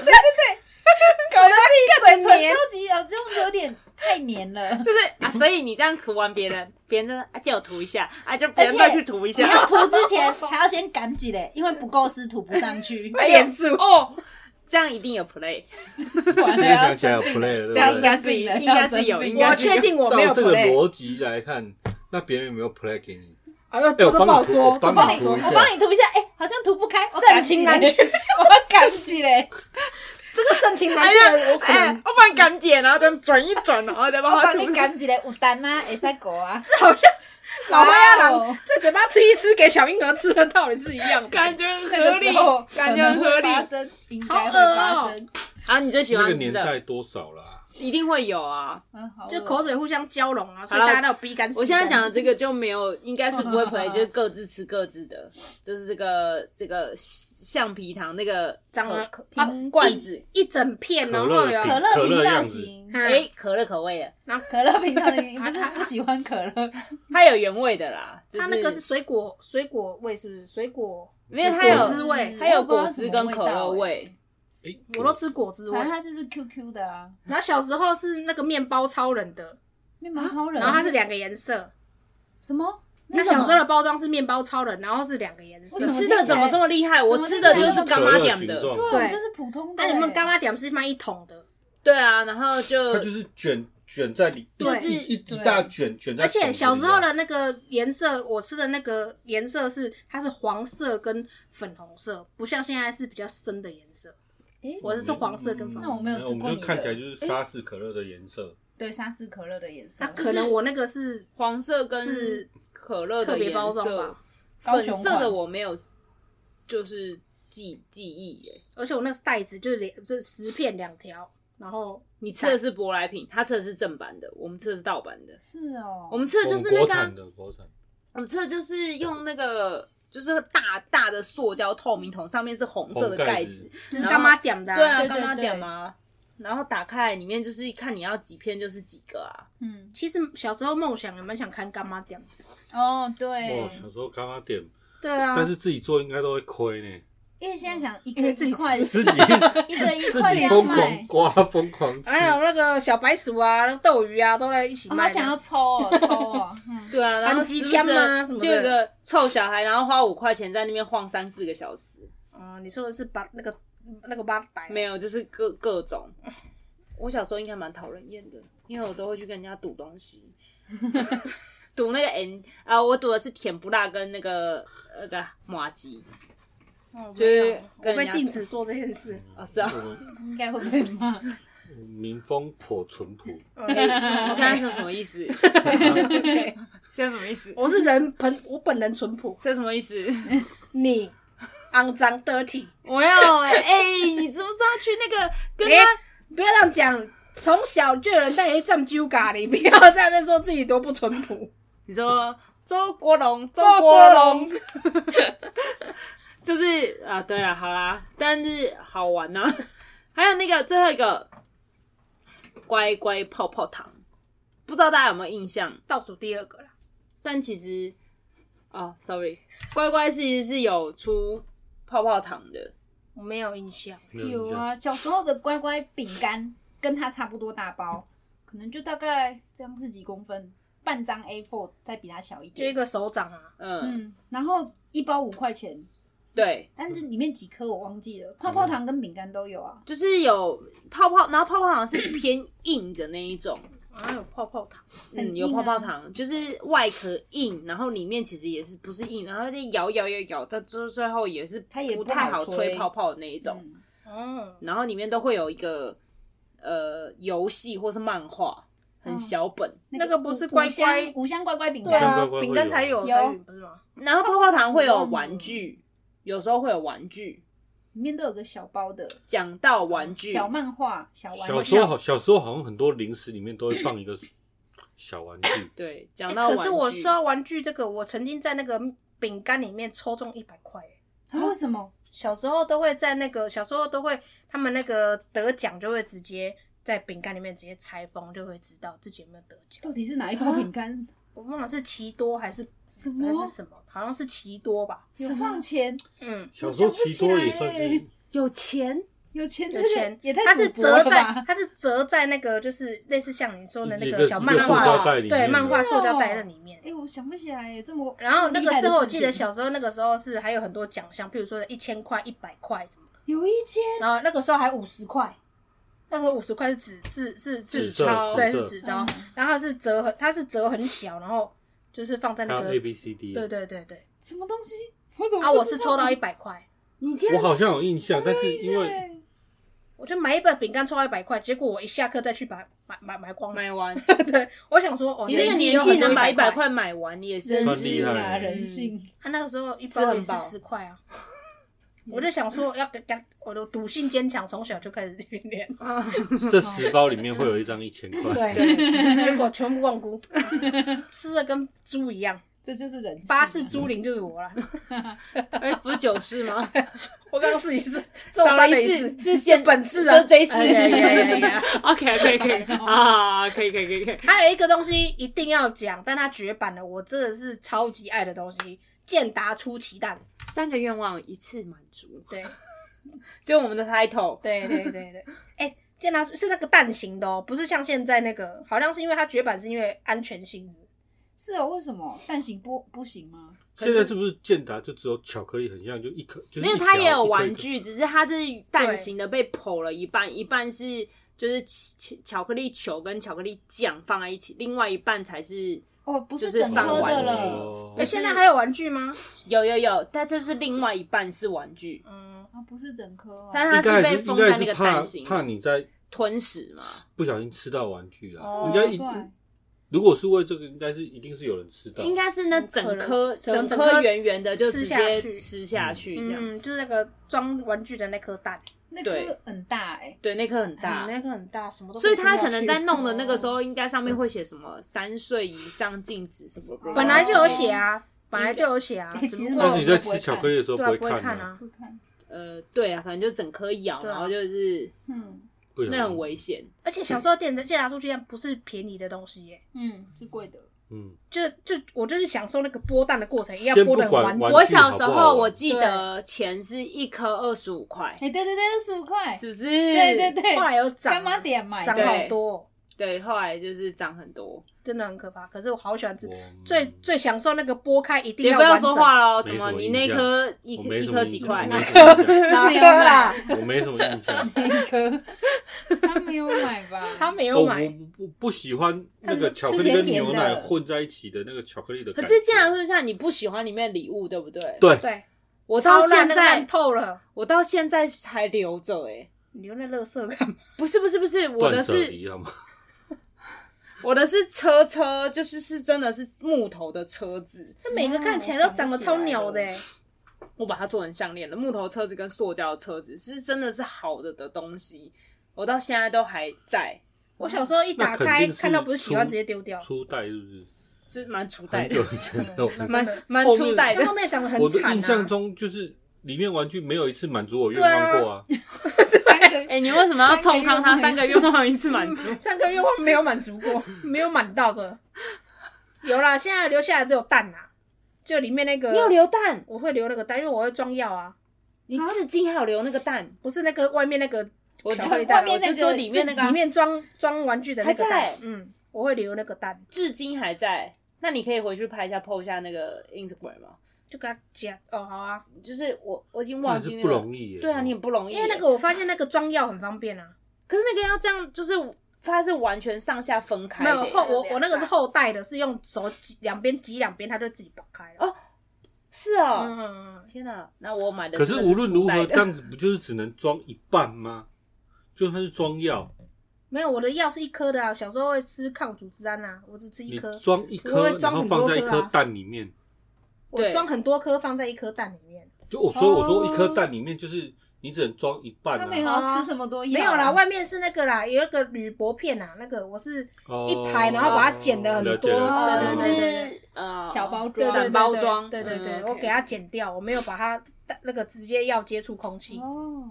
Speaker 6: 搞得自己
Speaker 3: 更
Speaker 6: 嘴唇
Speaker 3: 黏
Speaker 6: 超级有，就有点太黏
Speaker 4: [LAUGHS]
Speaker 6: 了。
Speaker 4: 就是啊，所以你这样涂完别人，别人就说啊借我涂一下，啊就别
Speaker 6: 而
Speaker 4: 人
Speaker 6: 且
Speaker 4: 再去涂一
Speaker 6: 你
Speaker 4: 下，
Speaker 6: 要涂之前还要先赶几嘞，因为不够湿涂不上去，
Speaker 4: 哎呀哦，这样一定有 play，
Speaker 6: 完
Speaker 5: 现
Speaker 6: 了
Speaker 5: 在
Speaker 6: 要
Speaker 5: 想起来
Speaker 6: 生
Speaker 5: 有
Speaker 4: 这样应
Speaker 5: play 了，对不
Speaker 6: 病了
Speaker 4: 该是应该是有，
Speaker 5: 对？
Speaker 6: 要生病了
Speaker 3: 我
Speaker 4: 应
Speaker 6: 要生病
Speaker 4: 该是有
Speaker 3: 确定我没有
Speaker 5: 照这个
Speaker 3: play，
Speaker 5: 逻辑来看，那别人有没有 play 给你？
Speaker 3: 哎呦，这
Speaker 5: 我
Speaker 3: 个
Speaker 5: 帮
Speaker 3: 不好
Speaker 5: 你涂
Speaker 3: 说，
Speaker 5: 我
Speaker 3: 这
Speaker 5: 帮
Speaker 3: 不好
Speaker 5: 你涂
Speaker 3: 说
Speaker 5: 一。
Speaker 6: 我帮你涂一下，哎，好像涂不开，我赶
Speaker 3: 盛
Speaker 6: 紧
Speaker 3: 情
Speaker 6: 来
Speaker 3: 难，却，
Speaker 6: [LAUGHS] 我赶紧欸嘞，
Speaker 3: 这个盛情难
Speaker 4: 哎
Speaker 3: 却，
Speaker 4: 呀
Speaker 3: 我，可
Speaker 4: 哎
Speaker 3: 能，
Speaker 4: 我帮你赶紧，然后这样转一转，然后再帮
Speaker 6: 我
Speaker 4: 它
Speaker 6: 帮
Speaker 4: 涂
Speaker 6: 你。赶紧嘞，有单啊，会使过啊，
Speaker 3: 这好像哎老花鸭
Speaker 6: 哇哦
Speaker 3: 郎这嘴巴吃一吃，给小婴儿吃的道理是一样的。
Speaker 4: 感觉
Speaker 6: [LAUGHS]
Speaker 4: 很
Speaker 6: 这个
Speaker 4: 合理
Speaker 6: 时候，
Speaker 4: 感觉很合
Speaker 6: 可能会
Speaker 4: 理。
Speaker 6: 发生，应该
Speaker 3: 好
Speaker 6: 会
Speaker 3: 恶哦
Speaker 6: 发生，
Speaker 4: 啊，你最喜
Speaker 5: 那个
Speaker 4: 欢
Speaker 5: 年
Speaker 4: 吃
Speaker 5: 代
Speaker 4: 的，
Speaker 5: 多少啦？
Speaker 4: 一定会有啊。
Speaker 6: 嗯，好恶，
Speaker 3: 就口水互相交融啊，所以
Speaker 4: 好了
Speaker 3: 大家都有逼干。
Speaker 4: 我现在讲的这个就没有，应该是不会 play，就是各自吃各自的，就是这个这个橡皮糖那个
Speaker 3: 长得
Speaker 4: 可
Speaker 3: 啊
Speaker 4: 瓶罐子，
Speaker 3: 一整片，然
Speaker 5: 可
Speaker 3: 后
Speaker 5: 乐
Speaker 3: 有
Speaker 5: 的
Speaker 6: 可
Speaker 5: 饼
Speaker 6: 乐
Speaker 5: 可
Speaker 6: 瓶
Speaker 5: 乐
Speaker 6: 造
Speaker 5: 样子
Speaker 6: 型，
Speaker 3: 嗯
Speaker 4: 哎，可乐口味的，
Speaker 6: 可乐瓶造型，你不是不喜欢可乐？
Speaker 4: 它有原味的啦，就
Speaker 3: 它那个是水果水果味，是不是水果？
Speaker 4: 没有它
Speaker 3: 果
Speaker 4: 有
Speaker 3: 汁味，
Speaker 4: 它有果汁跟可乐
Speaker 6: 欸
Speaker 4: 味，
Speaker 5: 诶
Speaker 3: 我都吃果汁味
Speaker 6: 反。正它就是 QQ 的啊，
Speaker 3: 然后小时候是那个面包超人的，
Speaker 6: 面包超人。
Speaker 3: 然后啊它是两个颜色。
Speaker 6: 什么？
Speaker 3: 它
Speaker 6: 那
Speaker 3: 小
Speaker 6: 什
Speaker 3: 时候
Speaker 6: 么？
Speaker 3: 的包装是面包超人，然后是两个颜色
Speaker 6: 为什。
Speaker 4: 你
Speaker 6: 么
Speaker 4: 吃的怎么这么厉害？我吃的就是干妈点
Speaker 5: 可乐形
Speaker 4: 的，
Speaker 5: 状
Speaker 6: 对，
Speaker 3: 对
Speaker 6: 我就是普通的
Speaker 3: 那
Speaker 6: 欸。
Speaker 3: 你们干妈点是卖一桶的，
Speaker 4: 对啊，然后就
Speaker 5: 它就是卷卷在里，
Speaker 3: 对
Speaker 5: 一一
Speaker 6: 对
Speaker 5: 一大卷卷在
Speaker 3: 而
Speaker 5: 桶子里啊
Speaker 3: 且
Speaker 5: 面。
Speaker 3: 小时候的那个颜色，我吃的那个颜色是它是黄色跟粉红色，不像现在是比较深的颜色。
Speaker 6: 诶
Speaker 3: 我的是黄色跟粉
Speaker 6: 嗯那
Speaker 3: 红
Speaker 6: 我
Speaker 3: 色，
Speaker 6: 没有
Speaker 5: 没有
Speaker 6: 吃
Speaker 5: 我
Speaker 6: 过
Speaker 5: 们
Speaker 6: 你
Speaker 5: 就
Speaker 6: 的
Speaker 5: 看起来就是沙士可乐的颜色。
Speaker 6: 对沙士啊可乐的颜色
Speaker 3: 那。可能我那个是
Speaker 4: 黄色跟
Speaker 3: 是
Speaker 4: 可乐
Speaker 3: 特
Speaker 4: 的
Speaker 3: 别包
Speaker 4: 颜
Speaker 3: 装
Speaker 4: 色
Speaker 3: 吧，，
Speaker 6: 高
Speaker 4: 粉
Speaker 6: 雄
Speaker 4: 色的
Speaker 6: 款
Speaker 4: 我没有，就是记记忆耶。
Speaker 3: 而且我那个袋子就是两，就是十片两条，然后
Speaker 4: 你吃的是舶来品，他吃的是正版的，我们吃的是盗版的。
Speaker 6: 是哦，
Speaker 4: 我们吃的就是那个
Speaker 5: 我们国
Speaker 4: 啊、
Speaker 5: 产的国产，
Speaker 4: 我们吃的就是用那个就是大大的塑胶透明桶，上面是红色的
Speaker 5: 红盖
Speaker 4: 盖
Speaker 5: 子
Speaker 4: 子，
Speaker 3: 就是干妈点的、
Speaker 4: 对啊，
Speaker 6: 对对
Speaker 4: 干妈
Speaker 6: 对
Speaker 4: 点嘛。然后打开里面就是看你要几片就是几个啊，
Speaker 6: 嗯，
Speaker 3: 其实小时候梦想也蛮想看干妈点，
Speaker 6: 哦
Speaker 5: 哇，
Speaker 6: 对，
Speaker 5: 小时候干妈点，
Speaker 3: 对啊，
Speaker 5: 但是自己做应该都会亏
Speaker 4: [LAUGHS]
Speaker 5: 呢，
Speaker 6: 因为现在想一
Speaker 3: 因
Speaker 6: 个
Speaker 3: 为自己
Speaker 6: 一块，
Speaker 5: 自己
Speaker 6: 一个一
Speaker 5: 自
Speaker 6: 块
Speaker 4: 啊
Speaker 5: 己
Speaker 6: 两
Speaker 5: 疯
Speaker 6: 块
Speaker 5: 狂。
Speaker 4: 哎
Speaker 5: 刮，疯狂吃。
Speaker 3: 还有那个小白鼠啊、斗鱼啊，都在一起
Speaker 6: 我
Speaker 3: 卖。
Speaker 6: 好想要抽哦，抽哦， [LAUGHS] 嗯
Speaker 4: 对啊，然后
Speaker 3: 扳
Speaker 4: 时
Speaker 3: 机
Speaker 4: 不
Speaker 3: 枪啊
Speaker 4: 时
Speaker 3: 什么的
Speaker 4: 就有个臭小孩，然后花五块钱在那边晃三四个小时，
Speaker 3: 哦，你说的是把那个那个八袋
Speaker 4: 没有，就是各各种。我小时候应该蛮讨人厌的，因为我都会去跟人家赌东西， [LAUGHS] 赌那个 N 啊，我赌的是甜不辣跟那个呃那个麻吉
Speaker 3: 哦
Speaker 4: 就
Speaker 3: 没
Speaker 4: 是
Speaker 3: 有我
Speaker 4: 跟人
Speaker 3: 被
Speaker 4: 家
Speaker 3: 禁止做这件
Speaker 4: [LAUGHS]
Speaker 3: 事。
Speaker 4: 啊，是啊，
Speaker 5: 我们
Speaker 6: 应该会被骂。
Speaker 5: 民风颇淳朴，
Speaker 3: 嗯
Speaker 4: 你现在是什么意思？ [LAUGHS]
Speaker 3: OK，
Speaker 4: 现在什么意思？
Speaker 3: 我是人本我本人淳朴，
Speaker 4: 现在什么意思？ [LAUGHS]
Speaker 3: 你肮脏 dirty，
Speaker 4: 我要哎、欸你知不知道去那个跟
Speaker 3: 哎
Speaker 4: 他？
Speaker 3: 不要这样讲。从小就有人带你去站酒咖喱，不要在那边说自己多不淳朴。
Speaker 4: 你说周国龙，周
Speaker 3: 周
Speaker 4: 国
Speaker 3: 国
Speaker 4: 龙
Speaker 3: 龙，
Speaker 4: 就是啊，对了，好啦，但是好玩呐、 [LAUGHS] 还有那个最后一个乖乖泡泡糖，不知道大家有没有印象？
Speaker 3: 倒数第二个啦，
Speaker 4: 但其实啊、s o r r y 乖乖其实是有出泡泡糖的，
Speaker 3: 我没有印象。
Speaker 5: 没有
Speaker 6: 有
Speaker 5: 印象。
Speaker 6: 啊，小时候的乖乖饼干跟它差不多大包，可能就大概这样是几公分，半张 A4 再比它小一
Speaker 3: 就一
Speaker 6: 点。
Speaker 3: 个手掌啊，
Speaker 4: 嗯，
Speaker 6: 嗯，然后一包五块钱，
Speaker 4: 对，
Speaker 6: 但是里面几颗我忘记了，泡泡糖跟饼干都有啊。
Speaker 4: 就是有泡泡，然后泡泡糖是偏硬的那一种，
Speaker 3: 好像有泡泡糖，
Speaker 6: 很
Speaker 4: 嗯，有
Speaker 6: 硬
Speaker 4: 泡泡
Speaker 6: 啊
Speaker 4: 糖，就是外壳硬，然后里面其实也是不是硬，然后就摇摇摇摇，到最最后也是
Speaker 6: 它也
Speaker 4: 不
Speaker 6: 不
Speaker 4: 太
Speaker 6: 好
Speaker 4: 好
Speaker 6: 吹
Speaker 4: 吹泡泡的那一种，
Speaker 6: 嗯，
Speaker 3: 哦，
Speaker 4: 然后里面都会有一个呃游戏或是漫画，
Speaker 3: 嗯
Speaker 4: 很小本，
Speaker 3: 那个不是乖
Speaker 6: 五香
Speaker 3: 乖
Speaker 6: 五香乖乖饼
Speaker 3: 对
Speaker 6: 干，
Speaker 3: 啊
Speaker 5: 乖乖会，
Speaker 3: 饼
Speaker 5: 有
Speaker 3: 干才有
Speaker 6: 有
Speaker 3: 台语不是吗？
Speaker 4: 然后泡
Speaker 3: 哦
Speaker 4: 泡糖会有
Speaker 3: 嗯
Speaker 4: 玩具，有时候会有玩具。
Speaker 6: 里面都有个小包的
Speaker 4: 讲到玩具，
Speaker 6: 小漫画、
Speaker 4: 哎
Speaker 6: 小
Speaker 4: 啊
Speaker 6: 玩
Speaker 5: 小
Speaker 6: 具。
Speaker 5: 时候好，小时候好像很多零食里面都会放一个小
Speaker 4: [LAUGHS]
Speaker 5: 玩具，
Speaker 4: 对，讲到
Speaker 3: 哎可
Speaker 4: 玩具，
Speaker 3: 是我说到玩具这个，我曾经在那个饼干里面抽中一百块。欸
Speaker 6: 啊为什么？
Speaker 3: 小时候都会在那个，小时候都会，他们那个得奖就会直接在饼干里面直接拆封，就会知道自己有没有得奖。
Speaker 6: 到底是哪一包饼干？
Speaker 3: 我忘了是奇多还是
Speaker 6: 什
Speaker 3: 还
Speaker 6: 么？
Speaker 3: 是什么，好像是奇多吧。
Speaker 6: 有放钱？
Speaker 3: 嗯，
Speaker 5: 小时候奇多也算
Speaker 6: 我想不起来
Speaker 5: 是
Speaker 4: 有钱，
Speaker 6: 有钱这
Speaker 3: 有
Speaker 6: 个
Speaker 3: 钱
Speaker 6: 也太
Speaker 3: 它是
Speaker 6: 赌博了
Speaker 3: 折在
Speaker 6: 吧
Speaker 3: 它是折在那个就是类似像你说的那
Speaker 5: 一
Speaker 3: 个
Speaker 5: 个
Speaker 3: 小
Speaker 5: 一
Speaker 3: 漫
Speaker 5: 个塑
Speaker 3: 画，
Speaker 5: 胶袋里面
Speaker 3: 对
Speaker 5: 的
Speaker 3: 漫画塑胶袋那里面。
Speaker 6: 哎、我想不起来耶，这么
Speaker 3: 然后那个时候，我记得
Speaker 6: 这么
Speaker 3: 小时候那个时候是还有很多奖项，譬如说一千块、一百块什么的。
Speaker 6: 厉害的事情有一间
Speaker 3: 然后那个时候还五十块，那个五十块是纸是是
Speaker 5: 纸
Speaker 3: 钞，
Speaker 5: 钞
Speaker 3: 对，
Speaker 5: 纸
Speaker 3: 是
Speaker 5: 钞
Speaker 3: 纸钞。然后它是折很，它是折很小，然后就是放在
Speaker 5: 还
Speaker 3: 那
Speaker 5: 有
Speaker 3: 个
Speaker 5: A。B C D，
Speaker 3: 对对对对。
Speaker 6: 什么东西，我怎么
Speaker 3: 啊，
Speaker 6: 不
Speaker 3: 我
Speaker 6: 知
Speaker 3: 是
Speaker 6: 道
Speaker 3: 抽到一百块，
Speaker 4: 你竟
Speaker 5: 我
Speaker 4: 然
Speaker 5: 好像有印象，但是因为
Speaker 6: 对
Speaker 3: 我就买一本饼干抽到一百块，结果我一下课再去把买买买光了。
Speaker 4: 买完，
Speaker 3: 对，我想说，哦，
Speaker 4: 你这个
Speaker 3: 一期
Speaker 4: 年
Speaker 3: 有
Speaker 4: 纪
Speaker 3: 很多
Speaker 4: 能把一百
Speaker 3: 100，
Speaker 4: 块买完，你也是
Speaker 5: 算
Speaker 6: 人
Speaker 5: 厉
Speaker 6: 性
Speaker 5: 害
Speaker 6: 啊，
Speaker 5: 了
Speaker 6: 人性，
Speaker 3: 他那个时候一
Speaker 4: 吃
Speaker 3: 包
Speaker 4: 很
Speaker 3: 也是
Speaker 4: 饱
Speaker 3: 十块
Speaker 4: [LAUGHS]
Speaker 3: 啊。我就想说，要给给我的赌性坚强，从小就开始训练。
Speaker 4: 啊
Speaker 5: 这十包里面会有一张一千
Speaker 4: [LAUGHS]
Speaker 5: 块，
Speaker 3: 对，结果全部忘估，吃的跟猪一样。
Speaker 6: 这就是人性啊
Speaker 3: 巴士猪灵就是
Speaker 4: [LAUGHS]
Speaker 3: 我啦。
Speaker 4: 哎，不是九四吗？
Speaker 3: 我刚刚自己是这
Speaker 4: 少
Speaker 3: 种
Speaker 4: 了
Speaker 3: 三
Speaker 4: 一
Speaker 3: 倍
Speaker 4: 次
Speaker 3: 四，
Speaker 4: [LAUGHS] 是先本事啊，这一次
Speaker 3: 哎呀呀呀呀！
Speaker 4: [LAUGHS] ，OK，可以 [LAUGHS] 可以啊，可以可以可以可以，
Speaker 3: [LAUGHS] 还有一个东西一定要讲，但它绝版了，我真的是超级爱的东西——健达出奇蛋。
Speaker 4: 三个愿望一次满足，
Speaker 3: 对
Speaker 4: 就我们的 title，
Speaker 3: [LAUGHS] 对对对对，哎、健达是那个蛋形的哦，不是像现在那个，好像是因为它绝版是因为安全性。
Speaker 6: 是哦，为什么蛋形不不行吗？
Speaker 5: 现在是不是健达就只有巧克力很像，就一颗，就是
Speaker 4: 没有，
Speaker 5: 一
Speaker 4: 它
Speaker 5: 条
Speaker 4: 也有
Speaker 5: 一颗一
Speaker 4: 玩
Speaker 5: 颗
Speaker 4: 具，只是它是蛋形的被剖了一半，一半是就是巧巧克力球跟巧克力酱放在一起，另外一半才是
Speaker 6: 哦，不
Speaker 4: 就是是
Speaker 6: 整
Speaker 4: 放
Speaker 6: 颗的
Speaker 4: 玩具
Speaker 6: 了
Speaker 5: 哦
Speaker 3: 哎、现在还有玩具吗？
Speaker 4: 有有有，但就是另外一半是玩具，
Speaker 3: 嗯，
Speaker 6: 啊，不是整颗哦，
Speaker 4: 但
Speaker 5: 应
Speaker 4: 它
Speaker 5: 该还
Speaker 4: 被
Speaker 5: 是应
Speaker 4: 封
Speaker 5: 该
Speaker 4: 在那
Speaker 5: 是
Speaker 4: 个
Speaker 5: 怕
Speaker 4: 蛋形
Speaker 5: 怕你在
Speaker 4: 吞食嘛。
Speaker 5: 不小心吃到玩具啦，
Speaker 3: 哦
Speaker 5: 应该
Speaker 6: 奇怪
Speaker 5: 一如果是为这个，应该是一定是有人吃到，
Speaker 4: 应该是那整颗
Speaker 3: 整
Speaker 4: 整
Speaker 3: 整颗
Speaker 4: 颗圆圆的就直
Speaker 3: 吃下
Speaker 4: 接
Speaker 3: 去
Speaker 4: 吃下去这样，
Speaker 3: 嗯，就是那个装玩具的那颗蛋，
Speaker 6: 那
Speaker 4: 对
Speaker 6: 颗很大哎，
Speaker 4: 对，那颗很大
Speaker 3: 嗯，那颗很大，什么都。
Speaker 4: 所以他可能在弄的那个时，候，应该上面会写什么三岁以上禁止什么，
Speaker 3: 本来就有写啊，本来就有写啊，
Speaker 6: 哎
Speaker 3: 只不
Speaker 6: 其实
Speaker 3: 过
Speaker 5: 但是你在
Speaker 6: 我不会
Speaker 5: 吃巧
Speaker 6: 看
Speaker 5: 克力的时候
Speaker 3: 对啊，不
Speaker 5: 会
Speaker 3: 会看
Speaker 5: 啊，
Speaker 3: 啊。
Speaker 6: 不看，
Speaker 4: 呃，对啊，可能就整颗咬，
Speaker 3: 对啊
Speaker 4: 然后就是
Speaker 6: 嗯
Speaker 5: 不小心
Speaker 4: 那很危险。
Speaker 3: 而且小时候电子健达出去蛋不是便宜的东西耶，
Speaker 6: 嗯，是贵的，
Speaker 5: 嗯，
Speaker 3: 就就我就是享受那个剥蛋的过程，一定要
Speaker 5: 先
Speaker 3: 剥
Speaker 5: 不
Speaker 3: 的
Speaker 5: 管
Speaker 3: 完
Speaker 5: 玩
Speaker 3: 整。
Speaker 5: 具
Speaker 4: 我小时
Speaker 5: 好不好
Speaker 4: 候
Speaker 5: 玩
Speaker 4: 我记得钱是一颗二十五块，
Speaker 6: 哎，对对对，十五块，
Speaker 4: 是不是？
Speaker 6: 对对对，
Speaker 3: 后来有涨
Speaker 6: 干妈点买
Speaker 3: 涨
Speaker 6: 的，
Speaker 3: 好多哦，
Speaker 4: 对，后来就是涨很多。
Speaker 3: 真的很可怕。可是我好喜欢吃
Speaker 5: 我，
Speaker 3: 最最享受那个剥开一定
Speaker 4: 杰
Speaker 3: 要
Speaker 4: 夫要
Speaker 3: 完
Speaker 4: 说
Speaker 3: 整。
Speaker 4: 话喽，
Speaker 5: 没
Speaker 4: 怎
Speaker 5: 什
Speaker 4: 么
Speaker 5: 么
Speaker 4: 你
Speaker 5: 印
Speaker 4: 那
Speaker 5: 象
Speaker 4: 颗一
Speaker 5: 我
Speaker 4: 颗
Speaker 5: 没
Speaker 4: 一
Speaker 5: 什
Speaker 4: 颗
Speaker 5: 么
Speaker 4: 几
Speaker 5: 印象
Speaker 4: 块？
Speaker 5: 我没什么印
Speaker 3: 哪
Speaker 5: 象
Speaker 3: 颗
Speaker 6: 没有
Speaker 3: 啦？
Speaker 5: 我没什么印象，哦
Speaker 6: 一颗，他没有买吧？
Speaker 3: [LAUGHS] 他没有
Speaker 5: 我哦我
Speaker 3: 买，
Speaker 5: 不不不喜欢那个
Speaker 3: 但是
Speaker 5: 巧克
Speaker 3: 吃
Speaker 5: 力
Speaker 3: 甜
Speaker 5: 跟
Speaker 3: 甜
Speaker 5: 牛
Speaker 6: 的
Speaker 5: 奶混在一起的那个巧克力的
Speaker 4: [LAUGHS] 可
Speaker 5: 感觉。
Speaker 4: 是这样说下，你不喜欢里面的礼物，对不对？，
Speaker 5: 对，
Speaker 3: 对，
Speaker 4: 我到
Speaker 3: 超烂
Speaker 4: 现
Speaker 3: 那个烂
Speaker 4: 在，
Speaker 3: 透了，
Speaker 4: 我到现在还留着哎、
Speaker 3: 你留那垃圾干嘛？
Speaker 4: 不是不是不是，我的
Speaker 5: 断舍
Speaker 4: 是
Speaker 5: 离好吗？
Speaker 4: 我的是车车，就是是真的是木头的车子，
Speaker 3: 那每个看起来都长得超鸟的耶，
Speaker 4: 我把它做成项链了。木头车子跟塑胶车子是真的是好的的东西，我到现在都还在，
Speaker 3: 我小时候一
Speaker 5: 那
Speaker 3: 打
Speaker 5: 肯
Speaker 3: 开
Speaker 5: 定是
Speaker 3: 看到不是喜欢
Speaker 5: 初
Speaker 3: 直接丢掉，
Speaker 5: 初代是不是？
Speaker 4: 是蛮初代
Speaker 5: 很久
Speaker 4: 的，
Speaker 5: 以前的我
Speaker 3: 那真
Speaker 4: 蛮
Speaker 3: 的 [LAUGHS]
Speaker 4: 蛮
Speaker 5: 后面
Speaker 4: 初代
Speaker 3: 那
Speaker 4: 的
Speaker 3: 后。面长得很
Speaker 5: 哎我的
Speaker 3: 惨啊。
Speaker 5: 印象中就是里面玩具没有一次满足我愿望过啊。
Speaker 6: 三个
Speaker 4: 哎、你为什么要冲康他三个愿望一次满
Speaker 3: [LAUGHS]
Speaker 4: 足？
Speaker 3: 上个愿望没有满足过，没有满到的。有啦，现在留下来只有蛋啦、就里面那个。
Speaker 4: 你有？留蛋，
Speaker 3: 我会留那个蛋，因为我会装药啊，
Speaker 4: 你至今还有留那个蛋。
Speaker 3: 不是那个外面那个
Speaker 4: 我
Speaker 3: 巧
Speaker 4: 知
Speaker 3: 克力蛋，
Speaker 4: 外面那
Speaker 3: 我
Speaker 4: 个
Speaker 3: 是说
Speaker 4: 里面那个啊
Speaker 3: 是里面装装玩具的那个
Speaker 4: 还
Speaker 3: 蛋
Speaker 4: 在。
Speaker 3: 嗯，我会留那个蛋，
Speaker 4: 至今还在。那你可以回去拍一下 PO 一下那个 Instagram 吗？
Speaker 3: 就给它夹。哦，好啊，
Speaker 4: 就是我我已经
Speaker 5: 那
Speaker 4: 忘记
Speaker 5: 是
Speaker 4: 那
Speaker 5: 不
Speaker 4: 个，
Speaker 5: 容易耶。
Speaker 4: 对啊，你很不容易耶，
Speaker 3: 因为那个我发现那个装药很方便啊。
Speaker 4: 可是那个要这样，就是它是完全上下分开
Speaker 3: 没
Speaker 4: 的
Speaker 3: 有后我我那个是后带的，是用手挤两边挤两边，它就自己爆开了。
Speaker 4: 哦是哦，
Speaker 3: 嗯，嗯嗯
Speaker 4: 天哪、那我买的
Speaker 5: 可
Speaker 4: 真的
Speaker 5: 是
Speaker 4: 是
Speaker 3: [LAUGHS]
Speaker 4: [LAUGHS]
Speaker 5: 无论如
Speaker 4: 初代的
Speaker 5: 何，这样子不就是只能装一半吗？就它是装药，
Speaker 3: 没有，我的药是一颗的啊，小时候会吃抗组织胺啊，我只吃一
Speaker 5: 你
Speaker 3: 颗，
Speaker 5: 装一
Speaker 3: 我
Speaker 5: 颗，
Speaker 3: 会
Speaker 5: 然
Speaker 3: 装
Speaker 5: 后
Speaker 3: 很多
Speaker 5: 放在一
Speaker 3: 颗
Speaker 5: 颗
Speaker 3: 啊
Speaker 5: 蛋里面。
Speaker 3: 我
Speaker 4: 对
Speaker 3: 装很多颗放在一颗蛋里面。
Speaker 5: 就我说我
Speaker 3: 哦
Speaker 5: 说一颗蛋里面就是你只能装一半
Speaker 6: 他们
Speaker 5: 啊，
Speaker 6: 好像哦吃这么多药、
Speaker 3: 没有啦，外面是那个啦，有一个铝箔片啊，那个我是
Speaker 5: 哦
Speaker 3: 一排，然后把它剪的很
Speaker 5: 了
Speaker 3: 多，
Speaker 5: 解
Speaker 3: 对
Speaker 5: 了解
Speaker 3: 对对对对
Speaker 4: 是哦呃
Speaker 6: 小包
Speaker 3: 对
Speaker 6: 装，
Speaker 3: 对
Speaker 4: 散包装
Speaker 3: 对对对，啊
Speaker 4: 嗯
Speaker 3: 我
Speaker 4: OK
Speaker 3: 给它剪掉，我没有把它那个直接要接触空气。
Speaker 6: 哦，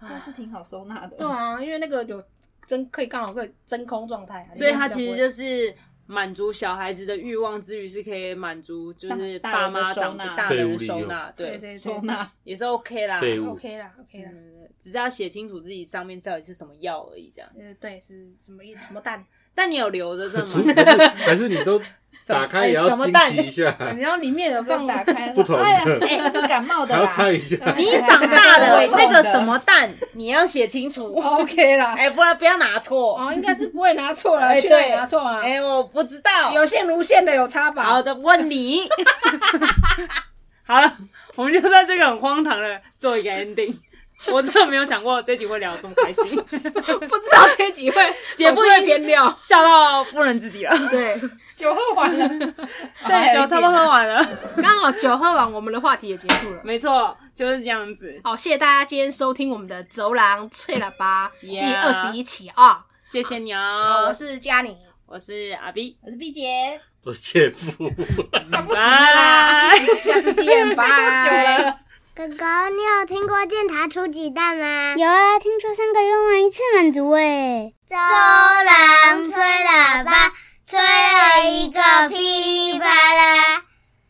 Speaker 6: 那是挺好收纳的。
Speaker 3: 对啊，因为那个有真可以刚好可以真空状态啊，
Speaker 4: 所以它
Speaker 3: 你
Speaker 4: 其实
Speaker 3: 比较
Speaker 4: 就是满足小孩子的欲望之余，是可以满足就是
Speaker 6: 大大
Speaker 4: 爸
Speaker 6: 人的
Speaker 4: 妈
Speaker 6: 收
Speaker 4: 长
Speaker 6: 纳
Speaker 4: 大
Speaker 5: 废
Speaker 4: 人
Speaker 5: 物
Speaker 4: 的
Speaker 5: 利
Speaker 4: 收
Speaker 5: 用
Speaker 4: 纳，
Speaker 3: 不会对
Speaker 4: 对，
Speaker 3: 对
Speaker 6: 收
Speaker 3: 对
Speaker 6: 纳
Speaker 4: 也是 OK 啦。
Speaker 5: 废物
Speaker 3: OK 啦 OK 啦，
Speaker 4: 嗯，只是要写清楚自己上面到底是什么药而已，这样。
Speaker 3: 呃对是什么什么
Speaker 4: [LAUGHS]
Speaker 3: 蛋，
Speaker 4: 但你有留着这
Speaker 5: 除 [LAUGHS]
Speaker 4: 吗？
Speaker 5: 还是还是你都打开也要
Speaker 4: 什么
Speaker 5: 惊
Speaker 4: 蛋
Speaker 5: 奇
Speaker 3: [LAUGHS]
Speaker 5: 一下，
Speaker 3: 然后里面有放
Speaker 6: 放
Speaker 3: [LAUGHS]
Speaker 6: 打开，
Speaker 5: 不同的
Speaker 6: 哎呀，哎是感冒的
Speaker 5: 还要猜
Speaker 6: 啦。
Speaker 5: 一下。 [LAUGHS]
Speaker 4: 你长大
Speaker 3: [LAUGHS]
Speaker 6: 还
Speaker 4: 了
Speaker 6: 有，胃痛
Speaker 4: 那
Speaker 6: 的
Speaker 4: 个什么蛋，你要写清楚。
Speaker 3: 哦 OK 啦，
Speaker 4: 哎，不然不要拿错。
Speaker 3: 哦应该是不会拿错啦，
Speaker 4: 哎
Speaker 3: 去哪里
Speaker 4: 对
Speaker 3: 拿错啊？
Speaker 4: 哎，我不知道。
Speaker 3: 有线无线的有差
Speaker 4: 好
Speaker 3: [LAUGHS] 吧？
Speaker 4: 的，问你。 [LAUGHS] 好了，我们就在这个很荒唐的做一个 ending。我真的没有想过这集会聊得这么开心，
Speaker 3: 不知道这几位
Speaker 4: 节目
Speaker 3: [LAUGHS] 总是会偏掉，
Speaker 4: [LAUGHS] 笑到夫人自己了。
Speaker 3: [LAUGHS] 对。
Speaker 6: 酒喝完了，
Speaker 4: [LAUGHS] 对，酒差不多喝完了，
Speaker 3: 刚好酒喝完，我们的话题也结束了。
Speaker 4: 没错，就是这样子。
Speaker 3: 好，谢谢大家今天收听我们的《走廊脆喇叭》第
Speaker 4: Yeah
Speaker 3: 二十一期啊！
Speaker 4: 谢谢你
Speaker 3: 好
Speaker 4: 哦，
Speaker 3: 我是佳妮，
Speaker 4: 我是阿 B，
Speaker 6: 我是毕姐，
Speaker 5: 我是姐夫，
Speaker 4: [LAUGHS] 拜。
Speaker 3: 下次 [LAUGHS] 见，拜。
Speaker 1: 哥哥，你有听过健塔出鸡蛋吗？
Speaker 2: 有啊，听说三个愿望一次满足哎。
Speaker 1: 周郎吹喇叭，吹了一个噼里啪啦。